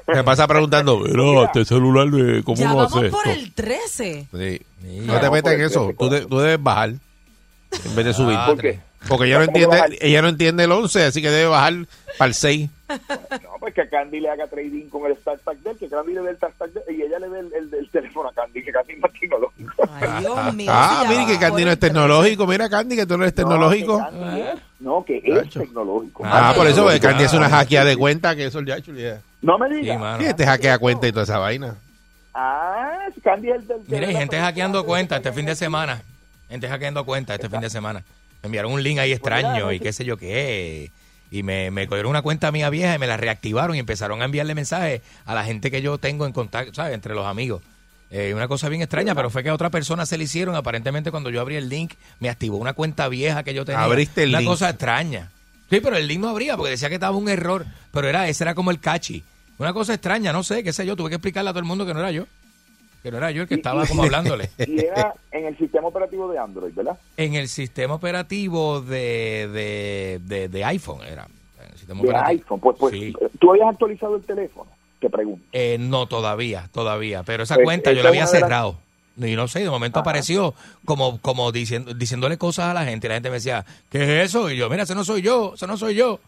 Speaker 3: Me pasa preguntando, pero este celular, eh, ¿cómo
Speaker 5: Ya
Speaker 3: uno
Speaker 5: vamos
Speaker 3: hace
Speaker 5: por
Speaker 3: esto?
Speaker 5: el 13.
Speaker 3: Sí. No
Speaker 4: Vamos
Speaker 3: te
Speaker 4: por
Speaker 3: metas en
Speaker 4: el
Speaker 3: eso.
Speaker 4: trece,
Speaker 3: Tú, de- tú debes bajar en vez de subir.
Speaker 4: ¿Por qué?
Speaker 3: Porque ella no, entiende, ella no entiende el 11, así que debe bajar para el 6.
Speaker 14: No, pues que a Candy le haga trading con el Star Pack de él, que Candy le dé el Star Pack de él, y ella le dé el, el- el teléfono a Candy, que Candy es más tecnológico.
Speaker 5: Ay, Dios mío. si
Speaker 3: Ah,
Speaker 5: ya
Speaker 3: mire que
Speaker 5: va por
Speaker 3: Candy no es
Speaker 5: el 13.
Speaker 3: tecnológico. Mira, Candy, que tú no eres tecnológico.
Speaker 14: No, que Candy
Speaker 5: Ah.
Speaker 14: es- No, que es tecnológico.
Speaker 3: Ah, por eso, porque Candy es una
Speaker 14: hack.
Speaker 3: hackea de cuenta, que eso ya, chulía.
Speaker 14: No me
Speaker 4: Sí,
Speaker 14: digas.
Speaker 4: mano.
Speaker 3: ¿Qué te hackea cuenta y toda esa vaina?
Speaker 14: ah, Candy es el del...
Speaker 4: Mire,
Speaker 14: de
Speaker 4: hay
Speaker 14: la
Speaker 4: gente
Speaker 14: persona
Speaker 4: hackeando
Speaker 14: que-
Speaker 4: cuenta este fin de semana. Gente hackeando cuenta este fin de semana. Me enviaron un
Speaker 14: Pues
Speaker 4: link ahí extraño y qué sé yo qué. Y me, me cogieron una cuenta mía vieja y me la reactivaron y empezaron a enviarle mensajes a la gente que yo tengo en contacto, ¿sabes? Entre los amigos. Eh, una cosa bien extraña, pero fue que a otra persona se le hicieron. Aparentemente, cuando yo abrí el link, me activó una cuenta vieja que yo tenía.
Speaker 3: Abriste el
Speaker 4: una
Speaker 3: link.
Speaker 4: cosa extraña. Sí, pero el link no abría porque decía que estaba un error. Pero era ese era como el cachi. Una cosa extraña, no sé, qué sé yo. Tuve que explicarle a todo el mundo que no era yo. Que no era yo el que estaba como hablándole.
Speaker 14: Y era en el sistema operativo de Android, ¿verdad?
Speaker 4: En el sistema operativo de, de, de, de iPhone era. En el sistema
Speaker 14: De
Speaker 4: operativo.
Speaker 14: iPhone. Pues, pues,
Speaker 4: Sí.
Speaker 14: ¿tú habías actualizado el teléfono? Te pregunto.
Speaker 4: Eh, no, todavía, todavía. Pero esa
Speaker 14: Pues,
Speaker 4: cuenta yo
Speaker 14: esa
Speaker 4: la
Speaker 14: es
Speaker 4: había
Speaker 14: una de las-
Speaker 4: cerrado. Y no sé, de momento apareció como, como diciendo, diciéndole cosas a la gente. Y la gente me decía, ¿qué es eso? Y yo, mira, ese no soy yo, ese no soy yo.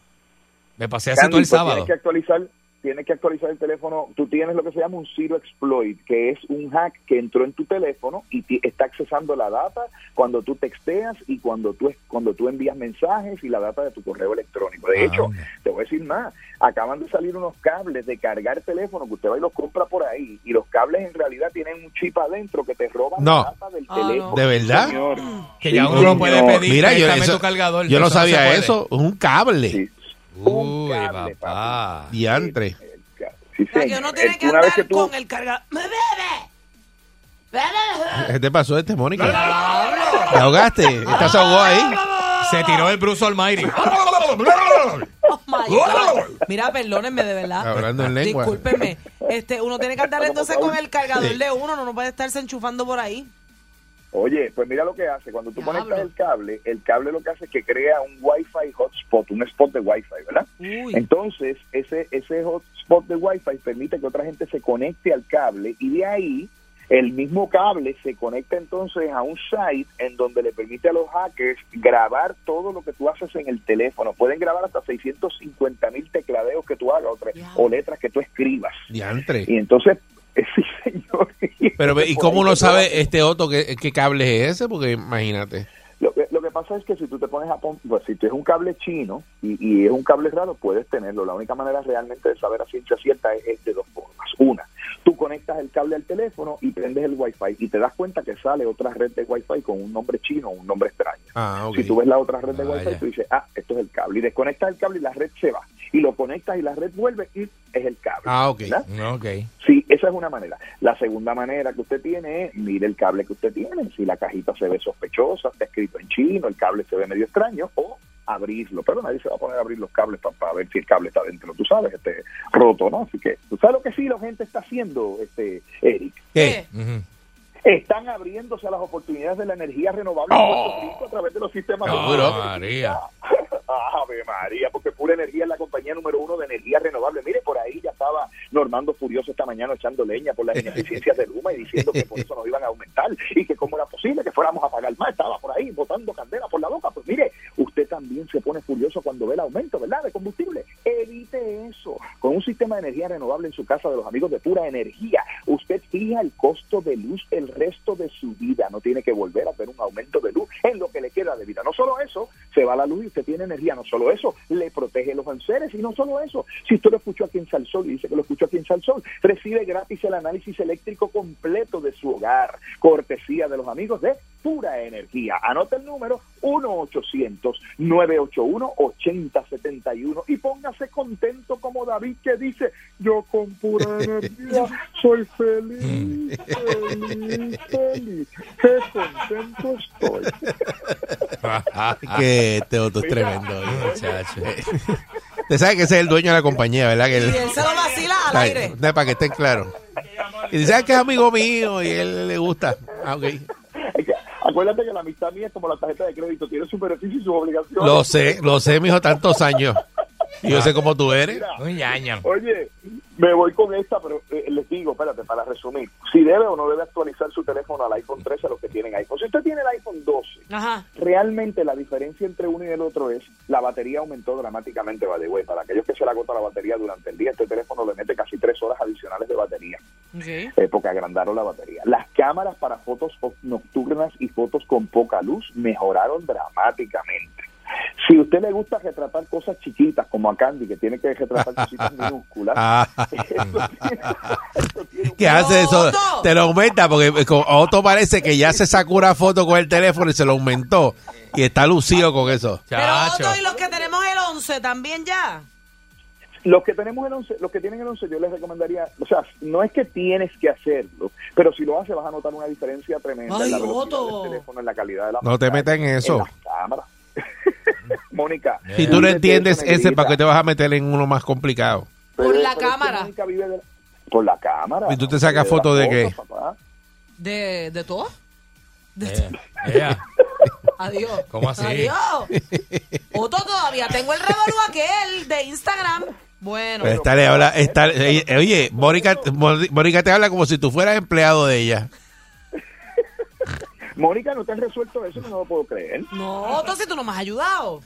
Speaker 4: Me pasé así
Speaker 14: Candy,
Speaker 4: todo el
Speaker 14: pues,
Speaker 4: sábado.
Speaker 14: Tienes que actualizar... Tienes que actualizar el teléfono. Tú tienes lo que se llama un zero exploit, que es un hack que entró en tu teléfono y ti- está accesando la data cuando tú texteas y cuando tú cuando tú envías mensajes y la data de tu correo electrónico. De
Speaker 4: Ah,
Speaker 14: hecho,
Speaker 4: hombre.
Speaker 14: te voy a decir más. Acaban de salir unos cables de cargar teléfono que usted va y los compra por ahí y los cables en realidad tienen un chip adentro que te roba
Speaker 3: No.
Speaker 14: la data del
Speaker 5: Ah,
Speaker 14: teléfono.
Speaker 3: ¿De verdad?
Speaker 14: Señor.
Speaker 4: Que ya
Speaker 14: Sí,
Speaker 4: uno no
Speaker 14: señor.
Speaker 4: puede pedir
Speaker 3: Mira, yo,
Speaker 4: directamente
Speaker 3: eso-
Speaker 4: tu cargador.
Speaker 3: yo no
Speaker 4: Eso se
Speaker 3: sabía
Speaker 4: puede.
Speaker 3: eso. Un cable.
Speaker 14: Sí. Un
Speaker 4: Uy,
Speaker 14: cable,
Speaker 4: papá.
Speaker 3: Diantre.
Speaker 14: Sí,
Speaker 5: O sea, que
Speaker 14: señor.
Speaker 5: uno tiene
Speaker 14: Es-
Speaker 5: que
Speaker 14: una vez
Speaker 5: andar
Speaker 14: que tú-
Speaker 5: con el cargador. ¡Bebe! ¡Bebe!
Speaker 3: ¿Qué te pasó este, Mónica? ¿Te ahogaste? ¿Estás ahogó ahí?
Speaker 4: Se tiró el Bruce Almighty.
Speaker 5: Oh my God. Mira, perdónenme de verdad.
Speaker 3: Hablando
Speaker 4: Ah,
Speaker 3: en lengua.
Speaker 5: Discúlpenme. Este, uno tiene que andar entonces con el cargador de uno, no, no puede estarse enchufando por ahí.
Speaker 14: Oye, pues mira lo que hace. Cuando tú conectas el cable, el cable lo que hace es que crea un Wi-Fi hotspot, un spot de Wi-Fi, ¿verdad? Entonces, ese, ese hotspot de Wi-Fi permite que otra gente se conecte al cable y de ahí el mismo cable se conecta entonces a un site en donde le permite a los hackers grabar todo lo que tú haces en el teléfono. Pueden grabar hasta 650 mil tecladeos que tú hagas o, tre- o letras que tú escribas.
Speaker 3: Diantre.
Speaker 14: Y entonces, sí, señor.
Speaker 3: Pero, ve, ¿y cómo uno sabe este otro qué, qué cable es ese? Porque imagínate.
Speaker 14: Lo que, lo que pasa es que si tú te pones a pon- pues, si tú es un cable chino y, y es un cable raro, puedes tenerlo. La única manera realmente de saber a ciencia cierta es, es de dos formas. Una, tú conectas el cable al teléfono y prendes el Wi-Fi y te das cuenta que sale otra red de Wi-Fi con un nombre chino o un nombre extraño.
Speaker 3: Ah, ok.
Speaker 14: Si tú ves la otra red de
Speaker 3: Vaya.
Speaker 14: Wi-Fi, tú dices, ah, esto es el cable. Y desconectas el cable y la red se va. Y lo conectas y la red vuelve y es el cable.
Speaker 3: Ah, ok.
Speaker 14: ¿verdad?
Speaker 4: Ok.
Speaker 14: Sí, esa es una manera. La segunda manera que usted tiene es, mire el cable que usted tiene, si la cajita se ve sospechosa, está escrito en chino, el cable se ve medio extraño, o abrirlo. Pero nadie se va a poner a abrir los cables para, ver si el cable está dentro, tú sabes, este, roto, ¿no? Así que, ¿tú sabes lo que sí la gente está haciendo, este, Eric?
Speaker 3: ¿Qué?
Speaker 14: Están abriéndose a las oportunidades de la energía renovable en Puerto Rico a través de los sistemas de
Speaker 4: Seguro. María.
Speaker 14: Ave María, porque Pura Energía es la compañía número uno de energía renovable. Mire, por ahí ya estaba Normando Furioso esta mañana echando leña por las ineficiencias de Luma y diciendo que por eso nos iban a aumentar y que cómo era posible que fuéramos a pagar más. Estaba por ahí botando candela por la boca. Pues mire, usted también se pone furioso cuando ve el aumento, ¿verdad?, de combustible. Evite eso. Con un sistema de energía renovable en su casa de los amigos de Pura Energía, usted fija el costo de luz el resto de su vida. No tiene que volver a ver un aumento de luz en lo que le queda de vida. No solo eso, se va la luz y usted tiene energía. No solo eso, le protege los enseres. Y no solo eso, si usted lo escuchó aquí en Salsol y dice que lo escuchó aquí en Salsol, recibe gratis el análisis eléctrico completo de su hogar. Cortesía de los amigos de Pura Energía. Anota el número 1-800-981-8071 y póngase contento como David que dice, yo con Pura Energía soy feliz, feliz, feliz. Qué contento estoy.
Speaker 2: Ah.
Speaker 3: que este otro es tremendo. Te sabes que ese es el dueño de la compañía, ¿verdad? Que
Speaker 5: Y él se lo vacila al
Speaker 3: Ay,
Speaker 5: aire.
Speaker 3: no, Para que estén claros. Y dice, "Ah, que es amigo mío y él le gusta. Ah, ok.
Speaker 14: Acuérdate que la amistad mía es como la tarjeta de crédito, tiene su beneficio y sus obligaciones.
Speaker 3: Lo sé, lo sé, mijo, tantos años. Y yo sé cómo tú eres.
Speaker 14: Mira,
Speaker 4: Un ñaña.
Speaker 14: Oye, me voy con esta, pero eh, les digo, espérate, para resumir, si debe o no debe actualizar su teléfono al iPhone 13 a los que tienen iPhone. Si usted tiene el iPhone 12, realmente la diferencia entre uno y el otro es la batería aumentó dramáticamente, by the way. Para aquellos que se le agota la batería durante el día, este teléfono le mete casi tres horas adicionales de batería eh, porque agrandaron la batería. Las cámaras para fotos o- nocturnas y fotos con poca luz mejoraron dramáticamente. Si a usted le gusta retratar cosas chiquitas, como a Candy, que tiene que retratar cositas minúsculas,
Speaker 3: ¿Qué hace eso? Te lo aumenta porque con Otto parece que ya se sacó una foto con el teléfono y se lo aumentó. Y está lucido con eso.
Speaker 5: Otto, y los que tenemos el 11 también ya.
Speaker 14: los que tenemos el 11, los que tienen el 11, yo les recomendaría, o sea, no es que tienes que hacerlo, pero si lo haces vas a notar una diferencia tremenda en la
Speaker 5: Ay,
Speaker 14: velocidad
Speaker 5: Otto.
Speaker 14: del teléfono, en la calidad de la
Speaker 3: No te metas en eso.
Speaker 14: cámara. Mónica,
Speaker 3: Si tú no
Speaker 14: olvídate de
Speaker 3: entiendes
Speaker 14: eso,
Speaker 3: ese,
Speaker 14: negrita.
Speaker 3: ¿para qué te vas a meter en uno más complicado?
Speaker 5: Por
Speaker 14: Pero-
Speaker 5: la
Speaker 14: pero es que
Speaker 5: cámara.
Speaker 14: Mónica vive de la- por la cámara.
Speaker 3: ¿Y tú te sacas
Speaker 14: las
Speaker 3: foto de
Speaker 14: fotos,
Speaker 3: qué?
Speaker 14: papá.
Speaker 5: ¿De, de todo?
Speaker 4: Eh, Ea,
Speaker 5: Adiós.
Speaker 4: ¿Cómo así?
Speaker 5: Adiós. Otto, todavía tengo el revolú aquel de Instagram. Bueno.
Speaker 3: Pero esta le Pues habla, esta- eh, oye, Mónica, Mónica te habla como si tú fueras empleado de ella.
Speaker 14: Mónica, no te has resuelto eso, no lo puedo creer.
Speaker 5: No, Otto, si tú no me has ayudado.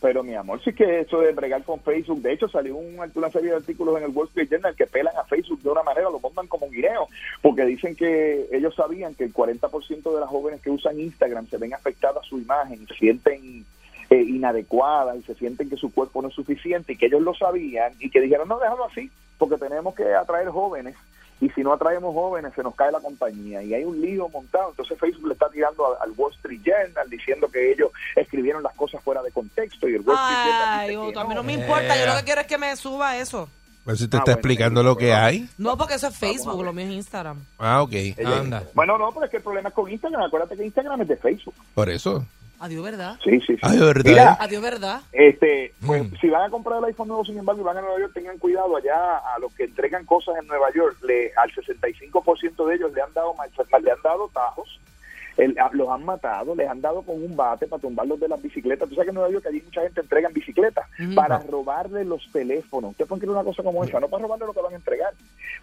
Speaker 14: Pero mi amor, sí que eso de bregar con Facebook, de hecho salió un- una serie de artículos en el Wall Street Journal que pelan a Facebook de una manera, lo montan como un guineo, porque dicen que ellos sabían que el 40% de las jóvenes que usan Instagram se ven afectadas su imagen, se sienten eh, inadecuadas y se sienten que su cuerpo no es suficiente y que ellos lo sabían y que dijeron, no, déjalo así, porque tenemos que atraer jóvenes y si no atraemos jóvenes se nos cae la compañía y hay un lío montado. Entonces Facebook le está tirando a- al Wall Street Journal diciendo que ellos escribieron las cosas fuera de contexto y el Wall
Speaker 5: Ah.
Speaker 14: Street Journal
Speaker 5: Ay,
Speaker 14: dice Pues que
Speaker 5: Otto, a
Speaker 14: no.
Speaker 5: mí no me importa.
Speaker 3: Eh.
Speaker 5: Yo lo que quiero es que me suba eso.
Speaker 3: Pero Pues si te está explicando lo que hay.
Speaker 5: No, porque eso es Facebook, lo mío es Instagram.
Speaker 3: Ah, ok.
Speaker 14: Ella- Bueno, no, pero es que el problema es con Instagram. Acuérdate que Instagram es de Facebook.
Speaker 3: Por eso.
Speaker 5: Adiós, ¿verdad?
Speaker 14: Sí, sí, sí.
Speaker 3: Ay, de verdad.
Speaker 14: Mira,
Speaker 5: Adiós, ¿verdad?
Speaker 14: Este, pues, si van a comprar el iPhone nuevo, sin embargo, y van a Nueva York, tengan cuidado. Allá a los que entregan cosas en Nueva York, le, al 65% de ellos le han dado mal- le han dado tajos el- a- los han matado, les han dado con un bate para tumbarlos de las bicicletas. Tú sabes que en Nueva York allí mucha gente entrega en bicicletas para
Speaker 15: Ah.
Speaker 14: robarle los teléfonos. Ustedes pueden creer una cosa como esa, no para robarle lo que van a entregar,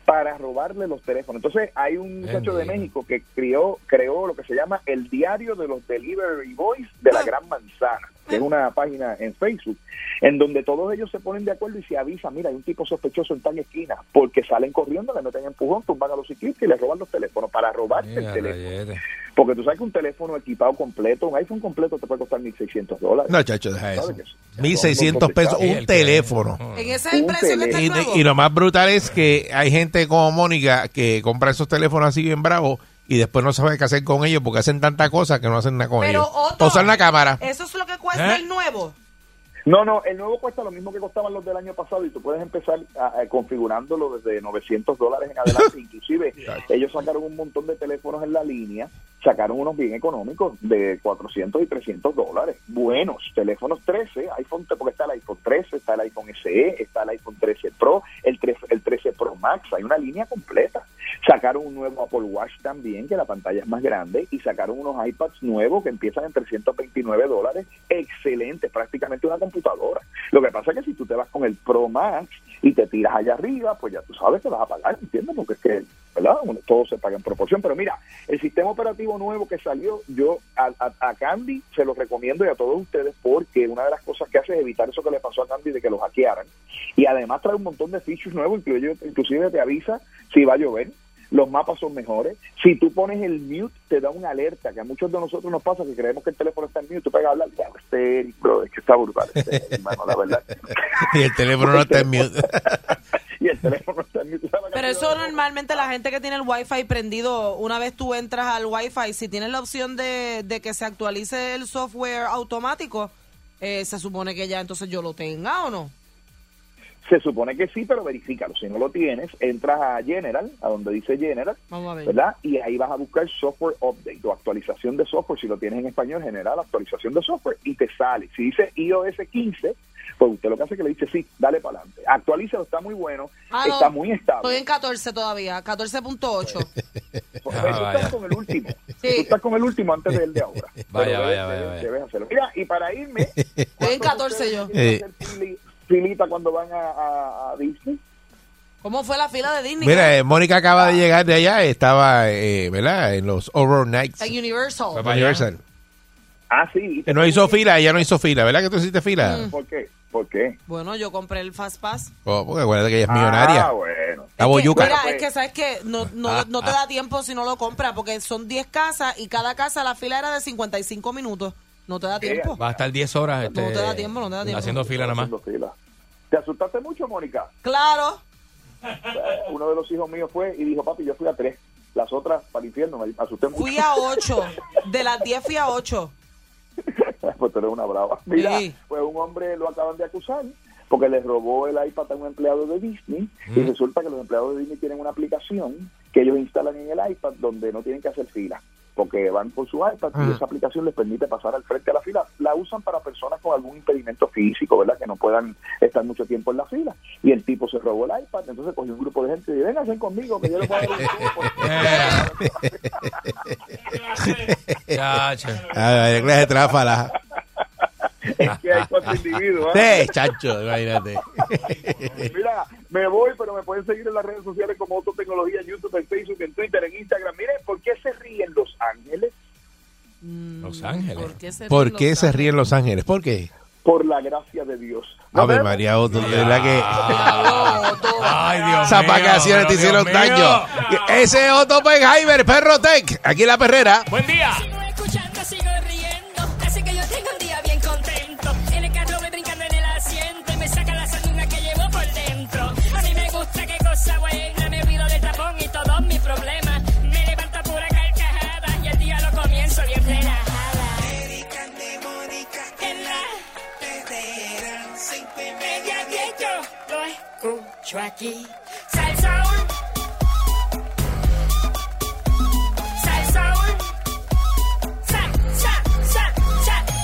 Speaker 14: para robarle los teléfonos. Entonces hay un muchacho de México que creó, creó lo que se llama el diario de los delivery boys de la Gran Manzana que es una página en Facebook, en donde todos ellos se ponen de acuerdo y se avisan, mira, hay un tipo sospechoso en tal esquina, porque salen corriendo, le meten empujón, tumban a los ciclistas y les roban los teléfonos para robarse el teléfono. Porque tú sabes que un teléfono equipado completo, un iPhone completo te puede costar 1.600 dólares.
Speaker 3: ¿eh? No, chacho, deja eso.
Speaker 14: ¿Sabes qué?
Speaker 3: 1.600 pesos,
Speaker 14: Sí,
Speaker 3: un
Speaker 14: el
Speaker 3: teléfono.
Speaker 5: En ese es el precio que está
Speaker 3: Y,
Speaker 5: este nuevo.
Speaker 3: y lo más brutal es que hay gente como Mónica que compra esos teléfonos así bien bravos y después no sabe qué hacer con ellos porque hacen tanta cosa que no hacen nada con
Speaker 5: Pero
Speaker 3: ellos.
Speaker 5: Otto,
Speaker 3: Usan la cámara.
Speaker 5: Eso es lo que cuesta
Speaker 3: ¿Eh?
Speaker 5: el nuevo.
Speaker 14: No, no, el nuevo cuesta lo mismo que costaban los del año pasado y tú puedes empezar a- a configurándolo desde 900 dólares en adelante. Inclusive ellos sacaron un montón de teléfonos en la línea, sacaron unos bien económicos de 400 y 300 dólares. Buenos, teléfonos 13, iPhone, porque está el iPhone 13, está el iPhone SE, está el iPhone 13 Pro, el 13, el 13 Pro Max, hay una línea completa. Sacaron un nuevo Apple Watch también, que la pantalla es más grande, y sacaron unos iPads nuevos que empiezan en 329 dólares. Excelente, prácticamente una computadora. Lo que pasa es que si tú te vas con el Pro Max y te tiras allá arriba, pues ya tú sabes que vas a pagar, ¿entiendes? Porque es que, ¿verdad? Uno- Todo se paga en proporción. Pero mira, el sistema operativo nuevo que salió, yo a, a- a Candy se lo recomiendo y a todos ustedes, porque una de las cosas que hace es evitar eso que le pasó a Candy de que lo hackearan. Y además trae un montón de features nuevos, incluye- inclusive te avisa si va a llover, los mapas son mejores. Si tú pones el mute, te da una alerta, que a muchos de nosotros nos pasa que creemos que el teléfono está en mute, tú pegas a hablar, ya, este Eric, bro, es que está brutal, este Eric, hermano, la verdad.
Speaker 3: Y el teléfono no está en mute.
Speaker 14: Y el teléfono está en mute. ¿sabes?
Speaker 5: Pero eso normalmente la gente que tiene el wifi prendido, una vez tú entras al wifi, si tienes la opción de, de que se actualice el software automático, eh, se supone que ya entonces yo lo tenga o no.
Speaker 14: Se supone que sí, pero verifícalo. Si no lo tienes, entras a General, a donde dice General,
Speaker 5: Vamos a ver.
Speaker 14: ¿verdad? Y ahí vas a buscar software update o actualización de software. Si lo tienes en español, general, actualización de software y te sale. Si dice iOS 15, pues usted lo que hace es que le dice, sí, dale para adelante. Actualízalo, está muy bueno,
Speaker 5: Ah, no,
Speaker 14: está muy
Speaker 5: Estoy
Speaker 14: estable.
Speaker 5: en 14 todavía, 14.8.
Speaker 14: Tú
Speaker 4: Ah,
Speaker 14: estás con el último. Tú estás con el último antes del de ahora. Pero
Speaker 4: Vaya,
Speaker 14: debes-
Speaker 4: vaya,
Speaker 8: eh.
Speaker 4: vaya,
Speaker 14: debes-
Speaker 4: vaya.
Speaker 14: debes hacerlo. Mira, y para irme,
Speaker 5: Estoy en 14 yo.
Speaker 3: Eh,
Speaker 14: fili- filita cuando van a, a- a Disney.
Speaker 5: ¿Cómo fue la fila de Disney?
Speaker 3: mira, eh, Mónica acaba de llegar de allá, estaba, eh, ¿verdad? En los Overnights
Speaker 5: En Universal.
Speaker 3: eh, Universal.
Speaker 14: Ah, sí.
Speaker 3: Que no hizo fila, ella no hizo fila, ¿verdad? Que tú hiciste fila.
Speaker 14: ¿Por qué? ¿Por qué?
Speaker 5: Mm. Bueno, yo compré el Fast Pass.
Speaker 3: Oh, porque acuérdate que ella es millonaria.
Speaker 14: Ah, bueno.
Speaker 5: Que,
Speaker 3: La boyuca. Ah,
Speaker 5: mira, es que sabes que no, no, no te da tiempo si no lo compras, porque son 10 casas y cada casa la fila era de 55 minutos. No te
Speaker 14: Eh,
Speaker 5: da tiempo.
Speaker 4: Va a estar 10 horas este,
Speaker 5: te da tiempo, no te da tiempo.
Speaker 4: haciendo fila nada más.
Speaker 14: Haciendo fila. ¿Te asustaste mucho, Mónica? Eh,
Speaker 5: Claro.
Speaker 14: Uno de los hijos míos fue y dijo, papi, yo fui a tres. Las otras para el infierno, me asusté mucho.
Speaker 5: Fui a 8. De las 10 fui a 8.
Speaker 14: pues tú eres una brava. Mira,
Speaker 5: Sí.
Speaker 14: pues un hombre lo acaban de acusar porque le robó el iPad a un empleado de Disney y resulta que los empleados de Disney tienen una aplicación que ellos instalan en el iPad donde no tienen que hacer fila porque van por su iPad y esa aplicación les permite pasar al frente a la fila. La usan para personas con algún impedimento físico, ¿verdad? Que no puedan estar mucho tiempo en la fila. Y el tipo se robó el iPad, entonces cogió un grupo de gente y dijo, vengan conmigo, que yo les voy a dar un tiempo".
Speaker 4: Chacho.
Speaker 3: Ah, la clase de tráfala.
Speaker 14: Es que hay cuatro individuos. ¿eh?
Speaker 3: Sí, chacho, imagínate.
Speaker 14: Mira, me voy, pero me pueden seguir en las redes sociales como Otto Tecnología, en YouTube, en Facebook, en Twitter, en Instagram. Miren, ¿por qué se ríen los ángeles?
Speaker 4: Los Ángeles.
Speaker 5: qué se
Speaker 3: ¿Por qué se ríen Los Ángeles? ¿Por qué?
Speaker 14: Por la gracia de Dios.
Speaker 3: A ver, María Otto, de verdad que
Speaker 4: Ay, Dios
Speaker 3: esas
Speaker 4: mío,
Speaker 3: vacaciones te
Speaker 4: pero
Speaker 3: hicieron
Speaker 4: Dios mío.
Speaker 3: daño. Ese es Otto Penheimer, Perro Tech, aquí en la perrera.
Speaker 4: Buen día.
Speaker 12: Sigo escuchando, sigo riendo. Así que yo tengo un día bien contento. En el carro voy brincando en el asiento. y Me saca la saluna que llevo por dentro. A mí me gusta qué cosa buena. Me olvido del tapón y todos mis problemas. Me levanta pura carcajada. Y el día lo comienzo bien relajada. En la media diez yo lo escucho aquí. Salsaún. Salsaún. Sa, sa, sa, sa.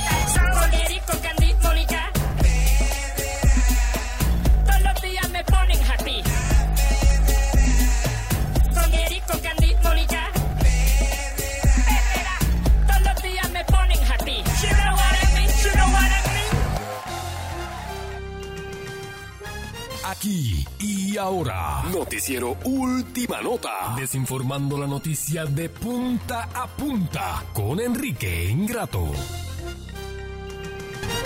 Speaker 12: Salsaún. Con Eric, con Candy, Mónica. Todos los días me ponen happy. Con Eric, con Candy, Mónica. Perrera.
Speaker 1: Aquí y ahora. Noticiero Última Nota. Desinformando la noticia de punta a punta con Enrique Ingrato.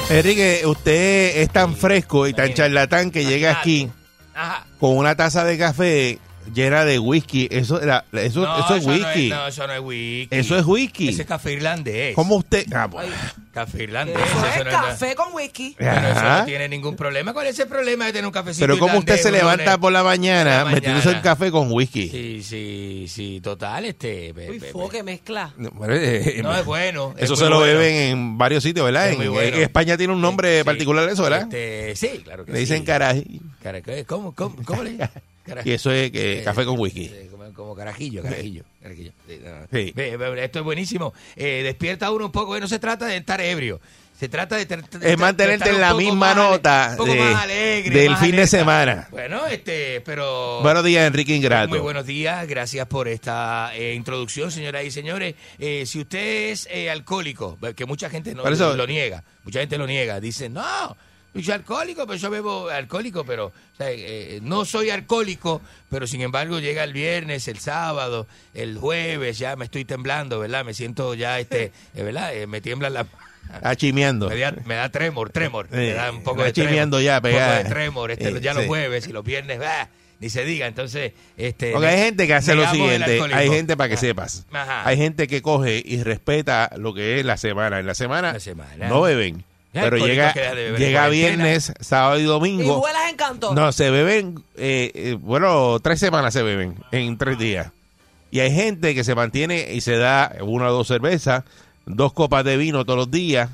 Speaker 3: Enrique, usted es tan fresco y tan charlatán que llega aquí
Speaker 4: Ajá.
Speaker 3: con una taza de café llena de whisky. Eso, era- eso,
Speaker 4: No,
Speaker 3: eso es
Speaker 4: no
Speaker 3: whisky.
Speaker 4: no, eso no es whisky.
Speaker 3: Eso es whisky.
Speaker 4: Ese es café irlandés.
Speaker 3: ¿Cómo usted? Ah, bueno.
Speaker 4: Café irlandés.
Speaker 5: Eso
Speaker 4: eso
Speaker 5: es
Speaker 4: no
Speaker 5: café con whisky.
Speaker 4: Pero eso
Speaker 3: Ajá.
Speaker 4: no tiene ningún problema. ¿Cuál es el problema de tener un cafecito
Speaker 3: Pero como usted
Speaker 4: irlandés
Speaker 3: se
Speaker 4: un
Speaker 3: levanta
Speaker 4: lunes?
Speaker 3: por la mañana
Speaker 4: Por la
Speaker 3: metiéndose el
Speaker 4: mañana.
Speaker 3: café con whisky.
Speaker 4: Sí, sí, sí, total, este... be-
Speaker 5: Uy,
Speaker 4: be-
Speaker 5: fo, que mezcla.
Speaker 3: No, pero, eh,
Speaker 4: No, es bueno, es
Speaker 3: Eso
Speaker 4: muy
Speaker 3: se lo
Speaker 4: bueno.
Speaker 3: beben en varios sitios, ¿verdad?
Speaker 4: Es
Speaker 3: En,
Speaker 4: muy bueno.
Speaker 3: en España tiene un nombre particular eso, ¿verdad?
Speaker 4: Este, sí, claro que
Speaker 3: Le dicen
Speaker 4: sí.
Speaker 3: carají.
Speaker 4: Cara- ¿Cómo, cómo, cómo le dicen? Cara-
Speaker 3: Y eso es que
Speaker 4: Eh,
Speaker 3: café con whisky.
Speaker 4: eh, como, como carajillo, carajillo. carajillo. Sí, no, no.
Speaker 3: Sí.
Speaker 4: Ve, ve, Esto es buenísimo. Eh, despierta uno un poco. eh, No se trata de estar ebrio. Se trata de... tra- de- de
Speaker 3: Es
Speaker 4: estar
Speaker 3: mantenerte en
Speaker 4: un
Speaker 3: la
Speaker 4: poco
Speaker 3: misma
Speaker 4: más ale-
Speaker 3: nota
Speaker 4: un poco
Speaker 3: de-
Speaker 4: más alegre,
Speaker 3: del
Speaker 4: más
Speaker 3: fin de
Speaker 4: alerta.
Speaker 3: semana.
Speaker 4: Bueno, este, pero...
Speaker 3: Buenos días, Enrique Ingrato.
Speaker 4: Muy buenos días, gracias por esta eh, introducción, señoras y señores. Eh, si usted es eh, alcohólico, que mucha gente no
Speaker 3: Por eso-
Speaker 4: lo niega, mucha gente lo niega, dice, no, yo soy alcohólico, pero yo bebo alcohólico, pero o sea, eh, no soy alcohólico, pero sin embargo llega el viernes, el sábado, el jueves, ya me estoy temblando, ¿verdad? Me siento ya, este, eh, ¿verdad? Eh, me tiemblan las...
Speaker 3: Está chimeando.
Speaker 4: Me da, me da tremor, tremor.
Speaker 3: Sí,
Speaker 4: me da un poco
Speaker 3: está
Speaker 4: de tremor.
Speaker 3: chimeando ya,
Speaker 4: Un poco
Speaker 3: pegada.
Speaker 4: de tremor. Este,
Speaker 3: Sí,
Speaker 4: ya los
Speaker 3: sí.
Speaker 4: jueves y los viernes, bah, ni se diga. Entonces, este.
Speaker 3: Porque hay gente que hace lo
Speaker 4: negamos el
Speaker 3: siguiente,
Speaker 4: alcoholismo.
Speaker 3: hay gente para que
Speaker 4: Ah,
Speaker 3: sepas,
Speaker 4: Ajá.
Speaker 3: hay gente que coge y respeta lo que es la semana. En la semana,
Speaker 4: La semana.
Speaker 3: no beben,
Speaker 4: Ya,
Speaker 3: pero
Speaker 4: alcohólicos
Speaker 3: llega,
Speaker 4: que dejan de beber en
Speaker 3: llega
Speaker 4: cuarentena.
Speaker 3: viernes, sábado y
Speaker 5: Y
Speaker 3: domingo.
Speaker 5: vuelas en canto.
Speaker 3: No, se beben, eh, eh, bueno, tres semanas se beben en tres días. Y hay gente que se mantiene y se da una o dos cervezas, dos copas de vino todos los días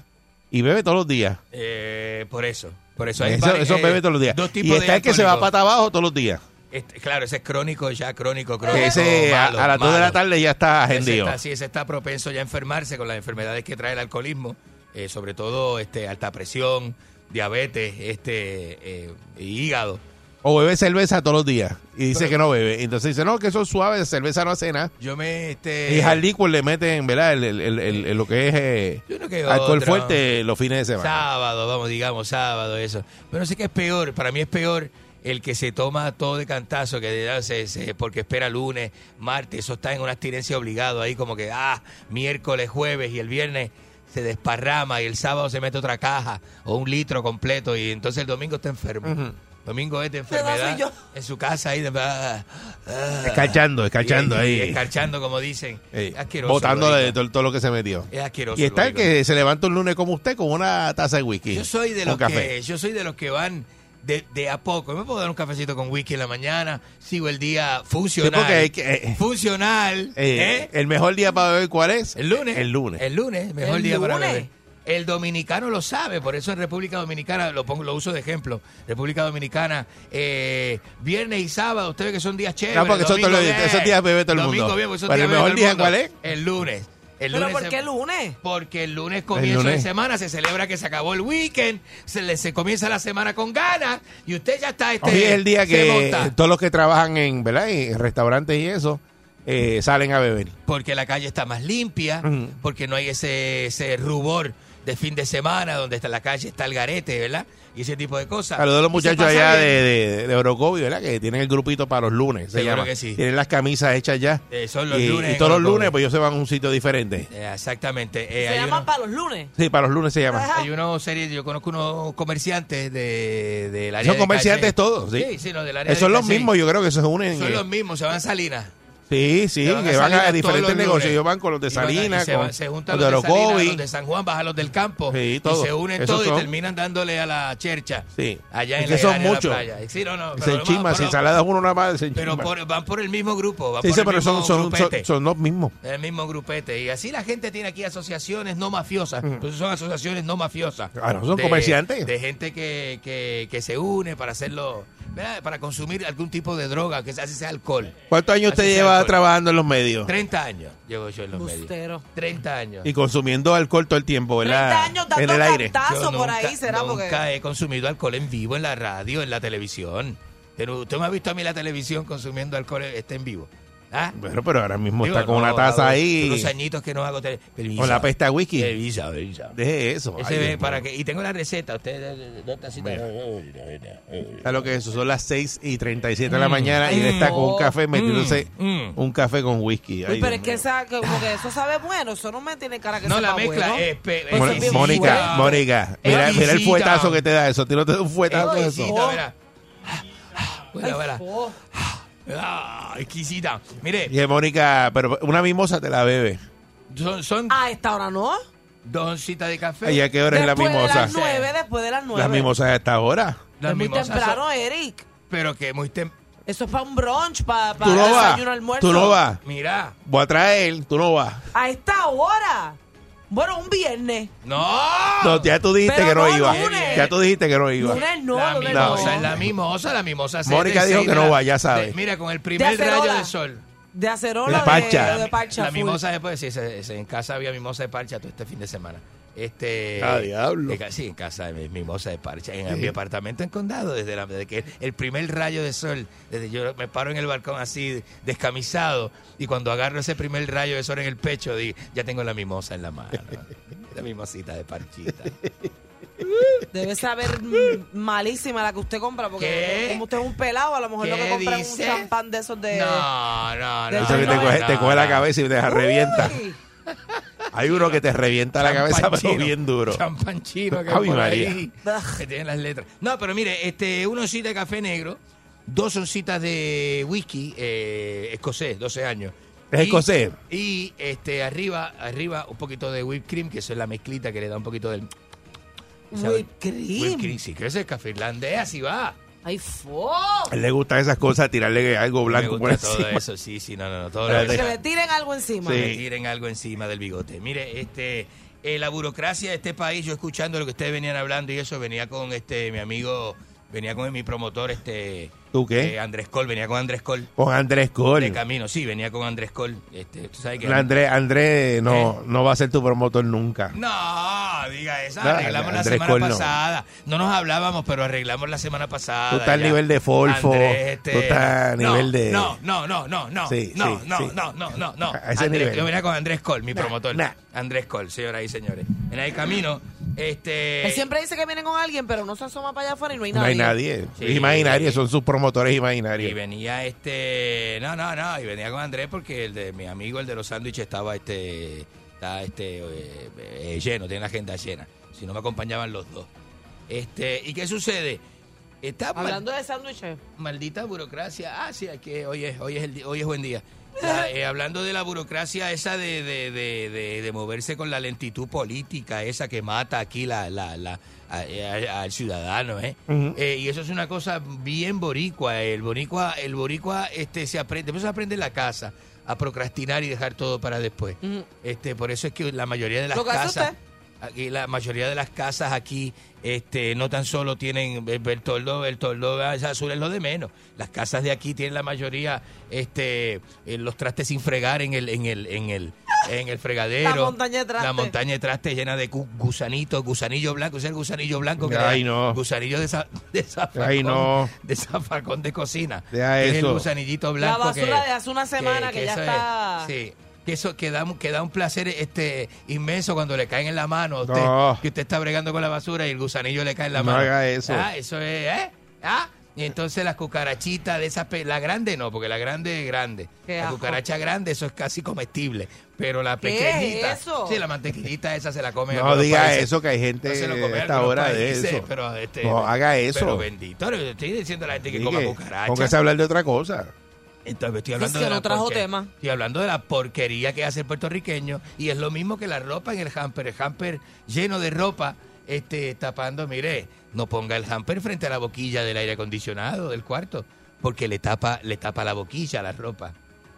Speaker 3: y bebe todos los días.
Speaker 4: Eh, por eso. Por eso hay
Speaker 3: Eso,
Speaker 4: varios-
Speaker 3: eso
Speaker 4: eh,
Speaker 3: bebe todos los días.
Speaker 4: Dos tipos
Speaker 3: Y está
Speaker 4: de
Speaker 3: el que se va
Speaker 4: alcohólicos.
Speaker 3: pata abajo todos los días.
Speaker 4: Este, claro, ese es crónico, ya crónico, crónico.
Speaker 3: Que ese a-
Speaker 4: malo,
Speaker 3: a, las dos de
Speaker 4: malo.
Speaker 3: la tarde ya está
Speaker 4: Ese
Speaker 3: agendido.
Speaker 4: está, sí, ese está propenso ya a enfermarse con las enfermedades que trae el alcoholismo, eh, sobre todo este alta presión, diabetes, este eh, y hígado.
Speaker 3: O bebe cerveza todos los días y dice que no bebe. Entonces dice, no, que eso es suave, cerveza no hace nada.
Speaker 4: Yo me este
Speaker 3: Y al licor le meten, ¿verdad? El, el- el- el- el- lo que es eh,
Speaker 4: Yo creo que
Speaker 3: alcohol
Speaker 4: otro.
Speaker 3: fuerte los fines de semana.
Speaker 4: Sábado, vamos, digamos, sábado, eso. Pero sé que es peor, para mí es peor el que se toma todo de cantazo, que de- se- se- porque espera lunes, martes, eso está en una abstinencia obligado ahí, como que, ah, miércoles, jueves y el viernes se desparrama y el sábado se mete otra caja o un litro completo y entonces el domingo está enfermo. Domingo es de enfermedad
Speaker 5: yo.
Speaker 4: en su casa ahí, de, ah, ah.
Speaker 3: Escarchando, escarchando
Speaker 4: Y- y-
Speaker 3: ahí.
Speaker 4: y escarchando, como dicen.
Speaker 3: Eh,
Speaker 4: Asqueroso,
Speaker 3: botando de
Speaker 4: Boricua.
Speaker 3: todo, todo lo que se metió.
Speaker 4: Es asqueroso,
Speaker 3: Y está el
Speaker 4: Boricua.
Speaker 3: que se levanta un lunes como usted con una taza de whisky.
Speaker 4: Yo soy de
Speaker 3: con
Speaker 4: los
Speaker 3: café.
Speaker 4: que yo soy de los que van de, de a poco. Yo Me puedo dar un cafecito con whisky en la mañana, sigo el día funcional.
Speaker 3: Sí, porque hay que- eh,
Speaker 4: funcional,
Speaker 3: Eh,
Speaker 4: ¿eh?
Speaker 3: El mejor día para beber, ¿cuál es?
Speaker 4: El lunes.
Speaker 3: El lunes.
Speaker 4: El lunes, mejor
Speaker 5: El
Speaker 4: día para
Speaker 5: lunes.
Speaker 4: beber. El dominicano lo sabe, por eso en República Dominicana, lo pongo, lo uso de ejemplo, República Dominicana, eh, viernes y sábado, ustedes que son días chéveres.
Speaker 3: porque esos
Speaker 4: domingo
Speaker 3: todos los-
Speaker 4: bien,
Speaker 3: esos días bebe todo el
Speaker 4: domingo
Speaker 3: mundo.
Speaker 4: bien, porque esos
Speaker 3: Pero
Speaker 4: días
Speaker 3: el
Speaker 4: bebe
Speaker 3: mejor
Speaker 4: todo
Speaker 3: día,
Speaker 4: mundo. El lunes. El
Speaker 5: ¿Pero
Speaker 4: lunes
Speaker 5: por
Speaker 4: se-
Speaker 5: qué lunes?
Speaker 4: porque el lunes comienzo
Speaker 3: lunes.
Speaker 4: de semana, se celebra que se acabó el weekend, se, le, se comienza la semana con ganas y usted ya está. Este,
Speaker 3: Hoy es el día
Speaker 4: se
Speaker 3: que
Speaker 4: monta.
Speaker 3: todos los que trabajan en, ¿verdad? en restaurantes y eso eh, salen a beber.
Speaker 4: Porque la calle está más limpia,
Speaker 3: Ujú.
Speaker 4: porque no hay ese, ese rubor de fin de semana donde está la calle está el garete, ¿verdad? Y ese tipo de cosas.
Speaker 3: Saludos a los
Speaker 4: Y se
Speaker 3: muchachos
Speaker 4: pasa
Speaker 3: allá de,
Speaker 4: bien.
Speaker 3: de, de Orocovi, ¿verdad? Que tienen el grupito para los lunes. Se
Speaker 4: Seguro
Speaker 3: llama.
Speaker 4: que sí.
Speaker 3: Tienen las camisas hechas ya.
Speaker 4: Eh, son los
Speaker 3: y,
Speaker 4: lunes
Speaker 3: y
Speaker 4: en
Speaker 3: todos los
Speaker 4: Orocovi.
Speaker 3: lunes, pues ellos se van a un sitio diferente.
Speaker 4: Eh, exactamente. Eh,
Speaker 5: Se
Speaker 4: hay
Speaker 5: llama
Speaker 4: uno-
Speaker 5: para los lunes.
Speaker 3: Sí, para los lunes se llama.
Speaker 5: Ajá.
Speaker 4: Hay una serie, yo conozco unos comerciantes de, del área
Speaker 3: Son
Speaker 4: de
Speaker 3: comerciantes
Speaker 4: Calle.
Speaker 3: todos, sí.
Speaker 4: Sí, no, Ah, del área
Speaker 3: Esos son
Speaker 4: de
Speaker 3: los
Speaker 4: Calle.
Speaker 3: mismos, yo creo que se unen.
Speaker 4: Son
Speaker 3: eh,
Speaker 4: los mismos, se van a Salinas.
Speaker 3: Sí, sí,
Speaker 4: Se van
Speaker 3: que van
Speaker 4: Salinas
Speaker 3: a
Speaker 4: todos
Speaker 3: diferentes
Speaker 4: los lunes.
Speaker 3: negocios. Ellos van con los de
Speaker 4: Y van a- y
Speaker 3: Salinas,
Speaker 4: se,
Speaker 3: con
Speaker 4: va- se juntan
Speaker 3: los de
Speaker 4: los de Salinas,
Speaker 3: Orocovi.
Speaker 4: los de San Juan, bajan los del campo.
Speaker 3: Sí,
Speaker 4: Y
Speaker 3: todos.
Speaker 4: se unen
Speaker 3: Esos
Speaker 4: todos
Speaker 3: son.
Speaker 4: y terminan dándole a la chercha.
Speaker 3: Sí.
Speaker 4: Allá
Speaker 3: Es
Speaker 4: en
Speaker 3: que
Speaker 4: la
Speaker 3: son
Speaker 4: área de la
Speaker 3: muchos.
Speaker 4: playa. Sí, no, no,
Speaker 3: Se
Speaker 4: pero
Speaker 3: enchima,
Speaker 4: vamos,
Speaker 3: si
Speaker 4: pero-
Speaker 3: ensaladas uno nada más. Se
Speaker 4: Pero
Speaker 3: enchima.
Speaker 4: por- van por el mismo grupo. Van
Speaker 3: Sí, sí,
Speaker 4: por el
Speaker 3: pero son,
Speaker 4: mismo
Speaker 3: son, son,
Speaker 4: grupete.
Speaker 3: son los mismos.
Speaker 4: el mismo grupete. Y así la gente tiene aquí asociaciones no mafiosas. Entonces son asociaciones no mafiosas.
Speaker 3: Mm. Claro, son comerciantes.
Speaker 4: De gente que, que, que se une para hacerlo, ¿verdad? para consumir algún tipo de droga, que así sea alcohol.
Speaker 3: ¿Cuántos años
Speaker 4: Así
Speaker 3: usted
Speaker 4: sea
Speaker 3: lleva
Speaker 4: alcohol.
Speaker 3: trabajando en los medios?
Speaker 4: 30 años llevo yo en los medios.
Speaker 5: Bustero.
Speaker 4: 30 años.
Speaker 3: Y consumiendo alcohol todo el tiempo, ¿verdad?
Speaker 5: 30 años dando
Speaker 3: en el aire.
Speaker 5: cantazo.
Speaker 4: Yo
Speaker 5: por ahí, será
Speaker 4: nunca
Speaker 5: porque-
Speaker 4: he consumido alcohol en vivo en la radio, en la televisión. Pero usted me ha visto a mí en la televisión consumiendo alcohol este en vivo.
Speaker 3: Bueno, pero ahora mismo
Speaker 4: Digo,
Speaker 3: está con
Speaker 4: no,
Speaker 3: una taza
Speaker 4: hago
Speaker 3: ahí.
Speaker 4: Unos añitos que no hago tele- televisa.
Speaker 3: Con la pesta whisky.
Speaker 4: Televisa, televisa.
Speaker 3: Deje eso.
Speaker 4: Ese
Speaker 3: Ay,
Speaker 4: ve
Speaker 3: Dios
Speaker 4: para
Speaker 3: mío.
Speaker 4: que, y tengo la receta. Usted, eh, dos tacitas.
Speaker 3: ¿Sabes lo que es eso? Son las 6 y 37 de la
Speaker 4: Mm.
Speaker 3: mañana y él está con un café
Speaker 5: Mm,
Speaker 3: metiéndose
Speaker 5: mm.
Speaker 3: un café con whisky. Ay,
Speaker 5: Uy, pero
Speaker 3: Dios
Speaker 5: es que, esa, que como que eso sabe bueno, eso no me tiene cara que
Speaker 4: No,
Speaker 5: sepa
Speaker 4: la mezcla
Speaker 5: bueno. Pues
Speaker 4: es pe-
Speaker 3: mío. Mo-
Speaker 4: exquisita.
Speaker 3: Mónica, Mónica, mira, mira el
Speaker 4: Exquisita.
Speaker 3: fuetazo que te da eso. A ti no te da un fuetazo de eso.
Speaker 4: Exquisita, verá. Verá, verá. Ah, exquisita. Mire,
Speaker 3: Y Mónica, pero una mimosa te la bebe.
Speaker 4: son, son
Speaker 5: A esta hora no.
Speaker 4: dos oncitas de café.
Speaker 3: ¿Y a qué hora es la
Speaker 5: Después de
Speaker 3: mimosa?
Speaker 5: las nueve, después de las nueve.
Speaker 3: Las mimosas hasta ahora.
Speaker 4: Las
Speaker 5: Es muy
Speaker 4: mimosas son-
Speaker 5: temprano, Eric.
Speaker 4: Pero que muy temprano.
Speaker 5: Eso es para un brunch, para,
Speaker 3: Tú no vas,
Speaker 5: desayuno, almuerzo.
Speaker 3: tú no vas.
Speaker 4: Mira.
Speaker 3: Voy a traer, tú no vas.
Speaker 5: A esta hora. Bueno, un viernes.
Speaker 4: ¡No!
Speaker 3: No, ya tú dijiste
Speaker 5: Pero
Speaker 3: que no,
Speaker 5: no,
Speaker 3: iba.
Speaker 5: lunes.
Speaker 3: Ya tú dijiste que no iba.
Speaker 5: Lunes no,
Speaker 4: La
Speaker 5: lunes
Speaker 3: no.
Speaker 4: mimosa, es la mimosa, la mimosa. se
Speaker 3: Mónica
Speaker 4: te
Speaker 3: dijo
Speaker 4: enseña
Speaker 3: que no va, ya sabe.
Speaker 4: de- mira, con el primer
Speaker 5: acerola.
Speaker 4: rayo del sol.
Speaker 5: De acerola
Speaker 3: La
Speaker 5: de-
Speaker 3: parcha.
Speaker 5: De, parcha.
Speaker 4: La
Speaker 5: full.
Speaker 4: mimosa después, sí, se- se- en casa había mimosa de parcha todo este fin de semana. Este,
Speaker 3: Ah, diablo.
Speaker 4: en ca- sí, en casa de mimosa de parcha. En mi apartamento en condado, desde, la- desde que el, el primer rayo de sol, desde yo me paro en el balcón así, descamisado, y cuando agarro ese primer rayo de sol en el pecho, digo, ya tengo la mimosa en la mano. la mimosita de parchita.
Speaker 5: Debe saber mm, malísima la que usted compra, porque
Speaker 4: ¿Qué?
Speaker 5: como usted es un pelado, a lo mejor lo que
Speaker 4: ¿Qué
Speaker 5: compra es
Speaker 4: dice?
Speaker 5: un champán de esos este, de...
Speaker 4: No, no, no.
Speaker 5: Del
Speaker 3: Eso que te
Speaker 5: No,
Speaker 3: coge, te coge la
Speaker 4: no.
Speaker 3: cabeza y te la revienta.
Speaker 5: Uy.
Speaker 3: Hay uno que te revienta la
Speaker 4: Champán
Speaker 3: cabeza, pero
Speaker 4: chino.
Speaker 3: bien duro.
Speaker 4: Champán chino que
Speaker 3: Ave
Speaker 4: por
Speaker 3: María.
Speaker 4: ahí
Speaker 5: Ah.
Speaker 4: que tienen las letras. No, pero mire, este, una oncita de café negro, dos oncitas de whisky eh, escocés, 12 años.
Speaker 3: ¿Es
Speaker 4: Y-
Speaker 3: escocés?
Speaker 4: Y este, arriba, arriba un poquito de whipped cream, que eso es la mezclita que le da un poquito del...
Speaker 5: Whipped cream.
Speaker 4: Whipped cream, sí, que ese es café irlandés, así va.
Speaker 5: ¡Ay, fo!
Speaker 3: A él le gustan esas cosas, tirarle algo blanco
Speaker 4: Me
Speaker 3: por
Speaker 4: gusta todo
Speaker 3: encima.
Speaker 4: eso, sí, sí, no, no, no. Todo lo
Speaker 3: Espérate.
Speaker 4: que
Speaker 5: Que
Speaker 4: sea.
Speaker 5: le tiren algo encima.
Speaker 4: que
Speaker 3: Sí.
Speaker 4: le tiren algo encima del bigote. Mire, este, eh, la burocracia de este país, yo escuchando lo que ustedes venían hablando y eso, venía con este mi amigo, venía con mi promotor, este
Speaker 3: ¿Tú qué?
Speaker 4: eh, Andrés Col, venía con Andrés Col.
Speaker 3: Con Andrés
Speaker 4: De
Speaker 3: Cole.
Speaker 4: camino, sí, venía con Andrés Col. Este, tú sabes que Eh,
Speaker 3: Andrés, Andrés no, no va a ser tu promotor nunca.
Speaker 4: No, diga esa,
Speaker 3: No,
Speaker 4: arreglamos la
Speaker 3: Andrés
Speaker 4: semana
Speaker 3: Col no.
Speaker 4: pasada. No nos hablábamos, pero arreglamos la semana pasada.
Speaker 3: Tú estás al
Speaker 4: ya. este,
Speaker 3: nivel de Folfo, tú estás a
Speaker 4: no,
Speaker 3: nivel de-
Speaker 4: No, no, no, no, no,
Speaker 3: Sí,
Speaker 4: no,
Speaker 3: sí,
Speaker 4: no,
Speaker 3: sí.
Speaker 4: no, no, no, no.
Speaker 3: A ese
Speaker 4: Andrés-
Speaker 3: nivel.
Speaker 4: Yo venía con Andrés Col, mi promotor.
Speaker 3: nah.
Speaker 4: Andrés Col, señoras y señores. En el camino, este...
Speaker 5: Él siempre dice que viene con alguien, pero no se asoma para allá afuera y no hay
Speaker 3: No
Speaker 5: nadie.
Speaker 3: hay nadie.
Speaker 4: Sí.
Speaker 3: Imaginarios, son sus promotores
Speaker 4: Y
Speaker 3: imaginarios.
Speaker 4: venía este... No, no, no, y venía con Andrés porque el de mi amigo, el de los sándwiches, estaba este... Está este... eh, eh, lleno, tiene la agenda llena. Si no me acompañaban los dos. Este... ¿Y qué sucede? Está mal-
Speaker 5: Hablando de sándwiches.
Speaker 4: maldita burocracia. Ah, sí, hay que hoy es, hoy es, el, di- hoy es buen día. La- eh, hablando de la burocracia esa de, de, de, de- de moverse con la lentitud política, esa que mata aquí la, la, la- a- a- al ciudadano, ¿eh? Eh, y eso es una cosa bien boricua. El boricua, el boricua este, se aprende, pues se aprende en la casa a procrastinar y dejar todo para después. este Por eso es que la mayoría de las
Speaker 5: Lo que hace
Speaker 4: casas...
Speaker 5: usted.
Speaker 4: Aquí la mayoría de las casas aquí este, no tan solo tienen eh, el el toldo, el toldo es azul es lo de menos. Las casas de aquí tienen la mayoría este, eh, los trastes sin fregar en el en el en el en el fregadero.
Speaker 5: La montaña de trastes.
Speaker 4: La montaña de trastes llena de gu- gusanitos, gusanillo blanco, ese es el gusanillo blanco que
Speaker 3: Ay,
Speaker 4: da-
Speaker 3: no.
Speaker 4: gusanillo de, sa- de zafacón,
Speaker 3: Ay, no.
Speaker 4: de zafacón de cocina.
Speaker 3: Deja
Speaker 4: Es
Speaker 3: eso.
Speaker 4: el gusanillito blanco
Speaker 5: La basura
Speaker 4: que-
Speaker 5: de hace una semana que ya
Speaker 4: eso
Speaker 5: está-
Speaker 4: es, sí. Que eso que da, un- que da un placer este inmenso cuando le caen en la mano a usted.
Speaker 3: No.
Speaker 4: Que usted está bregando con la basura y el gusanillo le cae en la
Speaker 3: No
Speaker 4: mano.
Speaker 3: haga eso.
Speaker 4: Ah, eso es, ¿eh? Ah, y entonces las cucarachitas de esas, pe- la grande no, porque la grande es grande.
Speaker 5: Qué
Speaker 4: la
Speaker 5: asco.
Speaker 4: cucaracha grande, eso es casi comestible. Pero la
Speaker 5: ¿Qué
Speaker 4: pequeñita.
Speaker 5: es eso?
Speaker 4: Sí, la mantequillita esa se la come. en
Speaker 3: No
Speaker 4: algunos
Speaker 3: diga
Speaker 4: países.
Speaker 3: eso, que hay gente
Speaker 4: No se lo come
Speaker 3: a
Speaker 4: en
Speaker 3: esta
Speaker 4: algunos
Speaker 3: hora de
Speaker 4: países,
Speaker 3: eso.
Speaker 4: pero, este,
Speaker 3: No haga eso.
Speaker 4: Pero bendito, yo estoy diciendo a la gente que
Speaker 3: Sí,
Speaker 4: coma
Speaker 3: que-
Speaker 4: cucaracha.
Speaker 3: Póngase a hablar de otra cosa.
Speaker 4: Entonces pues, estoy
Speaker 5: Es
Speaker 4: hablando
Speaker 5: que
Speaker 4: de
Speaker 5: no
Speaker 4: la
Speaker 5: trajo
Speaker 4: porquería-
Speaker 5: tema.
Speaker 4: Estoy hablando de la porquería que hace el puertorriqueño y es lo mismo que la ropa en el hamper, el hamper lleno de ropa, este tapando, mire, no ponga el hamper frente a la boquilla del aire acondicionado del cuarto, porque le tapa le tapa la boquilla a la ropa.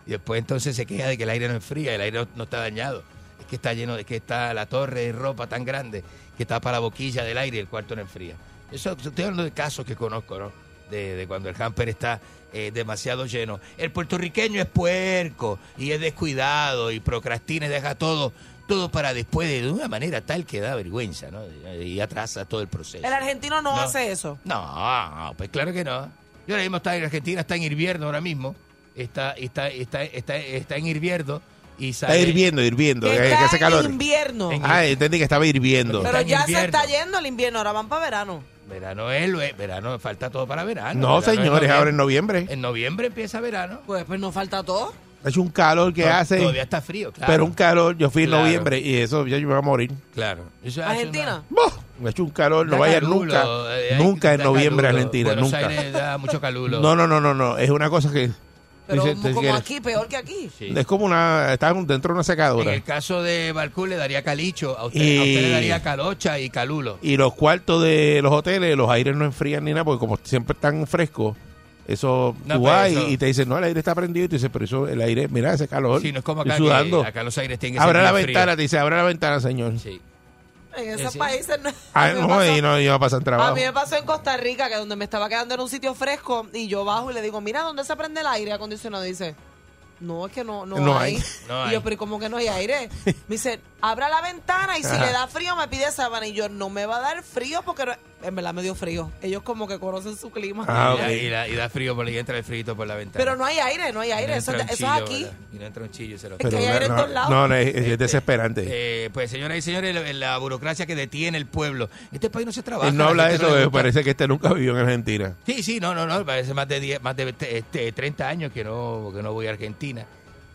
Speaker 4: Y después entonces se queja de que el aire no enfría, el aire no, no está dañado. Es que está lleno, es que está la torre de ropa tan grande que tapa la boquilla del aire y el cuarto no enfría. Eso estoy hablando de casos que conozco, ¿no? De, de cuando el hamper está eh, demasiado lleno. El puertorriqueño es puerco y es descuidado y procrastina y deja todo, todo para después de, de una manera tal que da vergüenza, ¿no? Y atrasa todo el proceso.
Speaker 5: El argentino no,
Speaker 4: No.
Speaker 5: hace eso.
Speaker 4: No, pues claro que no. Yo ahora mismo está en Argentina, está en invierno ahora mismo. está, está, está, está, está en Hirvierdo y
Speaker 3: Está
Speaker 4: sale.
Speaker 3: hirviendo, hirviendo.
Speaker 4: Que
Speaker 3: eh, que
Speaker 4: está
Speaker 3: hace
Speaker 4: en
Speaker 3: calor.
Speaker 5: invierno.
Speaker 3: Ah, entendí que estaba hirviendo.
Speaker 5: Pero ya se está yendo el invierno, ahora van para verano.
Speaker 4: Verano es, lo- verano, falta todo para verano.
Speaker 3: No,
Speaker 4: Verano es
Speaker 3: señores, ahora en noviembre.
Speaker 4: En noviembre empieza verano.
Speaker 5: Pues, pues no falta todo.
Speaker 3: Ha hecho un calor que
Speaker 4: No,
Speaker 3: hace.
Speaker 4: todavía está frío, claro.
Speaker 3: Pero un calor, yo fui en
Speaker 4: Claro.
Speaker 3: noviembre y eso ya yo me voy a morir.
Speaker 4: Claro. Eso hace
Speaker 5: Argentina.
Speaker 3: Me ha hecho un calor, no
Speaker 4: Da
Speaker 3: vaya
Speaker 4: calulo,
Speaker 3: nunca.
Speaker 4: eh, hay-
Speaker 3: nunca en
Speaker 4: da
Speaker 3: noviembre a
Speaker 4: calulo.
Speaker 3: Argentina,
Speaker 4: Buenos
Speaker 3: nunca.
Speaker 4: Aires da mucho calulo.
Speaker 3: No, no, no, no, no. Es una cosa que.
Speaker 5: Pero
Speaker 3: dice-
Speaker 5: como,
Speaker 3: dice
Speaker 5: como
Speaker 3: que-
Speaker 5: aquí, peor que aquí.
Speaker 3: Es como una. Está dentro de una
Speaker 4: En
Speaker 3: secadora.
Speaker 4: el caso de Barcú le daría calicho, a usted,
Speaker 3: Y-
Speaker 4: a usted le daría calocha y calulo.
Speaker 3: Y los cuartos de los hoteles, los aires no enfrían ni nada, porque como siempre están frescos, eso
Speaker 4: No, pero
Speaker 3: tú vas y-
Speaker 4: eso-
Speaker 3: y te dicen, no, el aire está prendido. Y te dicen, pero eso, el aire, mira ese calor.
Speaker 4: Sí, no es como
Speaker 3: estoy
Speaker 4: acá,
Speaker 3: sudando.
Speaker 4: que acá los aires tienen que ser
Speaker 3: Abre la
Speaker 4: bien fríos.
Speaker 3: ventana, te dice, abre la ventana, señor.
Speaker 4: Sí.
Speaker 5: En esos países no.
Speaker 3: Ah,
Speaker 5: a mí me
Speaker 3: no,
Speaker 5: pasó-
Speaker 3: y no, y no pasan
Speaker 5: A
Speaker 3: trabajo.
Speaker 5: mí me pasó en Costa Rica, que donde me estaba quedando en un sitio fresco, y yo bajo y le digo, mira, ¿dónde se prende el aire acondicionado? Y dice, no, es que no, no,
Speaker 3: No
Speaker 5: hay.
Speaker 3: hay. No
Speaker 5: y
Speaker 3: hay.
Speaker 5: yo, pero ¿y ¿cómo que no hay aire? Me dice, abra la ventana y si
Speaker 3: Ajá.
Speaker 5: le da frío me pide sábana. Y yo, no me va a dar frío porque no- en verdad me dio frío. Ellos como que conocen su clima.
Speaker 3: Ah,
Speaker 4: y, la- y la- y da frío porque entra el frito por la ventana.
Speaker 5: Pero no hay aire, no hay aire.
Speaker 4: Y no
Speaker 5: Eso,
Speaker 4: entra un
Speaker 5: eso es
Speaker 4: chillo,
Speaker 5: aquí.
Speaker 4: ¿verdad? Y no entra un chillo y se lo
Speaker 3: Pero no, no, no, no, es, es desesperante.
Speaker 4: Eh, pues señoras y señores, la, la burocracia que detiene el pueblo. Este país no se trabaja.
Speaker 3: Él no
Speaker 4: la
Speaker 3: habla de
Speaker 4: gente
Speaker 3: eso,
Speaker 4: le
Speaker 3: eh,
Speaker 4: gusta.
Speaker 3: parece que este nunca vivió en Argentina.
Speaker 4: Sí, sí, no, no, no, parece más de 10, más de este, este, 30 años que no, que no voy a Argentina.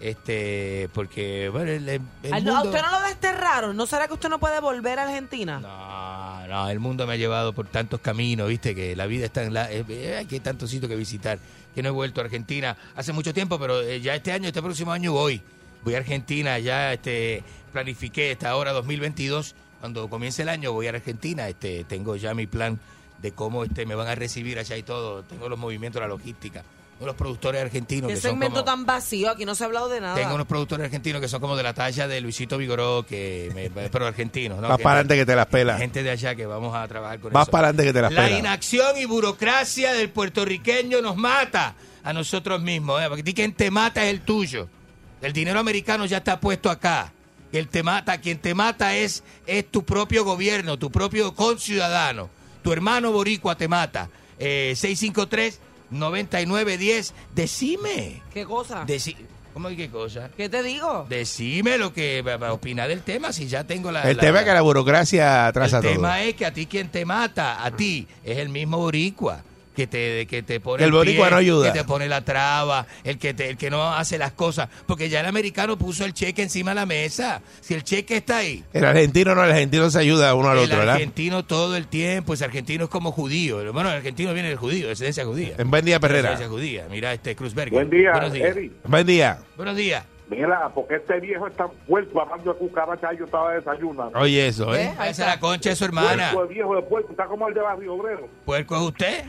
Speaker 4: Este, porque, bueno, el, el
Speaker 5: Ah, no, ¿A
Speaker 4: mundo,
Speaker 5: usted no lo desterraron? ¿No será que usted no puede volver a Argentina?
Speaker 4: Ah, no, el mundo me ha llevado por tantos caminos, viste, que la vida está en la, eh, eh, hay que tantos sitios que visitar, que no he vuelto a Argentina hace mucho tiempo, pero eh, ya este año, este próximo año voy, voy a Argentina, ya este, planifiqué esta hora 2022, cuando comience el año voy a Argentina, este, tengo ya mi plan de cómo este, me van a recibir allá y todo, tengo los movimientos, la logística, tengo los productores argentinos
Speaker 5: Qué
Speaker 4: que son
Speaker 5: segmento
Speaker 4: como-
Speaker 5: tan vacío, aquí no se ha hablado de nada.
Speaker 4: tengo unos productores argentinos que son como de la talla de Luisito Vigoró, que me- pero argentinos, ¿no?
Speaker 3: Vas
Speaker 4: Que-
Speaker 3: para adelante que te las pelas.
Speaker 4: Gente de allá que vamos a trabajar con
Speaker 3: Vas
Speaker 4: eso.
Speaker 3: para adelante que te las
Speaker 4: La
Speaker 3: pelas.
Speaker 4: inacción y burocracia del puertorriqueño nos mata a nosotros mismos. ¿eh? Porque a ti quien te mata es el tuyo. El dinero americano ya está puesto acá. El te mata, quien te mata es, es tu propio gobierno, tu propio conciudadano. Tu hermano boricua te mata. Eh, 653-9910. Decime.
Speaker 5: ¿Qué cosa?
Speaker 4: Deci- ¿Cómo que qué cosa?
Speaker 5: ¿Qué te digo?
Speaker 4: Decime lo que va a opinar del tema si ya tengo la...
Speaker 3: el
Speaker 4: la-
Speaker 3: tema es que la burocracia atrasa
Speaker 4: el
Speaker 3: todo.
Speaker 4: tema es que a ti quien te mata, a ti, es el mismo boricua que te, que te pone
Speaker 3: Que el boricua no ayuda.
Speaker 4: que te pone la traba, el que, te- el que no hace las cosas, porque ya el americano puso el cheque encima de la mesa. Si el cheque está ahí,
Speaker 3: El argentino no, el argentino se ayuda uno al
Speaker 4: el
Speaker 3: otro, ¿verdad?
Speaker 4: argentino todo el tiempo, ese argentino es como judío. Bueno, el argentino viene del judío, de descendencia judía.
Speaker 3: En buen día, Perrera.
Speaker 4: Descendencia judía. Mira, este Cruzberger.
Speaker 10: Buen día,
Speaker 4: Buenos días.
Speaker 10: Eddie.
Speaker 3: Buen día.
Speaker 4: Buenos días.
Speaker 10: Mira, porque este viejo está vuelto hablando de cucaracha, yo estaba desayunando.
Speaker 3: Oye, eso, ¿eh?
Speaker 4: Esa es la concha de su hermana.
Speaker 10: Puerco, el viejo de puerco, está como el de Barrio Obrero.
Speaker 4: Puerco es usted.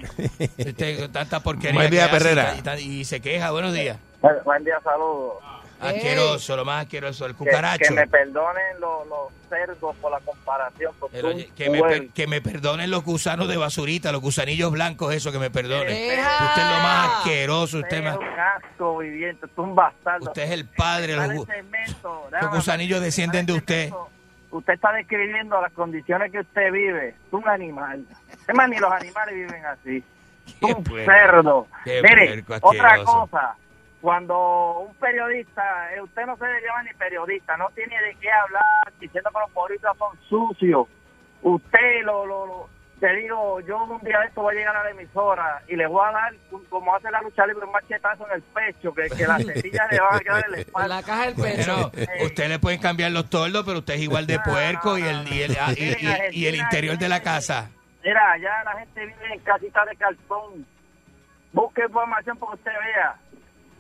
Speaker 4: Este, con tanta porquería.
Speaker 3: Buen día,
Speaker 4: que hace y
Speaker 3: Perrera.
Speaker 4: ta- y ta- y se queja. Buenos días.
Speaker 8: Bu- Buen día, saludos.
Speaker 4: Asqueroso, lo más asqueroso, el
Speaker 8: Que,
Speaker 4: cucaracho.
Speaker 8: que me perdonen los, los cerdos por la comparación. porque
Speaker 4: Pero,
Speaker 8: un
Speaker 4: oye, que, me
Speaker 8: puer-
Speaker 4: per- que me perdonen los gusanos de basurita, los gusanillos blancos, eso que me perdonen. Usted es lo más asqueroso, usted, es
Speaker 8: es
Speaker 4: más-
Speaker 8: un asco viviente, tú un bastardo.
Speaker 4: usted es el padre. Los,
Speaker 8: Dale
Speaker 4: gu-
Speaker 8: cemento,
Speaker 4: los
Speaker 8: dame.
Speaker 4: gusanillos descienden de usted.
Speaker 8: Usted está describiendo las condiciones que usted vive. Tú un animal. Es más, ni los animales viven así. Tú un
Speaker 4: puerco.
Speaker 8: cerdo.
Speaker 4: Qué
Speaker 8: Mire,
Speaker 4: puerco
Speaker 8: otra
Speaker 4: asqueroso.
Speaker 8: cosa. Cuando un periodista, eh, usted no se le llama ni periodista, no tiene de qué hablar diciendo que los boricuas son sucios. Usted lo, lo, lo- te digo, yo un día de esto voy a llegar a la emisora y le voy a dar, un- como hace la lucha libre, un machetazo en el pecho, que, que las tetillas le van a quedar en la espalda.
Speaker 5: La caja del
Speaker 4: Bueno, usted le pueden cambiar los tordos, pero usted es igual de puerco y el, y el, ah, y- y- y- y el interior de la casa.
Speaker 8: Mira, allá la gente vive en casitas de cartón. Busque información para que usted vea.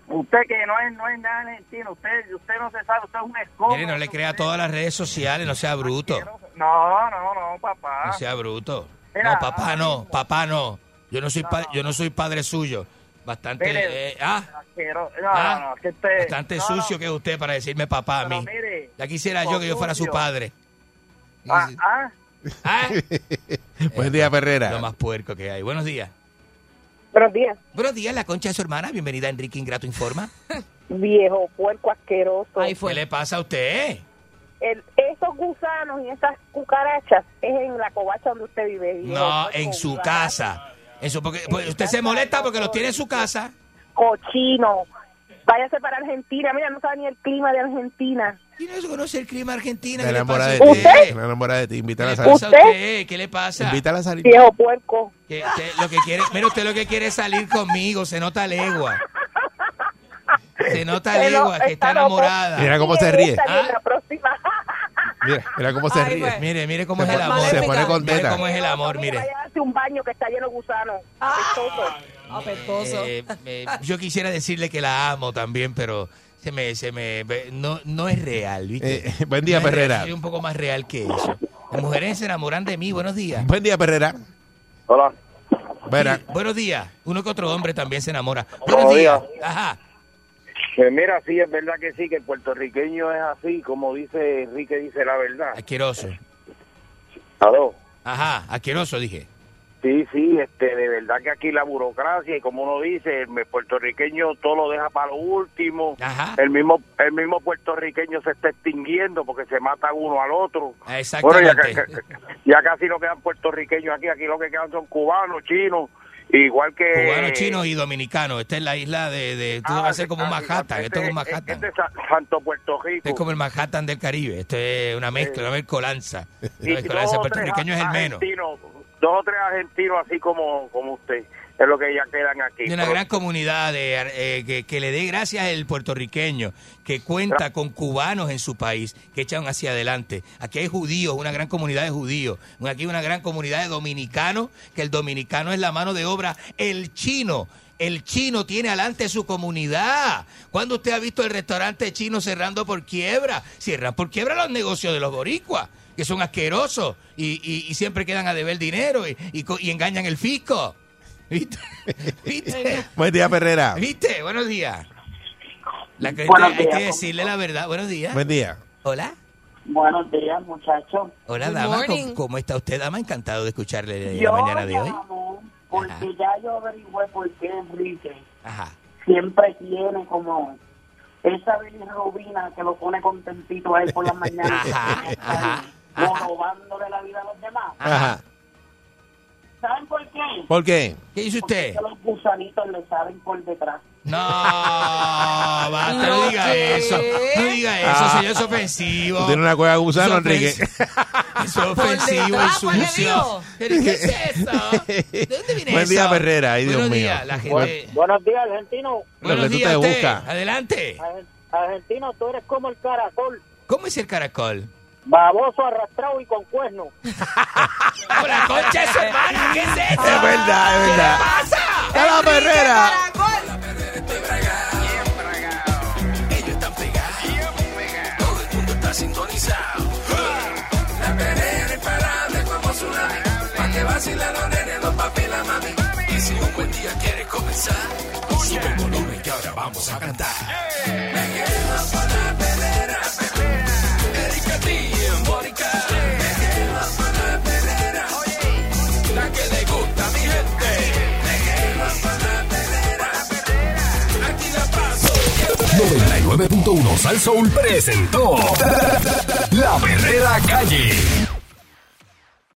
Speaker 8: Usted que no es, no es nada argentino, usted, usted no se sabe, usted es un escombro.
Speaker 4: Mire, no le crea todas las redes sociales, no sea bruto.
Speaker 8: No, no, no, papá.
Speaker 4: No sea bruto.
Speaker 8: Ah. Mira,
Speaker 4: No, papá no, papá no. Yo no soy, pa- yo no soy padre suyo. Bastante.
Speaker 8: Mire,
Speaker 4: eh, ah.
Speaker 8: Asqueroso. No,
Speaker 4: Ah,
Speaker 8: no, no, que usted...
Speaker 4: Bastante
Speaker 8: no, no,
Speaker 4: sucio que es usted para decirme papá a
Speaker 8: pero
Speaker 4: mí.
Speaker 8: mire,
Speaker 4: Ya quisiera yo que yo fuera su
Speaker 8: sucio.
Speaker 4: padre.
Speaker 8: Ah, ah,
Speaker 4: Ah,
Speaker 3: Buen día,
Speaker 4: Lo
Speaker 3: Ferrera.
Speaker 4: más puerco que hay. Buenos días.
Speaker 13: Buenos días,
Speaker 4: Buenos días, la concha de su hermana. Bienvenida, Enrique Ingrato Informa.
Speaker 13: viejo puerco asqueroso.
Speaker 5: Ahí
Speaker 4: ¿Qué
Speaker 5: fue.
Speaker 4: le pasa a usted?
Speaker 13: El- esos gusanos y esas cucarachas es en la covacha donde usted vive. viejo
Speaker 4: No,
Speaker 13: puerco,
Speaker 4: en su
Speaker 13: gusanos,
Speaker 4: casa. En su- porque, pues, usted se molesta porque los tiene en su casa.
Speaker 13: Cochino,
Speaker 17: Váyase para Argentina. Mira, no sabe ni el clima de Argentina.
Speaker 4: ¿Quién no conoce el clima argentino?
Speaker 3: Está
Speaker 4: ¿Qué le
Speaker 3: enamorada
Speaker 4: pasa?
Speaker 3: de ti. Está enamorada de ti. Invítala a
Speaker 4: ¿Qué le
Speaker 3: salir.
Speaker 4: pasa a usted? ¿Qué le pasa?
Speaker 3: Invítala a salir.
Speaker 17: Viejo puerco.
Speaker 4: Que- que lo que quiere, mira, usted lo que quiere es salir conmigo. Se nota legua. Se nota
Speaker 17: Pero
Speaker 4: legua que está
Speaker 17: está loco.
Speaker 4: enamorada.
Speaker 3: Mira cómo se ríe.
Speaker 4: Ah, pues,
Speaker 3: Mira, mira cómo se ríe.
Speaker 4: Mire, mire cómo
Speaker 3: Se
Speaker 4: es el
Speaker 3: pone-
Speaker 4: amor.
Speaker 3: se pone contenta.
Speaker 4: Mire cómo es el amor, mire.
Speaker 17: Hace un baño que está lleno de gusanos.
Speaker 4: Ah,
Speaker 17: Apestoso.
Speaker 4: Eh, eh, yo quisiera decirle que la amo también, pero se me, se me, no, no es real, ¿viste?
Speaker 3: Eh, buen día,
Speaker 4: No es real,
Speaker 3: Perrera.
Speaker 4: Soy un poco más real que eso. Las mujeres se enamoran de mí. Buenos días.
Speaker 3: Buen día, Perrera.
Speaker 4: Hola.
Speaker 3: Verá.
Speaker 4: Buenos días. Uno que otro hombre también se enamora.
Speaker 8: Buenos
Speaker 4: Buenos días.
Speaker 8: días.
Speaker 4: Ajá.
Speaker 8: Que Pues mira, sí, es verdad que sí, que el puertorriqueño es así, como dice Enrique, dice la verdad.
Speaker 4: Asqueroso.
Speaker 8: ¿Aló?
Speaker 4: Ajá, asqueroso, dije.
Speaker 8: Sí, sí, este, de verdad que aquí la burocracia y como uno dice, el me- puertorriqueño todo lo deja para lo último. El mismo el mismo puertorriqueño se está extinguiendo porque se mata uno al otro. Bueno, ya,
Speaker 4: Exactamente.
Speaker 8: ca- ca- ya casi no quedan puertorriqueños aquí, aquí lo que quedan son cubanos, chinos, igual que...
Speaker 4: Cubano, chino y dominicano. Esta es la isla de... de esto va a ser como un Manhattan. Esto es un Manhattan.
Speaker 8: Ah, Este es Sa- Santo Puerto Rico.
Speaker 4: Este es como el Manhattan del Caribe. Esto es una mezcla, una mezcolanza. Una mezcolanza. El
Speaker 8: dos o tres
Speaker 4: puertorriqueño es el menos.
Speaker 8: argentinos, Dos o tres argentinos así como, como usted, es lo que ya quedan aquí.
Speaker 4: De una
Speaker 8: Pero-
Speaker 4: gran comunidad de, eh, que, que le dé gracias el puertorriqueño que cuenta con cubanos en su país que echan hacia adelante. Aquí hay judíos, una gran comunidad de judíos. Aquí hay una gran comunidad de dominicanos, que el dominicano es la mano de obra. El chino, el chino tiene adelante su comunidad. cuando usted ha visto el restaurante chino cerrando por quiebra? Cierran por quiebra los negocios de los boricuas, que son asquerosos y, y- y siempre quedan a deber dinero y, y co- y engañan el fisco. ¿Viste? ¿Viste?
Speaker 3: Buen día, Perrera.
Speaker 4: ¿Viste? Buenos días. La que-
Speaker 13: Buenos
Speaker 4: hay que
Speaker 13: días.
Speaker 4: decirle la verdad. Buenos días.
Speaker 3: Buen día.
Speaker 4: Hola.
Speaker 13: Buenos días, muchachos.
Speaker 4: Hola,
Speaker 13: Good
Speaker 4: dama. ¿Cómo-
Speaker 13: morning.
Speaker 4: ¿Cómo, está usted, dama? Encantado Eh, de escucharle la
Speaker 13: Yo
Speaker 4: mañana de hoy.
Speaker 13: llamo porque ya yo averigüé por qué Enrique
Speaker 4: Ajá.
Speaker 13: siempre tiene como esa bilirrubina que lo pone contentito ahí por las mañanas.
Speaker 4: Ajá, ajá,
Speaker 13: O robándole la vida a los
Speaker 4: ah.
Speaker 13: demás.
Speaker 3: Ajá.
Speaker 13: ¿Saben por qué?
Speaker 3: ¿Por qué?
Speaker 4: ¿Qué hizo
Speaker 13: Porque es que los gusanitos le saben por detrás.
Speaker 4: No,
Speaker 3: Oh,
Speaker 4: basta, no,
Speaker 13: No,
Speaker 4: diga
Speaker 13: ¿qué?
Speaker 4: eso. No diga eso,
Speaker 3: Ah.
Speaker 4: señor, es ofensivo.
Speaker 3: Tú tienes una cueva de gusano, Enrique.
Speaker 4: Es ofensivo y sucio. Pero, ¿Qué es eso? ¿De dónde viene
Speaker 3: Buen
Speaker 4: eso?
Speaker 3: día, Perrera. Ay, Dios
Speaker 4: Buenos
Speaker 3: mío.
Speaker 4: días, la gente-
Speaker 3: Bueno,
Speaker 18: Buenos días, argentino.
Speaker 3: Lo que tú
Speaker 4: usted.
Speaker 3: te buscas.
Speaker 4: Adelante.
Speaker 18: Argen- Argentino, tú eres como el caracol,
Speaker 4: ¿Cómo es el caracol?
Speaker 18: baboso, arrastrado y con cuerno.
Speaker 4: ¡Con la concha de su hermana! ¿Qué es eso?
Speaker 3: Es verdad, es verdad.
Speaker 2: Ah,
Speaker 3: ¡Está la Perrera!
Speaker 2: Ellos están pegados. Todo el mundo está sintonizado. La perrera imparable como tsunami. Pa' que vacilan los nenes, los papi y la mami. Y si un buen día quieres comenzar, sube el volumen que ahora vamos a cantar. Me quedo con la perrera. Erika T en Mónica. Me quedo con la perrera. La que le gusta a mi gente. Me quedo con la perrera. Aquí la paso.
Speaker 1: 99.1 Sal Soul presentó La Verdadera Calle.